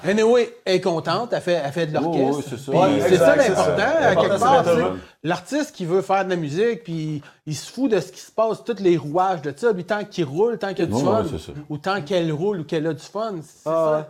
Anyway, elle est contente, elle fait, elle fait de Ouais, l'orchestre. ouais, c'est ça. Puis Ouais, c'est exact, ça c'est l'important, ça. à quelque L'important, part. c'est tu sais. l'autonomie. L'artiste qui veut faire de la musique, puis il se fout de ce qui se passe, tous les rouages de ça. Lui, tant qu'il roule, tant qu'il y a du Ouais, fun, ouais, c'est ça. ou tant qu'elle roule ou qu'elle a du fun, c'est ça.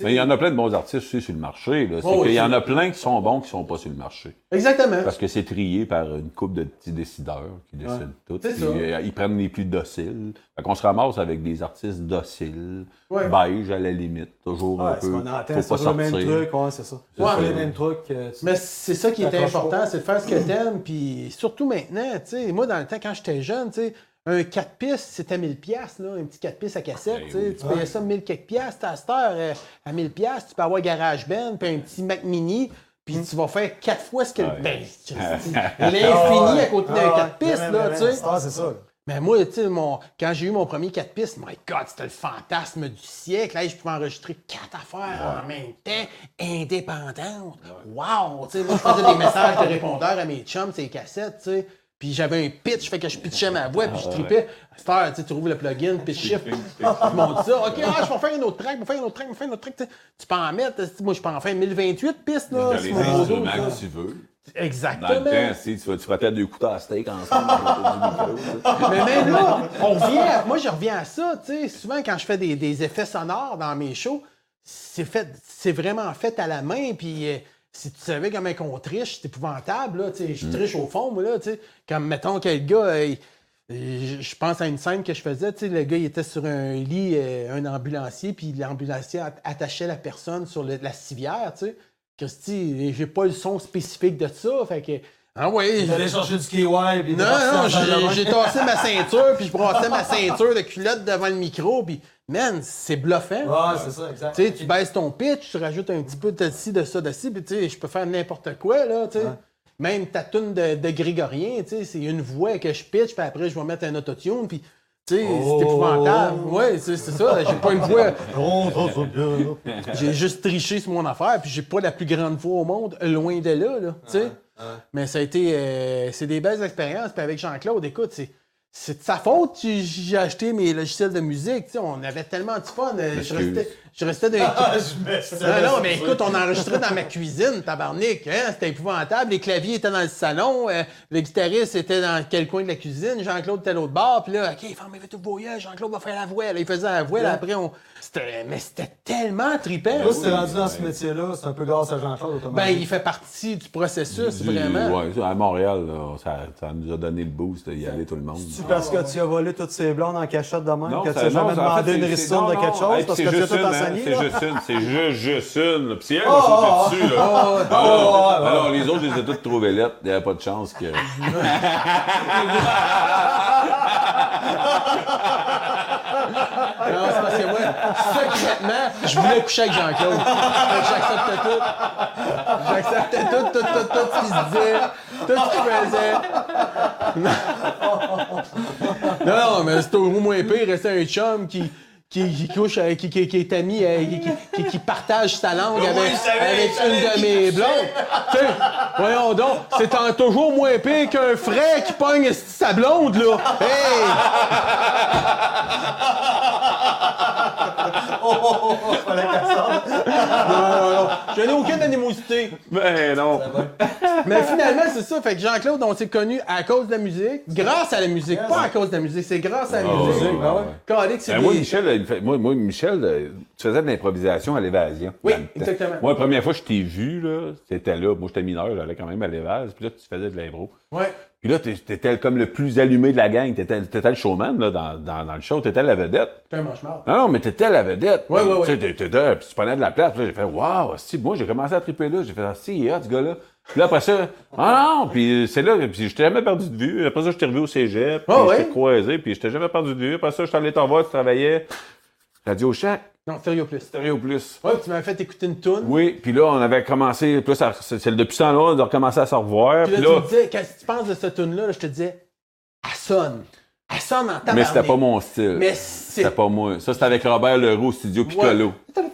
Mais il y en a plein de bons artistes aussi sur le marché. Là. C'est Oh, qu'il oui. y en a plein qui sont bons qui sont pas sur le marché. Exactement. Parce que c'est trié par une couple de petits décideurs qui décident tout. C'est Puis, ça. euh, ils prennent les plus dociles. Fait qu'on se ramasse avec des artistes dociles, Ouais. beige à la limite, toujours un Ouais, ce peu. qu'on entend, c'est faut pas toujours le même sortir. truc, ouais, c'est ça. Ouais, C'est mais- le même truc. euh, tu- Mais c'est ça qui est T'accroches important, pas. c'est de faire ce que t'aimes, puis surtout maintenant, tu sais, moi dans le temps quand j'étais jeune, tu sais, un 4 pistes, c'était 1000 pièces là, un petit 4 pistes à cassette, Ben tu sais, oui. tu payais ça 1000 quelques pièces à cette heure euh, à 1000 pièces, tu peux avoir GarageBand, puis un petit Mac mini, puis tu vas faire quatre fois ce que Ouais. *laughs* ben, tu- l'infini à côté d'un 4 pistes là, tu sais. Ah, c'est ça. Mais moi, tu sais, mon... quand j'ai eu mon premier 4 pistes, my God, c'était le fantasme du siècle. Là, je pouvais enregistrer quatre affaires en même temps, indépendantes. Wow! Tu sais, moi, je faisais des messages de répondeurs à mes chums, ces cassettes, tu sais. Puis j'avais un pitch, fait que je pitchais ma voix, Ah puis je tripais. À cette heure, tu sais, tu rouvres le plugin, pitch shift. Ils m'ont dit ça. OK, ah, je vais faire une autre track, je vais faire une autre track, je vais faire une autre track. tu sais. Tu peux en mettre, tu sais, moi, je peux en faire 1028 pistes, là. Ah, T'as sur les mon réseau, instruments ça. que tu veux. Dans Exactement. le temps, si tu, vas- tu frottais deux couteaux à steak ensemble à côté du micro. *laughs* ça. Mais *laughs* même là, on revient à- moi je reviens à ça, tu sais, souvent quand je fais des, des effets sonores dans mes shows, c'est fait, c'est vraiment fait à la main, puis euh, si tu savais comment qu'on triche, c'est épouvantable, là, tu sais, je triche au fond, moi, là, tu sais, comme, mettons, que le gars, euh, il- euh, je je pense à une scène que je faisais, tu sais, le gars, il était sur un lit, euh, un ambulancier, puis l'ambulancier a- attachait la personne sur le- la civière, tu sais. Christy, j'ai pas le son spécifique de ça, fait que, ah ouais, je- chercher du KY, puis non, non, j'ai- j'ai tassé ma ceinture, puis je brassais ma ceinture de culotte devant le micro, puis man, c'est bluffant. Ouais, c'est ça, exact. Tu sais, tu baisses ton pitch, tu rajoutes un petit peu de ci, de ça, de ci, puis tu sais, je peux faire n'importe quoi, là, tu sais. Même ta toune de, de Grégorien, tu sais, c'est une voix que je pitch, puis après, je vais mettre un autotune, puis tu sais, c'est épouvantable. Ouais, c'est c'est ça, j'ai pas une voix. J'ai juste triché sur mon affaire, puis j'ai pas la plus grande voix au monde, loin de là, là, tu sais. Mais ça a été, euh, c'est des belles expériences. Puis avec Jean-Claude, écoute, c'est, c'est de sa faute que j'ai acheté mes logiciels de musique. tu sais, on avait tellement de fun. euh, Je Excuse. restais, je restais dans... non, non, mais écoute, on enregistrait dans ma cuisine, tabarnak. hein, c'était épouvantable. Les claviers étaient dans le salon. euh, le guitariste était dans quel coin de la cuisine. Jean-Claude était à l'autre bord. Puis là, OK, fermez tout vos yeux. Jean-Claude va faire la voix. Là, il faisait la voix. là, après, on... C'était... Mais c'était tellement trippant. Là, si t'es rendu dans ce métier-là, c'est un peu grâce à Jean-Claude, autrement. Ben, il fait partie du processus, Du- vraiment. ouais, ça, à Montréal, là, ça, ça nous a donné le boost d'y aller tout le monde. C'est parce que tu as volé toutes ces blondes en cachette de même, que tu ça- as jamais non, ça- en demandé fait, une c'est- c'est- ristourne de non, quelque non, chose, hey, parce c'est que tu as juste tout une, hein, enseigné, C'est là. Oh, juste une, c'est juste, juste une. Puis si elle, on sautait dessus, là. alors, alors, les autres, je les ai toutes trouvées lettres. Il n'y avait pas de *laughs* chance que. Non, Ah, c'est parce que moi, secrètement, je voulais coucher avec Jean-Claude. Fait que J'acceptais tout. J'acceptais tout, tout, tout, tout ce qu'il se disait, tout ce qu'il faisait. Non, non, mais c'est au moins pire, c'est un chum qui. Qui, qui couche, avec- qui, qui, qui est ami, euh, qui, qui- qui, qui partage sa langue avec, avec une de mes blondes. Tu sais, voyons donc, c'est en- toujours moins pire qu'un frère qui pogne sa blonde, là. Hey! Non, non, non. Je n'ai aucune animosité. Ben non. Mais finalement, c'est ça. Fait que Jean-Claude, on s'est connu à cause de la musique, grâce à la musique, pas à cause de la musique, c'est grâce à la Ah, musique. ouais, ouais, ouais. Calique, c'est Ben, moi, des- Michel, il fait- moi, moi, Michel, euh, tu faisais de l'improvisation à l'évasion. Oui, Dans le temps. exactement. Moi, la première fois que je t'ai vu, là, c'était là. Moi, j'étais mineur, j'allais quand même à l'évase. Puis là, tu faisais de l'impro. Ouais. Puis là, t'es- t'étais comme le plus allumé de la gang. T'étais, t'étais le showman, là, dans, dans, dans le show. T'étais la vedette. T'es un mange-marde. Non, non, mais t'étais la vedette. Ouais, ouais, ouais. Tu sais, t'étais là, puis tu prenais de la place. Puis là, j'ai fait, waouh, si, moi, j'ai commencé à triper là. J'ai fait, ah, si, il est hot, ce gars-là. Puis là, après ça, *laughs* ah non, puis c'est là, puis je t'ai jamais perdu de vue. Après ça, je t'ai revu au cégep, puis Ah je ouais? t'ai croisé, puis je t'ai jamais perdu de vue. Après ça, je t'allais t'en voir, tu travaillais. Radio Shack, Non, sérieux plus. Stéréo Plus. Ouais, tu m'avais fait écouter une toune. Oui, puis là, on avait commencé, plus à- c'est c'est depuis ce temps-là, on a recommencé à se revoir. Puis là, Puis là, tu me disais, quand tu penses de cette tune là je te disais, elle sonne. Elle sonne en tabarnak. mais c'était pas mon style. Mais c'est. C'était pas moi. Ça, c'était avec Robert Leroux au studio Piccolo. Ouais,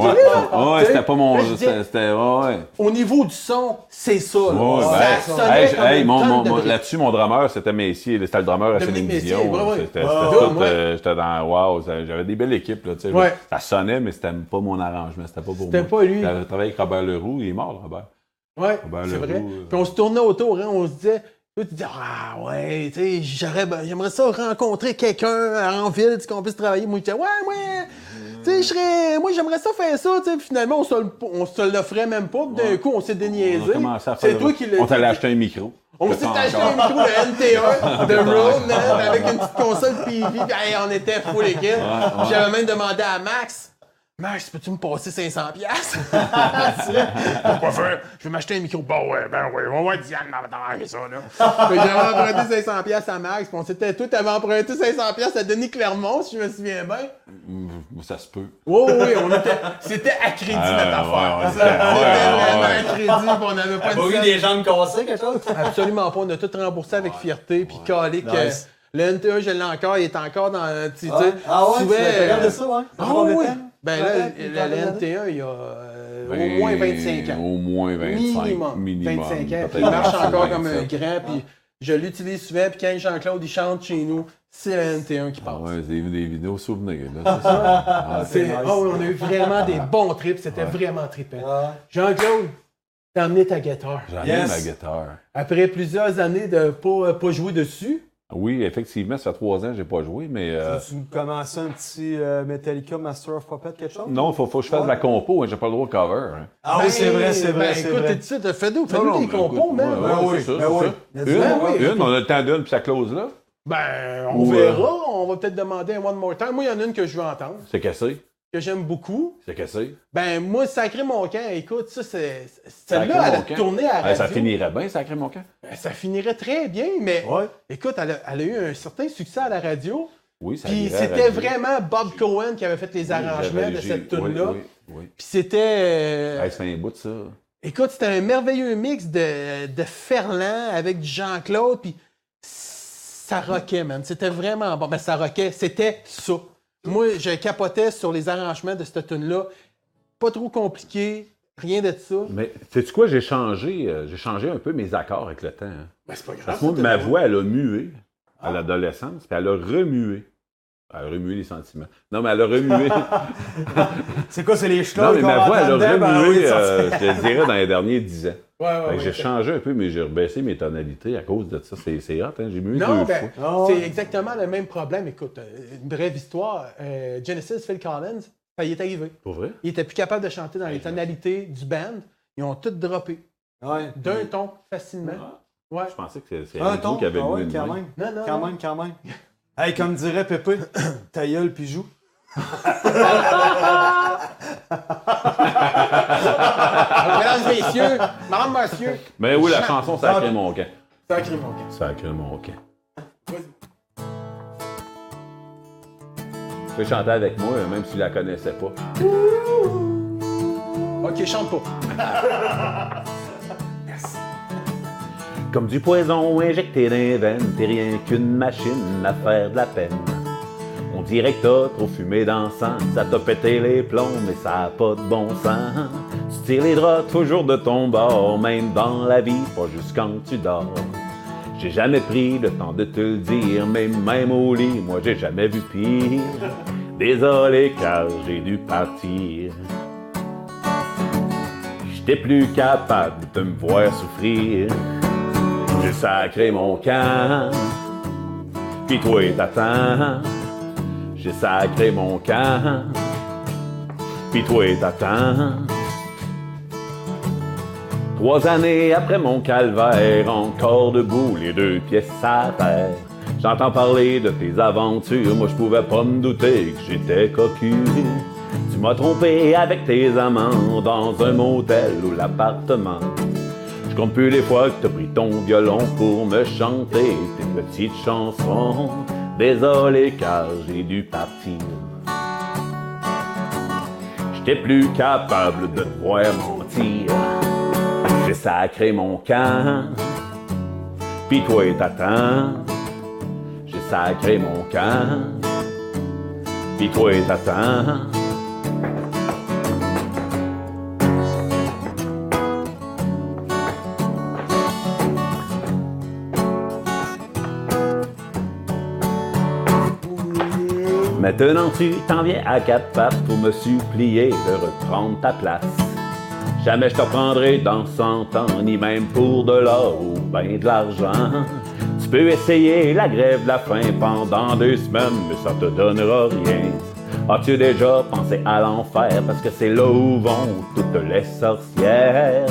Ouais, hein? ouais, c'était pas mon. Là, je disais, C'était. c'était- Ouais, ouais. Au niveau du son, c'est ça. là. Ouais, ben, ça sonnait hey, je- comme hey, une mon- tonne mon- de mon- briques. là-dessus, mon drameur, c'était Messier. là, C'était le drameur à Dominique Céline Messier, Dion. ouais, là, ouais. C'était Ouais, c'était ouais. tout, euh, J'étais dans Wow. ça- J'avais des belles équipes. Là, tu sais, Ouais. là. Ça sonnait, mais c'était pas mon arrangement. C'était pas pour moi. C'était pas lui. J'avais travaillé avec Robert Leroux. Il est mort, Robert. Ouais, Robert c'est Leroux, vrai. euh, Puis on se tournait autour, hein, on se disait, toi, tu disais, ah ouais, tu sais, j'aurais- ben, j'aimerais ça rencontrer quelqu'un euh, en ville, tu sais, qu'on puisse travailler. Moi, je disais, ouais, ouais, tu sais, je serais, moi, j'aimerais ça faire ça, tu sais. Puis Finalement, on se, le- on se l'offrait même pas, puis d'un coup, on s'est On a déniaisé. commencé à C'est faire- toi qui l'as On t'allait dit. acheter un micro. On Je s'est pense acheté encore. un micro *laughs* de NT1 de Rome hein, avec une petite console PV. Puis, hey, on était full équipe. Puis J'avais même demandé à Max. Max, peux-tu me passer 500 *laughs* pièces Pourquoi faire? Je vais m'acheter un micro. Bon, ouais, ben ouais, on va Diane m'a donné ça, là. Fait que J'avais emprunté 500 pièces à Max, puis on s'était tout, t'avais emprunté 500 pièces à Denis Clermont, si je me souviens bien. Mm, Ça se peut. Oui, oui, on était, c'était à crédit, Euh, notre affaire. ouais, ouais, C'était ouais, vraiment ouais, à crédit, puis on n'avait pas de scène. jambes cassées, quelque chose? Absolument pas. On a tout remboursé avec fierté, puis calé que Nice. le NTE, je l'ai encore, il est encore dans. Tu sais, Ah ouais, tu souvent, l'as regardé euh, ça, ouais? Ça fait Ah combien de oui. temps? Ben Ça fait là, une le, vingtaine d'années? NTE, il a euh, au Ben, moins 25 ans. Au moins 25. minimum. Minimum. 25 ans. peut-être Puis il marche 26, encore comme un 27. grand, puis je l'utilise souvent, puis quand Jean-Claude, il chante chez nous, c'est le NTE qui passe. Ah ouais, c'est des vidéos souvenirs. Là, *laughs* c'est ça. Ah, C'est- Ah oui, on a eu vraiment des bons trips, c'était vraiment trippant. Jean-Claude, t'as emmené ta guitare. J'en ai Yes. ma guitare. Après plusieurs années de pas, pas jouer dessus, Oui, effectivement, ça fait trois ans que j'ai pas joué, mais euh, Tu me commences un petit euh, Metallica Master of Puppet, quelque chose? non, faut, faut que je fasse la compo, hein, j'ai pas le droit au cover. hein. Ah oui, c'est vrai, c'est vrai. Ben, c'est écoute, vrai. t'es ça, t'as fait nous, fais-nous des mais compos, ben, man. écoute, ouais, ouais, oui, c'est ça, ben oui. c'est ça. Let's Une, go. Ben oui. une, on a le temps d'une, puis ça close là. Ben, on Ou, verra, on va peut-être demander un One More Time. Moi, il y en a une que je veux entendre, C'est cassé. que j'aime beaucoup. C'est cassé. Ben, moi, Sacré mon camp, écoute, ça, c'est. c'est- Sacré Celle-là, elle mon a camp. tourné à la Ah, radio. ça finirait bien, sacré mon camp. Ben, ça finirait très bien, mais Ouais. écoute, elle a, elle a eu un certain succès à la radio. Oui, ça Puis irait à la c'était radio. vraiment Bob Cohen qui avait fait les Oui, arrangements j'avais- de j'ai- cette oui, tune là Oui, oui. Puis c'était. euh, Hey, ça fait un bout de ça. Écoute, c'était un merveilleux mix de, de Ferland avec du Jean-Claude, puis ça rockait, man. C'était vraiment bon. Mais ça rockait, c'était ça. Moi, je capotais sur les arrangements de cette tune-là. Pas trop compliqué, rien de ça. Mais sais-tu quoi, j'ai changé, euh, j'ai changé un peu mes accords avec le temps. hein. Mais Ben, c'est Ah. pas grave. Parce que moi, ma voix, elle a mué à l'adolescence, puis elle a remué. Elle a remué les sentiments. Non, mais elle a remué. *laughs* *laughs* C'est quoi, c'est les cheveux? non, mais ma voix, elle a remué, euh, remué. je te dirais, dans les derniers dix ans. Ouais, ouais, Fait que ouais, j'ai c'est- changé un peu, mais j'ai rebaissé mes tonalités à cause de ça. C'est, c'est hot, hein? J'ai mué Non, deux ben, fois. Ah ouais. c'est exactement le même problème. Écoute, euh, une brève histoire. euh, Genesis, Phil Collins, ça y est arrivé. Pour vrai? Il était plus capable de chanter dans les tonalités du band. Ils ont tout droppé. Ouais. Mm. D'un ton, facilement. Ouais. Je pensais que c'est, c'est Un Enzo ton, qui avait ah mué ouais, de quand même. même. Non, non, Quand non. même, quand même. Hey, comme dirait Pépé, ta gueule, puis joue. Mesdames, messieurs, madame, monsieur, Mais oui, la chanson, ça crée mon camp. sacré mon gars. Ça crée mon camp. Tu peux chanter avec moi, même si tu la connaissais pas. Ok, chante pas. Comme du poison injecté dans les veines, t'es rien qu'une machine à faire de la peine. On dirait que t'as trop fumé dans le sang, ça t'a pété les plombs, mais ça a pas de bon sens. Tu tires les draps toujours de ton bord, même dans la vie, pas juste quand tu dors. J'ai jamais pris le temps de te le dire, mais même au lit, moi j'ai jamais vu pire. Désolé car j'ai dû partir. J'étais plus capable de me voir souffrir. J'ai sacré mon camp, puis toi t'attends. J'ai sacré mon camp, puis toi t'attends. Trois années après mon calvaire, encore debout, les deux pièces à terre. J'entends parler de tes aventures, moi je pouvais pas me douter que j'étais cocu. Tu m'as trompé avec tes amants dans un motel ou l'appartement. Je compte plus les fois que t'as pris ton violon pour me chanter tes petites chansons. Désolé car j'ai dû partir. J'étais plus capable de te voir mentir. J'ai sacré mon camp. Pis toi, t'attends. J'ai sacré mon camp. Pis toi, t'attends. Maintenant tu t'en viens à quatre pattes pour me supplier de reprendre ta place. Jamais je te reprendrai dans cent ans, ni même pour de l'or ou ben de l'argent. Tu peux essayer la grève de la faim pendant deux semaines, mais ça te donnera rien. As-tu déjà pensé à l'enfer parce que c'est là où vont toutes les sorcières?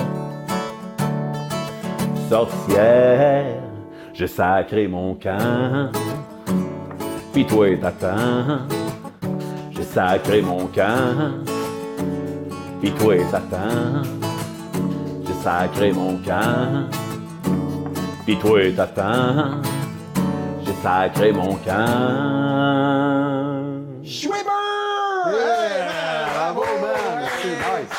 Sorcières, je sacré mon camp pis toi t'attends. J'ai sacré mon camp, pis toi t'attends. J'ai sacré mon camp, pis toi t'attends. J'ai sacré mon camp. Schweber! Yeah! Bravo, man! Merci, nice!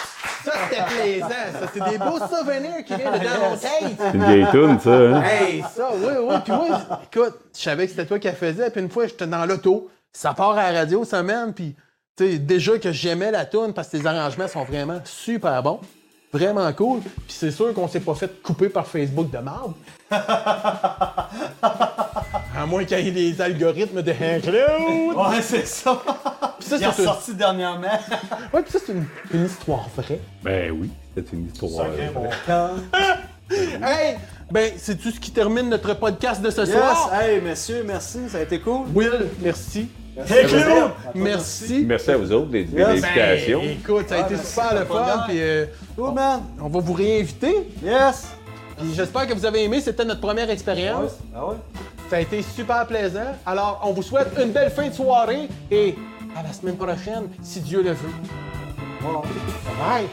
Ça, c'était plaisant, ça. C'est des beaux souvenirs qui viennent de dans mon tête. C'est une vieille toune, ça, hein? Hey, ça, oui, oui. Puis moi, écoute, je savais que c'était toi qui la faisais. Puis une fois, j'étais dans l'auto. Ça part à la radio, ça mène. Puis, tu sais, déjà que j'aimais la toune parce que les arrangements sont vraiment super bons. Vraiment cool. Puis c'est sûr qu'on s'est pas fait couper par Facebook de marde. à moins qu'il y ait les algorithmes de Include. Ouais, c'est ça. Puis ça, Il est c'est une... ressorti dernièrement. ouais, puis ça, c'est une- une histoire vraie. Ben oui, c'est une histoire. Hey! Ben, c'est tout ce qui termine notre podcast de ce Yes! soir. Hey, messieurs, merci, ça a été cool. Will, merci. Hey, Claude! Merci. Merci à vous autres des, des Yes. invitations. Ben, écoute, ça a Ah, été merci, super le c'est pas fun, mal. puis euh, Cool, man! on va vous réinviter. Yes! Puis j'espère que vous avez aimé, c'était notre première expérience. Ah ouais? Ça a été super plaisant. Alors, on vous souhaite une belle fin de soirée et à la semaine prochaine, si Dieu le veut. Bon. Bye!